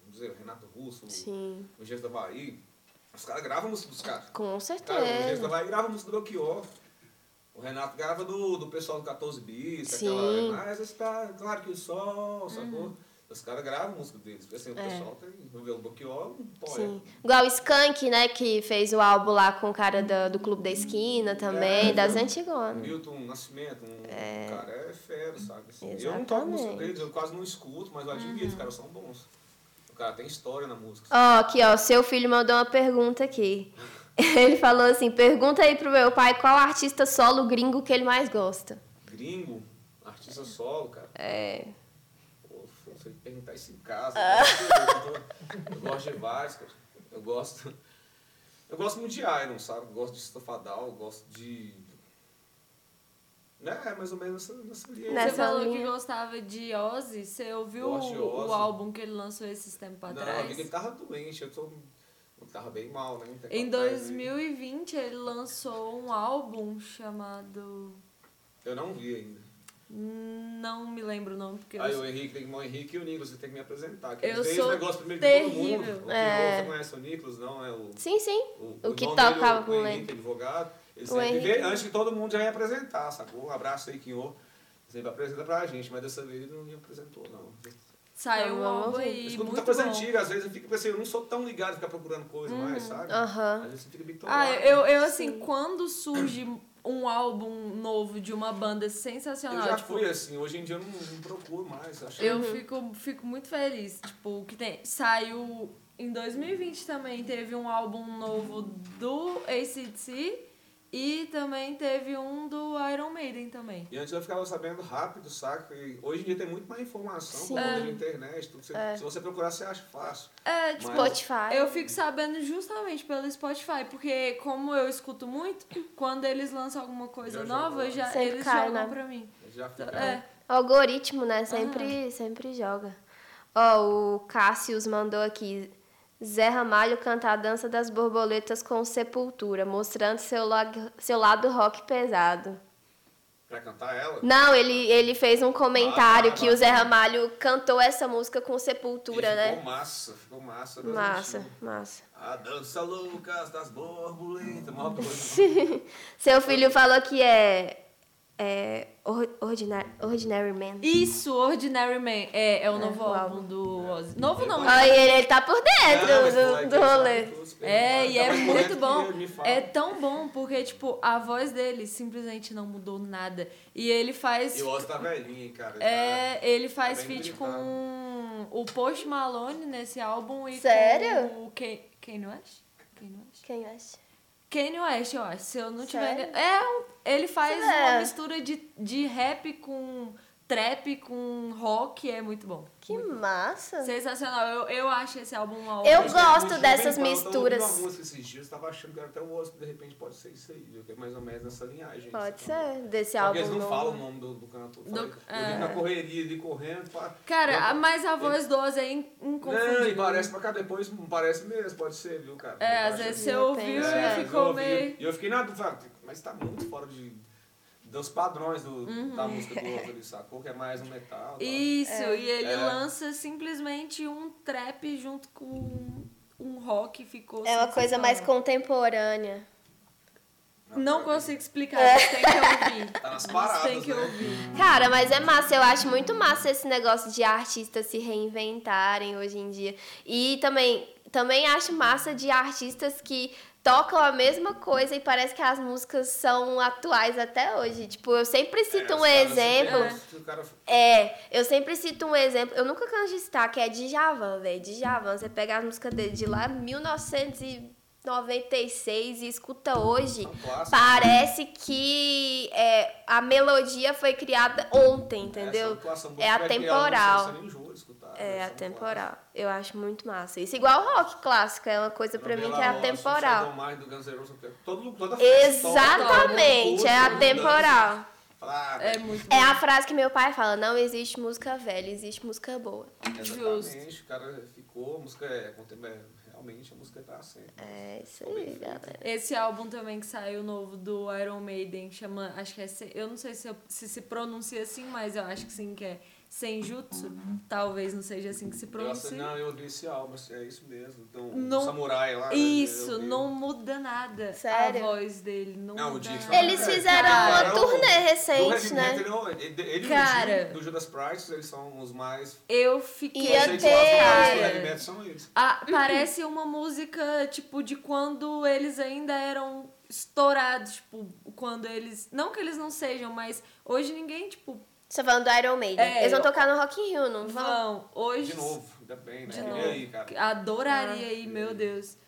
Speaker 5: vamos dizer, Renato Russo,
Speaker 4: Sim.
Speaker 5: o Gesso da Bahia, Os caras gravam a música dos caras.
Speaker 4: Com
Speaker 5: Cara, o Regista
Speaker 4: certeza.
Speaker 5: vai e grava a música do Belchior. O Renato grava do, do pessoal do 14 bis,
Speaker 4: Sim. Uhum.
Speaker 5: aquela. Mas esse cara, claro que o sol, sacou? Os caras gravam a música deles. Porque assim, o
Speaker 4: É.
Speaker 5: pessoal tem. Vamos ver o Belchior, um poeta.
Speaker 4: Sim. Igual o Skank, né? Que fez o álbum lá com o cara da- do Clube da Esquina também,
Speaker 5: É,
Speaker 4: das
Speaker 5: viu?
Speaker 4: antigonas.
Speaker 5: Milton Nascimento, um cara é fera, sabe? Assim, eu não
Speaker 4: Exatamente. Uhum.
Speaker 5: toco música deles, eu quase não escuto, mas eu admiro, os caras são bons. O cara tem história na música.
Speaker 4: Ó, aqui, ó, seu filho mandou uma pergunta aqui. Ele falou assim: pergunta aí pro meu pai qual artista solo gringo que ele mais gosta.
Speaker 5: Gringo, artista solo, cara.
Speaker 4: É.
Speaker 5: Pô, se ele perguntar isso em casa, eu, tô- eu gosto de vários, cara. Eu gosto. Eu gosto muito de Iron, sabe? Eu gosto de Stofadal, eu gosto de. Né? É mais ou menos nessa, nessa linha.
Speaker 4: Nessa
Speaker 1: Você falou
Speaker 4: linha.
Speaker 1: que gostava de Ozzy. Você ouviu
Speaker 5: Gosto de
Speaker 1: o, o
Speaker 5: Ozzy.
Speaker 1: álbum que ele lançou esses tempos
Speaker 5: Não, eu vi
Speaker 1: atrás?
Speaker 5: que tá ele tava doente, eu tô. Eu tava bem mal, né? Tem
Speaker 1: Em
Speaker 5: que atrás dele.
Speaker 1: 2020 ele lançou um álbum chamado. hum,
Speaker 5: Eu não vi ainda.
Speaker 1: Não me lembro o nome, porque
Speaker 5: Aí
Speaker 1: eu-
Speaker 5: o Henrique tem que o Henrique e o Nicolas que tem que me apresentar. Que
Speaker 1: Eu
Speaker 5: eles têm
Speaker 1: sou
Speaker 5: esse negócio primeiro
Speaker 1: terrível.
Speaker 5: de todo mundo. O
Speaker 4: É.
Speaker 5: é. Você conhece o Nicolas, não? É o.
Speaker 4: Sim, sim. O que
Speaker 5: irmão
Speaker 4: tocava
Speaker 5: dele,
Speaker 4: com o
Speaker 5: o Henrique, advogado. Ele
Speaker 4: O
Speaker 5: sempre
Speaker 4: Henrique.
Speaker 5: veio antes que todo mundo já ia apresentar, sacou? Um abraço aí, Quinhô. Sempre apresenta pra gente, mas dessa vez ele não me apresentou, não.
Speaker 1: saiu um
Speaker 4: Não,
Speaker 1: álbum
Speaker 4: não ouvi.
Speaker 5: Eu
Speaker 1: aí.
Speaker 5: escuto
Speaker 1: Muito
Speaker 5: muita coisa
Speaker 1: bom.
Speaker 5: antiga, às vezes eu fico pensando, eu não sou tão ligado em ficar procurando coisa mais, sabe?
Speaker 4: Uhum, Aham.
Speaker 5: Às vezes você fica bitolado.
Speaker 1: Ah, eu, eu assim, quando surge um álbum novo de uma banda sensacional,
Speaker 5: Eu já
Speaker 1: tipo,
Speaker 5: fui assim, hoje em dia eu não, não procuro mais. Acho
Speaker 4: Uhum.
Speaker 1: eu fico, fico muito feliz. Tipo, que tem. Saiu em 2020 também, teve um álbum novo do ACDC e também teve um do Iron Maiden também.
Speaker 5: E antes eu ficava sabendo rápido, saca? E hoje em dia tem muito mais informação
Speaker 4: Sim.
Speaker 5: por conta de
Speaker 1: É.
Speaker 5: internet. Tudo. Você-
Speaker 4: É.
Speaker 5: Se você procurar, você acha fácil.
Speaker 1: É, tipo,
Speaker 5: Mas-
Speaker 4: Spotify.
Speaker 1: Eu fico sabendo justamente pelo Spotify, porque como eu escuto muito, quando eles lançam alguma coisa
Speaker 5: Já
Speaker 1: nova,
Speaker 5: jogou.
Speaker 1: já,
Speaker 4: Sempre
Speaker 1: eles
Speaker 4: cai,
Speaker 1: jogam
Speaker 4: né?
Speaker 1: pra mim.
Speaker 5: Já fica.
Speaker 1: É.
Speaker 4: Algoritmo, né? Sempre, sempre joga. Ó, o Cassius mandou aqui. Zé Ramalho canta a dança das borboletas com sepultura, mostrando seu, lag- seu lado rock pesado.
Speaker 5: Pra cantar ela.
Speaker 4: Não, ele, ele fez um comentário
Speaker 5: Ah,
Speaker 4: que o Zé Ramalho cantou essa música com sepultura,
Speaker 5: e
Speaker 4: né?
Speaker 5: Ficou massa, ficou massa. né? Deus
Speaker 4: Massa,
Speaker 5: abençoe.
Speaker 4: massa.
Speaker 5: A dança louca das borboletas. Maior coisa.
Speaker 4: Seu filho falou que é. É. Or- Ordinary, ordinary Man.
Speaker 1: Isso, Ordinary Man. É, é o
Speaker 4: É,
Speaker 1: novo
Speaker 4: o
Speaker 1: álbum
Speaker 4: álbum.
Speaker 1: do
Speaker 5: É.
Speaker 1: Ozzy. Novo não, né?
Speaker 4: Aí ele, ele tá por
Speaker 5: Ah, mas tu
Speaker 4: dentro do,
Speaker 5: vai
Speaker 4: do
Speaker 5: pensar
Speaker 4: rolê.
Speaker 5: em todos os
Speaker 1: É, e é
Speaker 5: pecados.
Speaker 1: muito bom.
Speaker 5: Me fala.
Speaker 1: É tão bom porque, tipo, a voz dele simplesmente não mudou nada. E ele faz.
Speaker 5: E o Ozzy tá velhinho, hein, cara. tá
Speaker 1: É, ele faz
Speaker 5: bem
Speaker 1: feat
Speaker 5: limitado.
Speaker 1: com o Post Malone nesse álbum e
Speaker 4: Sério?
Speaker 1: com o Kanye Kanye West? Kanye West?
Speaker 4: Quem acha?
Speaker 1: Kanye West, eu acho. Se eu não tiver.
Speaker 4: Sério? é.
Speaker 1: engan- É, um- ele faz
Speaker 4: Você vê.
Speaker 1: uma mistura de, de rap com trap, com rock, é muito bom.
Speaker 4: Que massa!
Speaker 1: Sensacional. Eu, eu acho esse álbum uma obra.
Speaker 4: Eu
Speaker 5: Mas
Speaker 4: gosto
Speaker 5: o Jovem
Speaker 4: dessas
Speaker 5: Pan, eu tava ouvindo
Speaker 4: misturas.
Speaker 5: uma música esses dias, eu tava achando que era até o Ozzy, de repente pode ser isso aí, viu? que é mais ou menos nessa linhagem. assim, tá
Speaker 4: Pode
Speaker 5: sabe?
Speaker 4: ser, desse
Speaker 5: Porque
Speaker 4: álbum.
Speaker 5: eles não
Speaker 4: novo.
Speaker 5: falam o nome do, do cantor.
Speaker 1: Do-
Speaker 5: Fala- Eu
Speaker 1: é.
Speaker 5: vi na correria ali correndo. Pá. Eu-
Speaker 1: Cara, a- mas a voz do Ozzy é in- inconfundível.
Speaker 5: Não, e parece pra cá depois, não parece mesmo, pode ser, viu, cara?
Speaker 1: É,
Speaker 5: Eu
Speaker 1: às
Speaker 5: acho-
Speaker 1: vezes
Speaker 4: De
Speaker 1: você ouviu
Speaker 4: repente.
Speaker 5: É,
Speaker 1: e ficou
Speaker 5: eu ouvi,
Speaker 1: meio.
Speaker 5: E eu fiquei na dúvida, falei, mas tá muito fora de, dos padrões do,
Speaker 4: Uhum.
Speaker 5: da música do Ozzy, ali, sacou? Que é mais um metal.
Speaker 1: Isso, e ele
Speaker 5: É.
Speaker 1: lança simplesmente um trap junto com um rock, ficou
Speaker 4: É uma coisa mais
Speaker 1: sensacional.
Speaker 4: contemporânea.
Speaker 5: tal.
Speaker 1: Não
Speaker 5: tá-
Speaker 1: consigo explicar,
Speaker 4: É.
Speaker 1: mas tem que ouvir.
Speaker 5: Tá nas
Speaker 1: Mas
Speaker 5: paradas,
Speaker 1: tem que
Speaker 5: né?
Speaker 1: ouvir.
Speaker 4: Cara, mas é massa, eu acho muito massa esse negócio de artistas se reinventarem hoje em dia. E também, também acho massa de artistas que tocam a mesma coisa e parece que as músicas são atuais até hoje. Tipo, eu sempre cito
Speaker 5: É,
Speaker 4: um
Speaker 5: os caras se-
Speaker 4: exemplo.
Speaker 5: é, se o cara-
Speaker 4: É, eu sempre cito um exemplo. Eu nunca canso de citar, que é Djavan, velho. Djavan, você pega as músicas dele de lá, 1996, e escuta hoje.
Speaker 5: São clássicos.
Speaker 4: Parece que é, a melodia foi criada ontem, entendeu? É atemporal. É atemporal. Eu acho muito massa. Isso é igual ao rock clássico, é uma coisa pra mim que é atemporal. Exatamente, é atemporal.
Speaker 5: ah,
Speaker 1: É muito
Speaker 4: É a frase que meu pai fala: não existe música velha, existe música boa.
Speaker 5: Exatamente, o cara ficou, a música é, contem- é, realmente a música é pra sempre.
Speaker 4: É isso aí, galera.
Speaker 1: Esse álbum também que saiu novo do Iron Maiden chama, acho que é, Se- eu não sei se eu- se, se pronuncia assim, mas eu acho que sim, que é senjutsu, talvez não seja assim que se
Speaker 5: Eu ass-
Speaker 1: pronuncia.
Speaker 5: não, eu disse Albas, é isso mesmo. Então,
Speaker 1: Não-
Speaker 5: o samurai lá. né, eu
Speaker 1: Isso,
Speaker 5: vi.
Speaker 1: não muda nada
Speaker 4: Sério?
Speaker 1: a voz dele. Não,
Speaker 5: Não, o
Speaker 1: muda
Speaker 5: Jigsaw
Speaker 1: nada.
Speaker 5: não
Speaker 4: Eles fizeram
Speaker 5: é Cara,
Speaker 4: uma
Speaker 5: o-
Speaker 4: turnê
Speaker 5: Do
Speaker 4: recente,
Speaker 5: Red
Speaker 4: né?
Speaker 5: Metal, ele- ele, ele
Speaker 1: Cara.
Speaker 5: e o Ju- do Judas Price, eles são os mais
Speaker 1: Eu fiquei.
Speaker 4: Ia
Speaker 5: conceituados
Speaker 4: ter-
Speaker 5: do Red Metal, são eles.
Speaker 1: Ah, parece uma música, tipo, de quando eles ainda eram estourados, tipo, quando eles. Não que eles não sejam, mas hoje ninguém, tipo,
Speaker 4: Você tá falando do Iron Maiden.
Speaker 1: É,
Speaker 4: Eles vão
Speaker 1: eu-
Speaker 4: tocar no Rock in Rio, não vão?
Speaker 1: vão. Hoje.
Speaker 5: De novo, ainda bem, né?
Speaker 1: De
Speaker 5: E
Speaker 1: novo.
Speaker 5: aí, cara?
Speaker 4: Ah.
Speaker 1: Adoraria aí, meu Deus.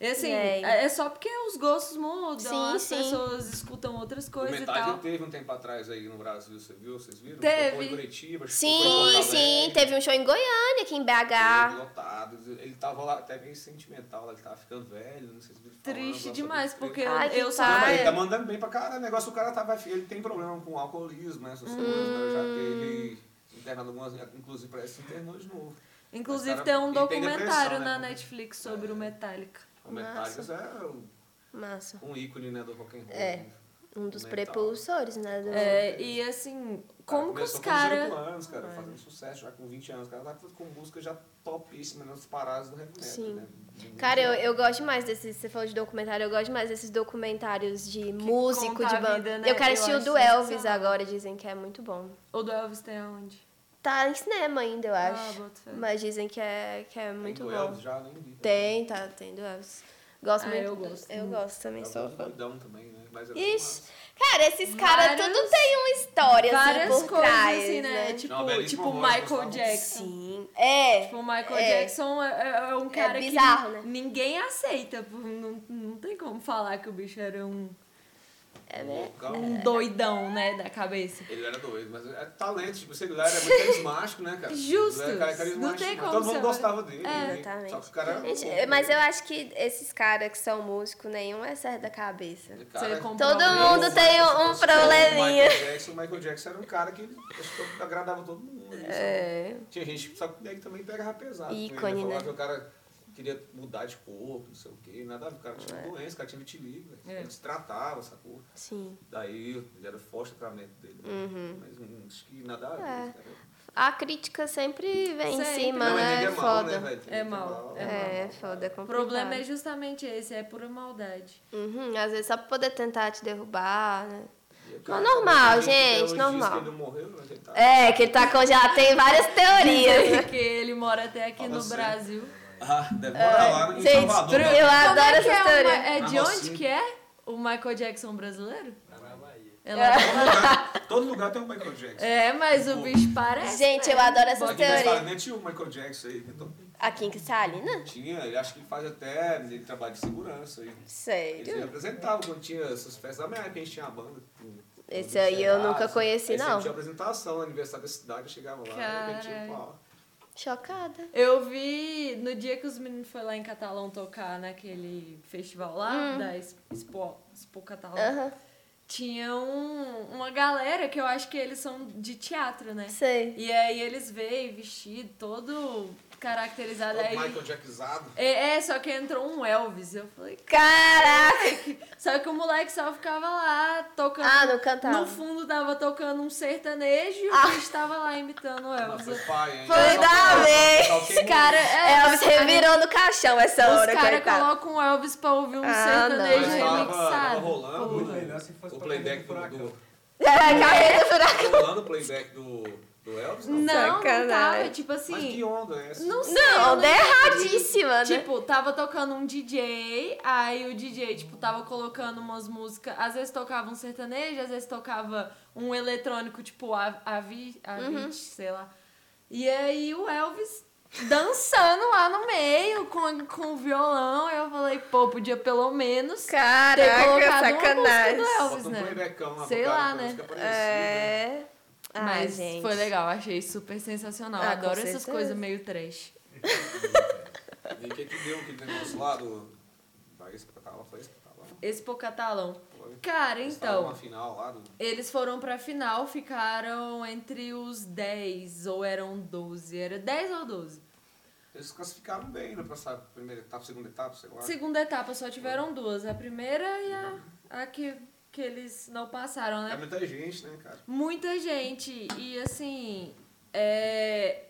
Speaker 1: E assim,
Speaker 4: Véi.
Speaker 1: é é só porque os gostos mudam,
Speaker 4: Sim,
Speaker 1: as
Speaker 4: sim.
Speaker 1: pessoas escutam outras
Speaker 5: O
Speaker 1: coisas e
Speaker 5: Metallica
Speaker 1: tal.
Speaker 5: teve um tempo atrás aí no Brasil, você viu? Vocês viram?
Speaker 1: Teve.
Speaker 5: Tocou em Curitiba, acho que foi
Speaker 4: Sim,
Speaker 5: em Porto
Speaker 4: sim.
Speaker 5: Alegre.
Speaker 4: Teve um show em Goiânia, aqui em BH.
Speaker 5: Lotado. Ele tava lá até meio sentimental, lá, ele tava ficando velho, não sei se ele falava,
Speaker 1: Triste
Speaker 5: nossa,
Speaker 1: demais,
Speaker 5: triste.
Speaker 1: porque
Speaker 4: Ai, que
Speaker 1: eu só.
Speaker 4: pai.
Speaker 5: Não, mas ele
Speaker 4: é.
Speaker 5: tá mandando bem pra caralho. O negócio, o cara tá, vai- ele tem problema com alcoolismo, né? Essas coisas, né? Já
Speaker 4: Hum.
Speaker 5: teve internado algumas, inclusive parece que internou de novo.
Speaker 1: Inclusive,
Speaker 5: Mas,
Speaker 1: tem
Speaker 5: cara,
Speaker 1: um
Speaker 5: e tem
Speaker 1: documentário
Speaker 5: depressão, né,
Speaker 1: na
Speaker 5: mano? É.
Speaker 1: Netflix sobre o Metallica.
Speaker 5: O Metallica é um-
Speaker 4: Massa.
Speaker 5: um ícone, né, do rock and roll.
Speaker 4: É.
Speaker 5: né?
Speaker 4: Um dos
Speaker 5: Metal.
Speaker 4: prepulsores, né? do-
Speaker 1: É, e assim, como que os
Speaker 5: começou Com 18
Speaker 1: caras.
Speaker 5: anos, cara,
Speaker 4: É.
Speaker 5: fazendo sucesso já com 20 anos. O cara tá com música já topíssima né, nas paradas do heavy metal,
Speaker 4: Sim.
Speaker 5: né? De
Speaker 4: Cara, eu,
Speaker 5: muito-
Speaker 4: eu gosto mais desses. Você falou de documentário, eu gosto mais desses documentários de músico,
Speaker 1: conta
Speaker 4: de
Speaker 1: a
Speaker 4: banda.
Speaker 1: vida, né?
Speaker 4: Eu quero
Speaker 1: Eu
Speaker 4: assistir o
Speaker 1: acho
Speaker 4: do Elvis
Speaker 1: sensacional.
Speaker 4: agora, dizem que é muito bom.
Speaker 1: O do Elvis tem aonde?
Speaker 4: Tá em cinema ainda, eu
Speaker 1: Ah,
Speaker 4: acho.
Speaker 1: bota fé.
Speaker 4: mas dizem que é, que é
Speaker 5: Tem
Speaker 4: muito
Speaker 5: do
Speaker 4: bom.
Speaker 5: Elvis já, nem vi.
Speaker 4: Tem, tá, tem do Elvis. Gosto
Speaker 1: Ah,
Speaker 4: muito.
Speaker 1: eu gosto
Speaker 4: Eu
Speaker 1: muito.
Speaker 4: gosto também,
Speaker 5: Elvis
Speaker 4: sou
Speaker 5: é
Speaker 4: fã.
Speaker 5: doidão também, né? Mas é
Speaker 4: Ixi, cara, esses caras
Speaker 1: Várias-
Speaker 4: tudo tem uma história assim,
Speaker 1: Várias
Speaker 4: por
Speaker 1: coisas,
Speaker 4: trás,
Speaker 1: assim,
Speaker 4: né?
Speaker 1: né? Tipo,
Speaker 5: Não, belíssima
Speaker 1: tipo
Speaker 5: voz,
Speaker 1: Michael
Speaker 5: gostava.
Speaker 1: Jackson.
Speaker 4: Sim, é.
Speaker 1: Tipo, o Michael
Speaker 4: É.
Speaker 1: Jackson é, é- é um cara
Speaker 4: bizarro,
Speaker 1: que
Speaker 4: né?
Speaker 1: ninguém aceita. pô, Não, não tem como falar que o bicho era um,
Speaker 4: É mesmo.
Speaker 2: Ah.
Speaker 1: um doidão, né, da cabeça.
Speaker 5: Ele era doido, mas é talento, tipo, sei lá, ele era muito carismático, né, cara?
Speaker 1: Justo.
Speaker 5: Ele era cara carismático,
Speaker 1: Não tem
Speaker 5: mas
Speaker 1: como
Speaker 5: todo mundo
Speaker 1: ser-
Speaker 5: gostava dele.
Speaker 1: É.
Speaker 5: né?
Speaker 4: Exatamente.
Speaker 5: Só que o cara.
Speaker 4: Gente, mas eu acho que esses caras que são músicos, nenhum é certo da cabeça.
Speaker 5: O
Speaker 1: Você
Speaker 5: Cara, é
Speaker 1: compra
Speaker 4: Todo
Speaker 1: um-
Speaker 4: mundo
Speaker 5: assim,
Speaker 4: tem
Speaker 5: tipo,
Speaker 4: um- um probleminha.
Speaker 5: O Michael, Jackson, o Michael Jackson era um cara que ele- acho que agradava todo mundo. né?
Speaker 4: É.
Speaker 5: Tinha gente que só que daí também pegava pesado. com ele,
Speaker 4: Ícone,
Speaker 5: Falava
Speaker 4: né?
Speaker 5: que o cara queria mudar de corpo, não sei o quê, nada a ver. O cara
Speaker 4: É.
Speaker 5: tinha doença, o cara tinha vitiligo,
Speaker 1: É.
Speaker 5: ele se tratava, sacou?
Speaker 4: Sim.
Speaker 5: Daí ele era forte o tratamento dele. né? Mas hum, acho que nada a ver.
Speaker 4: Uhum. É.
Speaker 5: cara.
Speaker 4: A crítica sempre vem em
Speaker 1: Sempre.
Speaker 4: cima,
Speaker 5: Não,
Speaker 4: né?
Speaker 5: ele
Speaker 4: É
Speaker 5: mal,
Speaker 4: foda.
Speaker 5: né, velho? Tem
Speaker 1: É
Speaker 5: que
Speaker 1: mal,
Speaker 5: mal,
Speaker 1: é
Speaker 5: mal,
Speaker 4: é,
Speaker 5: mal.
Speaker 4: foda, é
Speaker 1: O
Speaker 4: complicado.
Speaker 1: problema é justamente esse, é pura maldade.
Speaker 4: Uhum, às vezes só pra poder tentar te derrubar, né?
Speaker 5: E o cara um
Speaker 4: Mas normal,
Speaker 5: também, até
Speaker 4: gente,
Speaker 5: hoje diz
Speaker 4: normal.
Speaker 5: que ele não morreu, mas ele tá-
Speaker 4: É, que ele tá com já tem várias teorias. né?
Speaker 1: Porque ele mora até aqui
Speaker 5: Fala
Speaker 1: no
Speaker 2: é.
Speaker 5: sério.
Speaker 1: Brasil.
Speaker 5: Ah, deve morar lá em
Speaker 4: É, Gente,
Speaker 5: Salvador. né?
Speaker 4: eu
Speaker 1: Como
Speaker 4: adoro
Speaker 1: é que
Speaker 4: essa
Speaker 1: é, o
Speaker 4: teoria.
Speaker 1: Ma- é de
Speaker 5: Ah,
Speaker 1: onde
Speaker 5: sim.
Speaker 1: que é? O Michael Jackson brasileiro?
Speaker 2: Tá na Bahia.
Speaker 1: É, lá-
Speaker 5: Todo lugar- Todo lugar tem um Michael Jackson.
Speaker 1: é mas o bicho parece.
Speaker 4: Gente, eu
Speaker 1: né?
Speaker 4: adoro essas
Speaker 1: Bota-
Speaker 5: Aqui na
Speaker 4: teorias.
Speaker 5: Estalina tinha o um Michael Jackson aí. que eu tô-
Speaker 4: Aqui em Cristalina?
Speaker 5: Tinha, ele acho que ele faz até. Ele trabalha de segurança aí. Eles
Speaker 4: Sério?
Speaker 5: apresentavam quando tinha essas festas da América, a gente tinha a banda. com-
Speaker 4: Esse
Speaker 5: com
Speaker 4: aí eu
Speaker 5: Serasa.
Speaker 4: nunca conheci,
Speaker 5: Aí sempre
Speaker 4: não.
Speaker 5: tinha apresentação, aniversário da cidade, eu chegava lá, tipo,
Speaker 1: Caralho.
Speaker 5: e tinha pau.
Speaker 4: Chocada.
Speaker 1: Eu vi no dia que os meninos foram lá em Catalão tocar naquele festival lá, da Expo, Expo Catalão.
Speaker 4: Hum. Aham,
Speaker 1: Tinha um- uma galera que eu acho que eles são de teatro, né?
Speaker 4: sei.
Speaker 1: E aí eles veem vestido, todo caracterizado.
Speaker 5: Todo
Speaker 1: Aí...
Speaker 5: É Michael Jackizado.
Speaker 1: É, é, só que entrou um Elvis. Eu falei.
Speaker 4: Caraca!
Speaker 1: Só que o moleque só ficava lá tocando.
Speaker 4: Ah, não cantava.
Speaker 1: No fundo tava tocando um sertanejo e o
Speaker 4: Ah.
Speaker 1: bicho tava lá imitando o
Speaker 5: Nossa,
Speaker 1: Elvis.
Speaker 5: Foi pai, hein?
Speaker 4: Foi
Speaker 5: Só-
Speaker 4: da vez!
Speaker 5: só quem-
Speaker 1: Os cara, é,
Speaker 4: Elvis
Speaker 1: os cara-
Speaker 4: revirou no caixão essa
Speaker 1: Os
Speaker 4: hora,
Speaker 1: caras
Speaker 4: coitado.
Speaker 1: colocam o Elvis pra ouvir um
Speaker 4: Ah,
Speaker 1: sertanejo
Speaker 5: Mas tava- tava
Speaker 1: remixado.
Speaker 5: rolando
Speaker 2: Muito melhor né? se fosse
Speaker 5: o
Speaker 2: pra
Speaker 5: playback do,
Speaker 2: Carreira do
Speaker 5: do,
Speaker 1: um
Speaker 4: É, carreira furada.
Speaker 5: rolando o playback do, do Elvis? Não.
Speaker 1: Não, não tava,
Speaker 4: Sacanagem.
Speaker 1: tipo
Speaker 5: Mas que
Speaker 1: assim.
Speaker 5: onda é essa?
Speaker 1: Não sei. eu
Speaker 4: Não,
Speaker 1: não
Speaker 4: é erradíssima, né?
Speaker 1: Tipo, tava tocando um DJ, aí o DJ, tipo, tava colocando umas músicas. Às vezes tocava um sertanejo, às vezes tocava um eletrônico, tipo, a- Avi,
Speaker 4: Uhum.
Speaker 1: Avicii, sei lá. E aí o Elvis dançando lá no meio com, com o violão. Eu falei, pô, podia pelo menos ter
Speaker 4: Caraca,
Speaker 1: colocado uma música
Speaker 4: sacanagem.
Speaker 1: do Elvis,
Speaker 5: Bota um
Speaker 1: né?
Speaker 5: playbackão lá
Speaker 1: Sei
Speaker 5: pro cara,
Speaker 1: lá,
Speaker 5: pra
Speaker 1: né?
Speaker 5: música parecida.
Speaker 4: É. Ai,
Speaker 1: Mas
Speaker 4: gente.
Speaker 1: foi legal, achei super sensacional.
Speaker 4: Ah,
Speaker 1: Adoro
Speaker 4: com
Speaker 1: essas
Speaker 4: certeza.
Speaker 1: coisas meio trash.
Speaker 5: E o que que deu aquele negócio lá do... Da Espacala, foi Espacala.
Speaker 1: Esse pô catalão.
Speaker 5: Foi.
Speaker 1: Cara,
Speaker 5: Eles
Speaker 1: então.
Speaker 5: estavam na final lá do...
Speaker 1: Eles foram pra final, ficaram entre os 10 ou eram 12. Era 10 ou 12.
Speaker 5: Eles classificaram bem, né? Pra essa primeira etapa, segunda etapa, sei lá.
Speaker 1: Segunda etapa só tiveram duas. A primeira e a, a que, que eles não passaram,
Speaker 5: É
Speaker 1: né?
Speaker 5: muita gente, né, cara?
Speaker 1: Muita gente. E assim, É,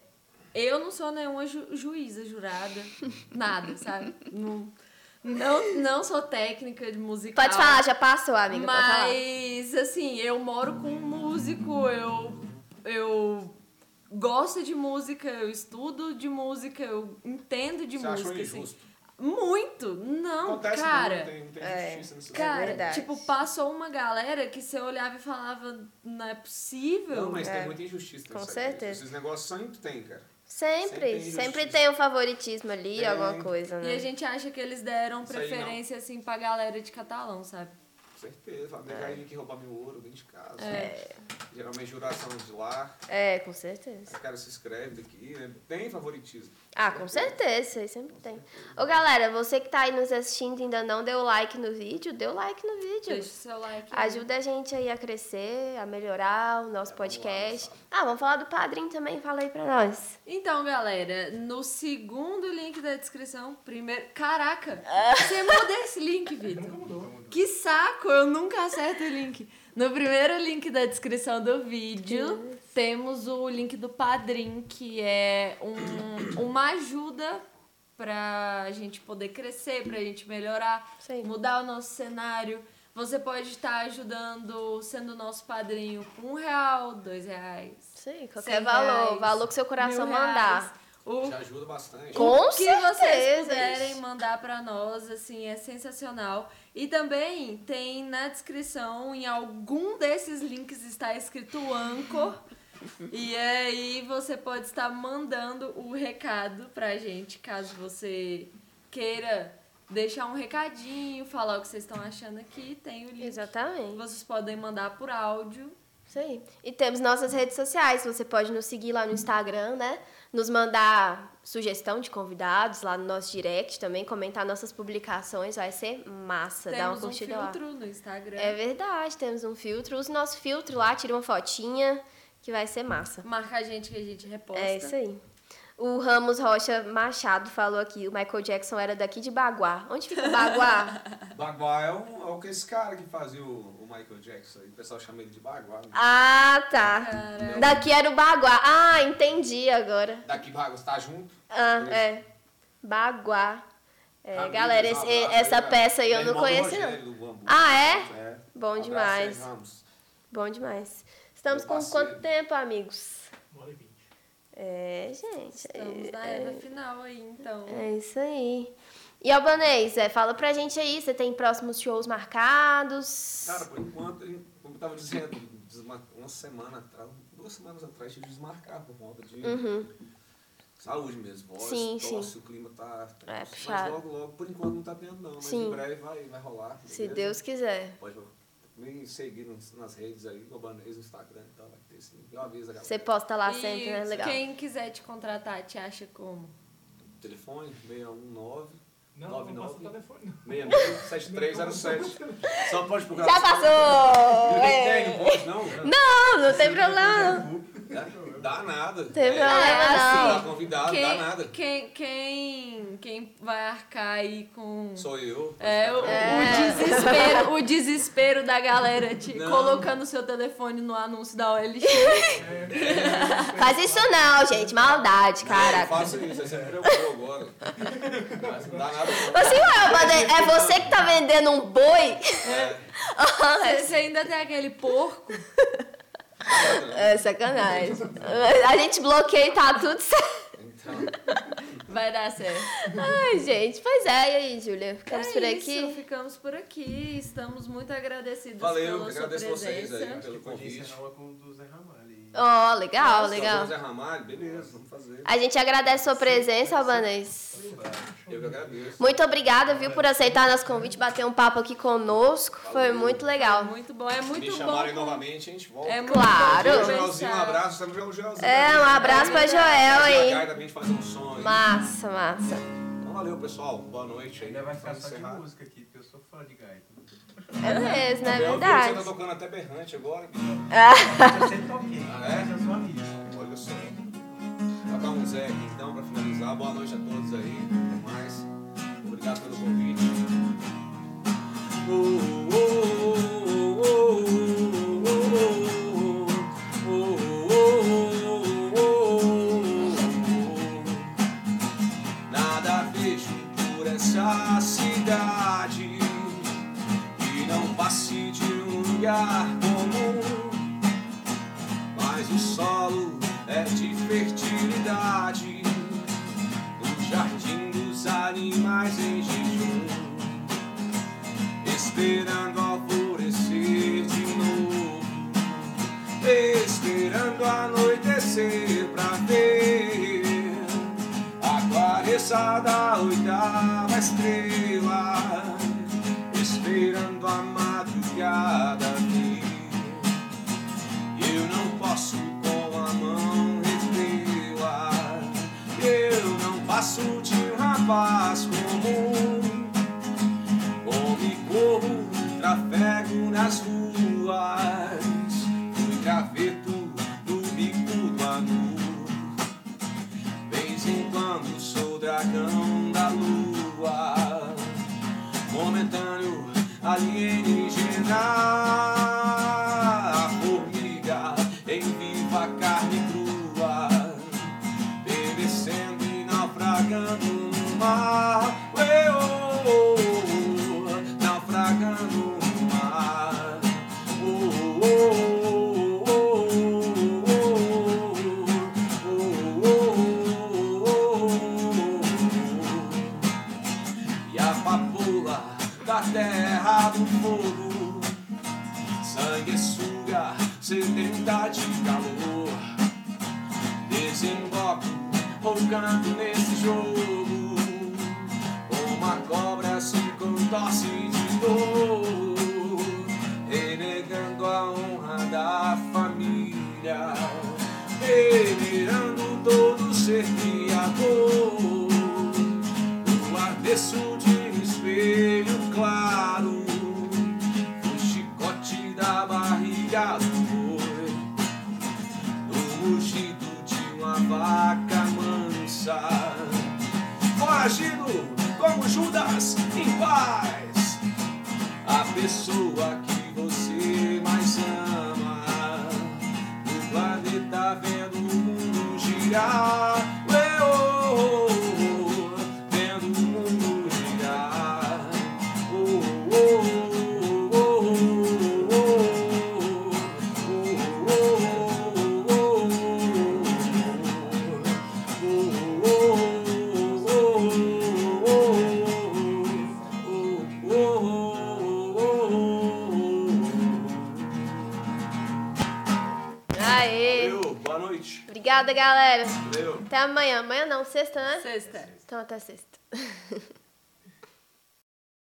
Speaker 1: eu não sou nenhuma ju- juíza, jurada, nada, sabe? Não, não, não sou técnica de musical.
Speaker 4: Pode falar, já passou, amiga. pode falar.
Speaker 1: Mas, assim, eu moro com um músico, eu, eu gosto de música, eu estudo de música, eu entendo de
Speaker 5: Você
Speaker 1: música.
Speaker 5: achou
Speaker 1: assim.
Speaker 5: injusto?
Speaker 1: Muito! Não,
Speaker 5: Acontece,
Speaker 1: cara.
Speaker 5: não tem, não tem
Speaker 4: É.
Speaker 5: justiça nisso.
Speaker 1: Cara,
Speaker 4: verdade.
Speaker 1: tipo, passou uma galera que você olhava e falava, não é possível.
Speaker 5: Não, mas
Speaker 4: É.
Speaker 5: tem muita injustiça.
Speaker 4: Com
Speaker 5: nisso aí.
Speaker 4: certeza.
Speaker 5: Esses negócios sempre tem, cara.
Speaker 4: Sempre,
Speaker 5: Sempre
Speaker 4: sempre
Speaker 5: injustiça.
Speaker 4: tem um favoritismo ali,
Speaker 5: Tem.
Speaker 4: alguma coisa,
Speaker 1: E
Speaker 4: né?
Speaker 1: a gente acha que eles deram
Speaker 5: Isso aí não.
Speaker 1: preferência, assim, pra galera de catalão, sabe?
Speaker 5: Com certeza. Fala, Negar é. que roubar meu ouro dentro de casa.
Speaker 1: É.
Speaker 5: Geralmente juração de lá.
Speaker 4: É, com certeza.
Speaker 5: Os caras se inscrevem daqui, né? Tem favoritismo.
Speaker 4: Ah, com certeza, isso aí sempre tem. Ô galera, você que tá aí nos assistindo e ainda não deu like no vídeo, deu like no vídeo.
Speaker 1: Deixa o seu like. aí.
Speaker 4: Ajuda Tipo, a gente aí a crescer, a melhorar o nosso podcast. Ah, vamos falar do padrinho também, fala aí pra nós.
Speaker 1: Então, galera, no segundo link da descrição, primeiro. Caraca! Você muda esse link, Vitor.
Speaker 2: mudou.
Speaker 1: Que saco! Eu nunca acerto o link. No primeiro link da descrição do vídeo, temos o link do Padrim, que é um- uma ajuda pra gente poder crescer, pra gente melhorar.
Speaker 4: Sim.
Speaker 1: mudar o nosso cenário. Você pode estar ajudando, sendo nosso padrinho, com um real, dois reais.
Speaker 4: Sim, qualquer
Speaker 1: Cem
Speaker 4: é valor,
Speaker 1: reais,
Speaker 4: valor que seu coração
Speaker 1: mil reais.
Speaker 4: mandar.
Speaker 1: O
Speaker 5: Já ajuda bastante.
Speaker 4: Com
Speaker 1: o que vocês
Speaker 4: certeza.
Speaker 1: puderem mandar pra nós, assim, é sensacional. E também tem na descrição, em algum desses links está escrito Anchor. E aí você pode estar mandando o recado pra gente, caso você queira deixar um recadinho, falar o que vocês estão achando aqui, tem o link.
Speaker 4: Exatamente.
Speaker 1: Vocês podem mandar por áudio.
Speaker 4: Isso aí. E temos nossas redes sociais. Você pode nos seguir lá no Instagram, né? Nos mandar sugestão de convidados lá no nosso direct também, comentar nossas publicações, vai ser massa. Então Dá uma
Speaker 1: Temos um
Speaker 4: curtida lá.
Speaker 1: filtro no Instagram.
Speaker 4: É verdade, temos um filtro. Use nosso filtro lá, tira uma fotinha, que vai ser massa.
Speaker 1: Marca a gente que a gente reposta.
Speaker 4: É isso aí. O Ramos Rocha Machado falou aqui, o Michael Jackson era daqui de Baguá. Onde fica Baguá?
Speaker 5: Baguá é, um, é o que esse cara que fazia o, o Michael Jackson. aí. O pessoal chama ele de Baguá. né?
Speaker 4: ah, tá.
Speaker 1: Caraca.
Speaker 4: Daqui era o Baguá. Ah, entendi agora.
Speaker 5: Daqui Baguá, você tá junto?
Speaker 4: Ah,
Speaker 5: Isso.
Speaker 4: é. Baguá. É,
Speaker 5: Amigos,
Speaker 4: galera, esse-
Speaker 5: um abraço,
Speaker 4: essa
Speaker 5: aí,
Speaker 4: peça aí
Speaker 5: é
Speaker 4: eu não
Speaker 5: irmão do
Speaker 4: conheço, não.
Speaker 5: Rogério do Bambu.
Speaker 4: Ah, é?
Speaker 5: É.
Speaker 4: Bom
Speaker 5: Abraço
Speaker 4: demais.
Speaker 5: aí, Ramos.
Speaker 4: Bom demais. Estamos
Speaker 5: Meu
Speaker 4: com
Speaker 5: parceiro.
Speaker 4: quanto tempo, amigos?
Speaker 2: Uma hora e vinte.
Speaker 4: É, gente.
Speaker 1: Estamos na
Speaker 4: é,
Speaker 1: era final aí, então.
Speaker 4: é isso aí. E Albanês, é, fala pra gente aí, você tem próximos shows marcados?
Speaker 5: Cara, por enquanto, em- como eu tava dizendo, desma- uma semana atrás, duas semanas atrás, tive que desmarcar por conta de saúde mesmo. Voz,
Speaker 4: Uhum. Sim,
Speaker 5: tosse,
Speaker 4: sim.
Speaker 5: o clima tá. tá-
Speaker 4: É,
Speaker 5: mas
Speaker 4: puxado.
Speaker 5: logo, logo, por enquanto não tá tendo, não. Mas
Speaker 4: Sim.
Speaker 5: em breve vai, vai rolar.
Speaker 4: Se
Speaker 5: beleza?
Speaker 4: Deus quiser.
Speaker 5: Pode me seguir nas, nas redes aí, Albanês, no Instagram e tal, vai ter sim. Eu aviso a galera.
Speaker 4: Você posta lá
Speaker 1: e
Speaker 4: sempre, né? Legal.
Speaker 1: quem quiser te contratar, te acha como?
Speaker 5: Telefone 619
Speaker 2: Não, não passa o
Speaker 5: 99
Speaker 2: telefone, não.
Speaker 5: um, 667307. Só pode procurar.
Speaker 4: Já passou!
Speaker 5: Tem,
Speaker 4: É.
Speaker 5: não pode, não.
Speaker 4: Não, não tem problema. não.
Speaker 5: Dá- Dá nada.
Speaker 4: Tem
Speaker 5: É,
Speaker 4: problema,
Speaker 5: tá
Speaker 4: não.
Speaker 5: convidado, dá
Speaker 1: quem,
Speaker 5: nada.
Speaker 1: Quem, quem, quem vai arcar aí com.
Speaker 5: Sou eu.
Speaker 1: É, o, o
Speaker 4: É.
Speaker 1: desespero, o desespero da galera te
Speaker 5: Não.
Speaker 1: colocando seu telefone no anúncio da OLX.
Speaker 2: É. Tipo,
Speaker 4: Faz isso não, gente. Maldade,
Speaker 5: Eu
Speaker 4: caraca.
Speaker 5: faço isso, é você me preocupou agora. Mas Não dá nada. não.
Speaker 4: Assim, ué, Albanês, é você que tá vendendo um boi?
Speaker 5: É,
Speaker 1: Você você ainda tem aquele porco.
Speaker 5: nada, não.
Speaker 4: É sacanagem. A gente bloqueia e tá tudo certo.
Speaker 5: Então,
Speaker 1: Vai dar certo.
Speaker 4: Ai, gente. Pois é, e aí, Júlia? Ficamos
Speaker 1: é
Speaker 4: por
Speaker 1: Isso,
Speaker 4: aqui.
Speaker 1: ficamos por aqui. Estamos muito agradecidos
Speaker 5: valeu,
Speaker 1: pela sua
Speaker 5: agradeço
Speaker 1: presença.
Speaker 5: vocês aí
Speaker 2: Acho
Speaker 5: pelo
Speaker 2: que podia
Speaker 5: convite.
Speaker 2: encerrar uma com o do Zé Ramalho. aí.
Speaker 4: Ó, legal,
Speaker 5: Se algum
Speaker 4: legal.
Speaker 5: Zé Ramalho, beleza, vamos fazer.
Speaker 4: A gente agradece sua presença, Albanês.
Speaker 5: Eu que agradeço.
Speaker 4: Muito obrigada, viu, por aceitar nosso convite, bater um papo aqui conosco. Foi muito legal.
Speaker 1: Muito bom, é muito
Speaker 5: né? Me
Speaker 1: bom.
Speaker 5: chamarem novamente, a gente volta.
Speaker 1: É muito
Speaker 4: Claro.
Speaker 1: bom
Speaker 5: Valeu,
Speaker 4: muito
Speaker 5: Joelzinho, um
Speaker 1: conversar.
Speaker 5: abraço. Sabe o Joelzinho?
Speaker 4: É, um abraço pra Joel
Speaker 5: Aí.
Speaker 4: aí.
Speaker 5: também fazer um som aí.
Speaker 4: Massa, massa.
Speaker 5: Então, valeu, pessoal. Boa noite. aí.
Speaker 2: Ainda vai ficar
Speaker 5: Vamos
Speaker 2: só de
Speaker 5: encerrar.
Speaker 2: música aqui, porque eu sou fã de gaita.
Speaker 4: É mesmo, é
Speaker 5: Eu vi que
Speaker 4: verdade.
Speaker 5: Você tá tocando até berrante agora.
Speaker 2: Eu sempre toquei,
Speaker 5: Ah, é?
Speaker 2: mas né? eu sou amigo.
Speaker 5: Olha só. Vou dar um Zé aqui então pra finalizar. Boa noite a todos aí. Até mais. Obrigado pelo convite. é nascer pra ver Apareça da oitava estrela Esperando a madrugada vir Eu não posso com a mão retê-la Eu não passo de um rapaz comum Homem corro, trafego nas ruas Fui graveto do bico do anu Vez em quando sou dragão da lua Momentâneo, alienígena Formiga em viva carne crua Bebecendo e naufragando no mar Ué, oh, oh, oh, Naufragando no mar Oh, oh, oh, oh, oh, oh, oh, oh. E a papoula da terra do fogo Sangue suga, sedenta de calor Desemboco, roncando nesse jogo Uma cobra se contorce de dor Renegando a honra da família Venerando todo ser criador o avesso de um espelho claro O chicote da barriga do boi O rugido de uma vaca mansa Foragido como Judas em paz A pessoa que você mais ama O planeta vendo o mundo girar Ué, oh, oh, oh, Vendo o mundo girar Oh, oh, oh, oh, oh, oh, oh, oh, oh.
Speaker 4: Aê!
Speaker 5: Valeu, boa noite.
Speaker 4: Obrigada, galera.
Speaker 5: Valeu.
Speaker 4: Até amanhã. Amanhã não, sexta, né?
Speaker 6: Sexta.
Speaker 4: Então até sexta.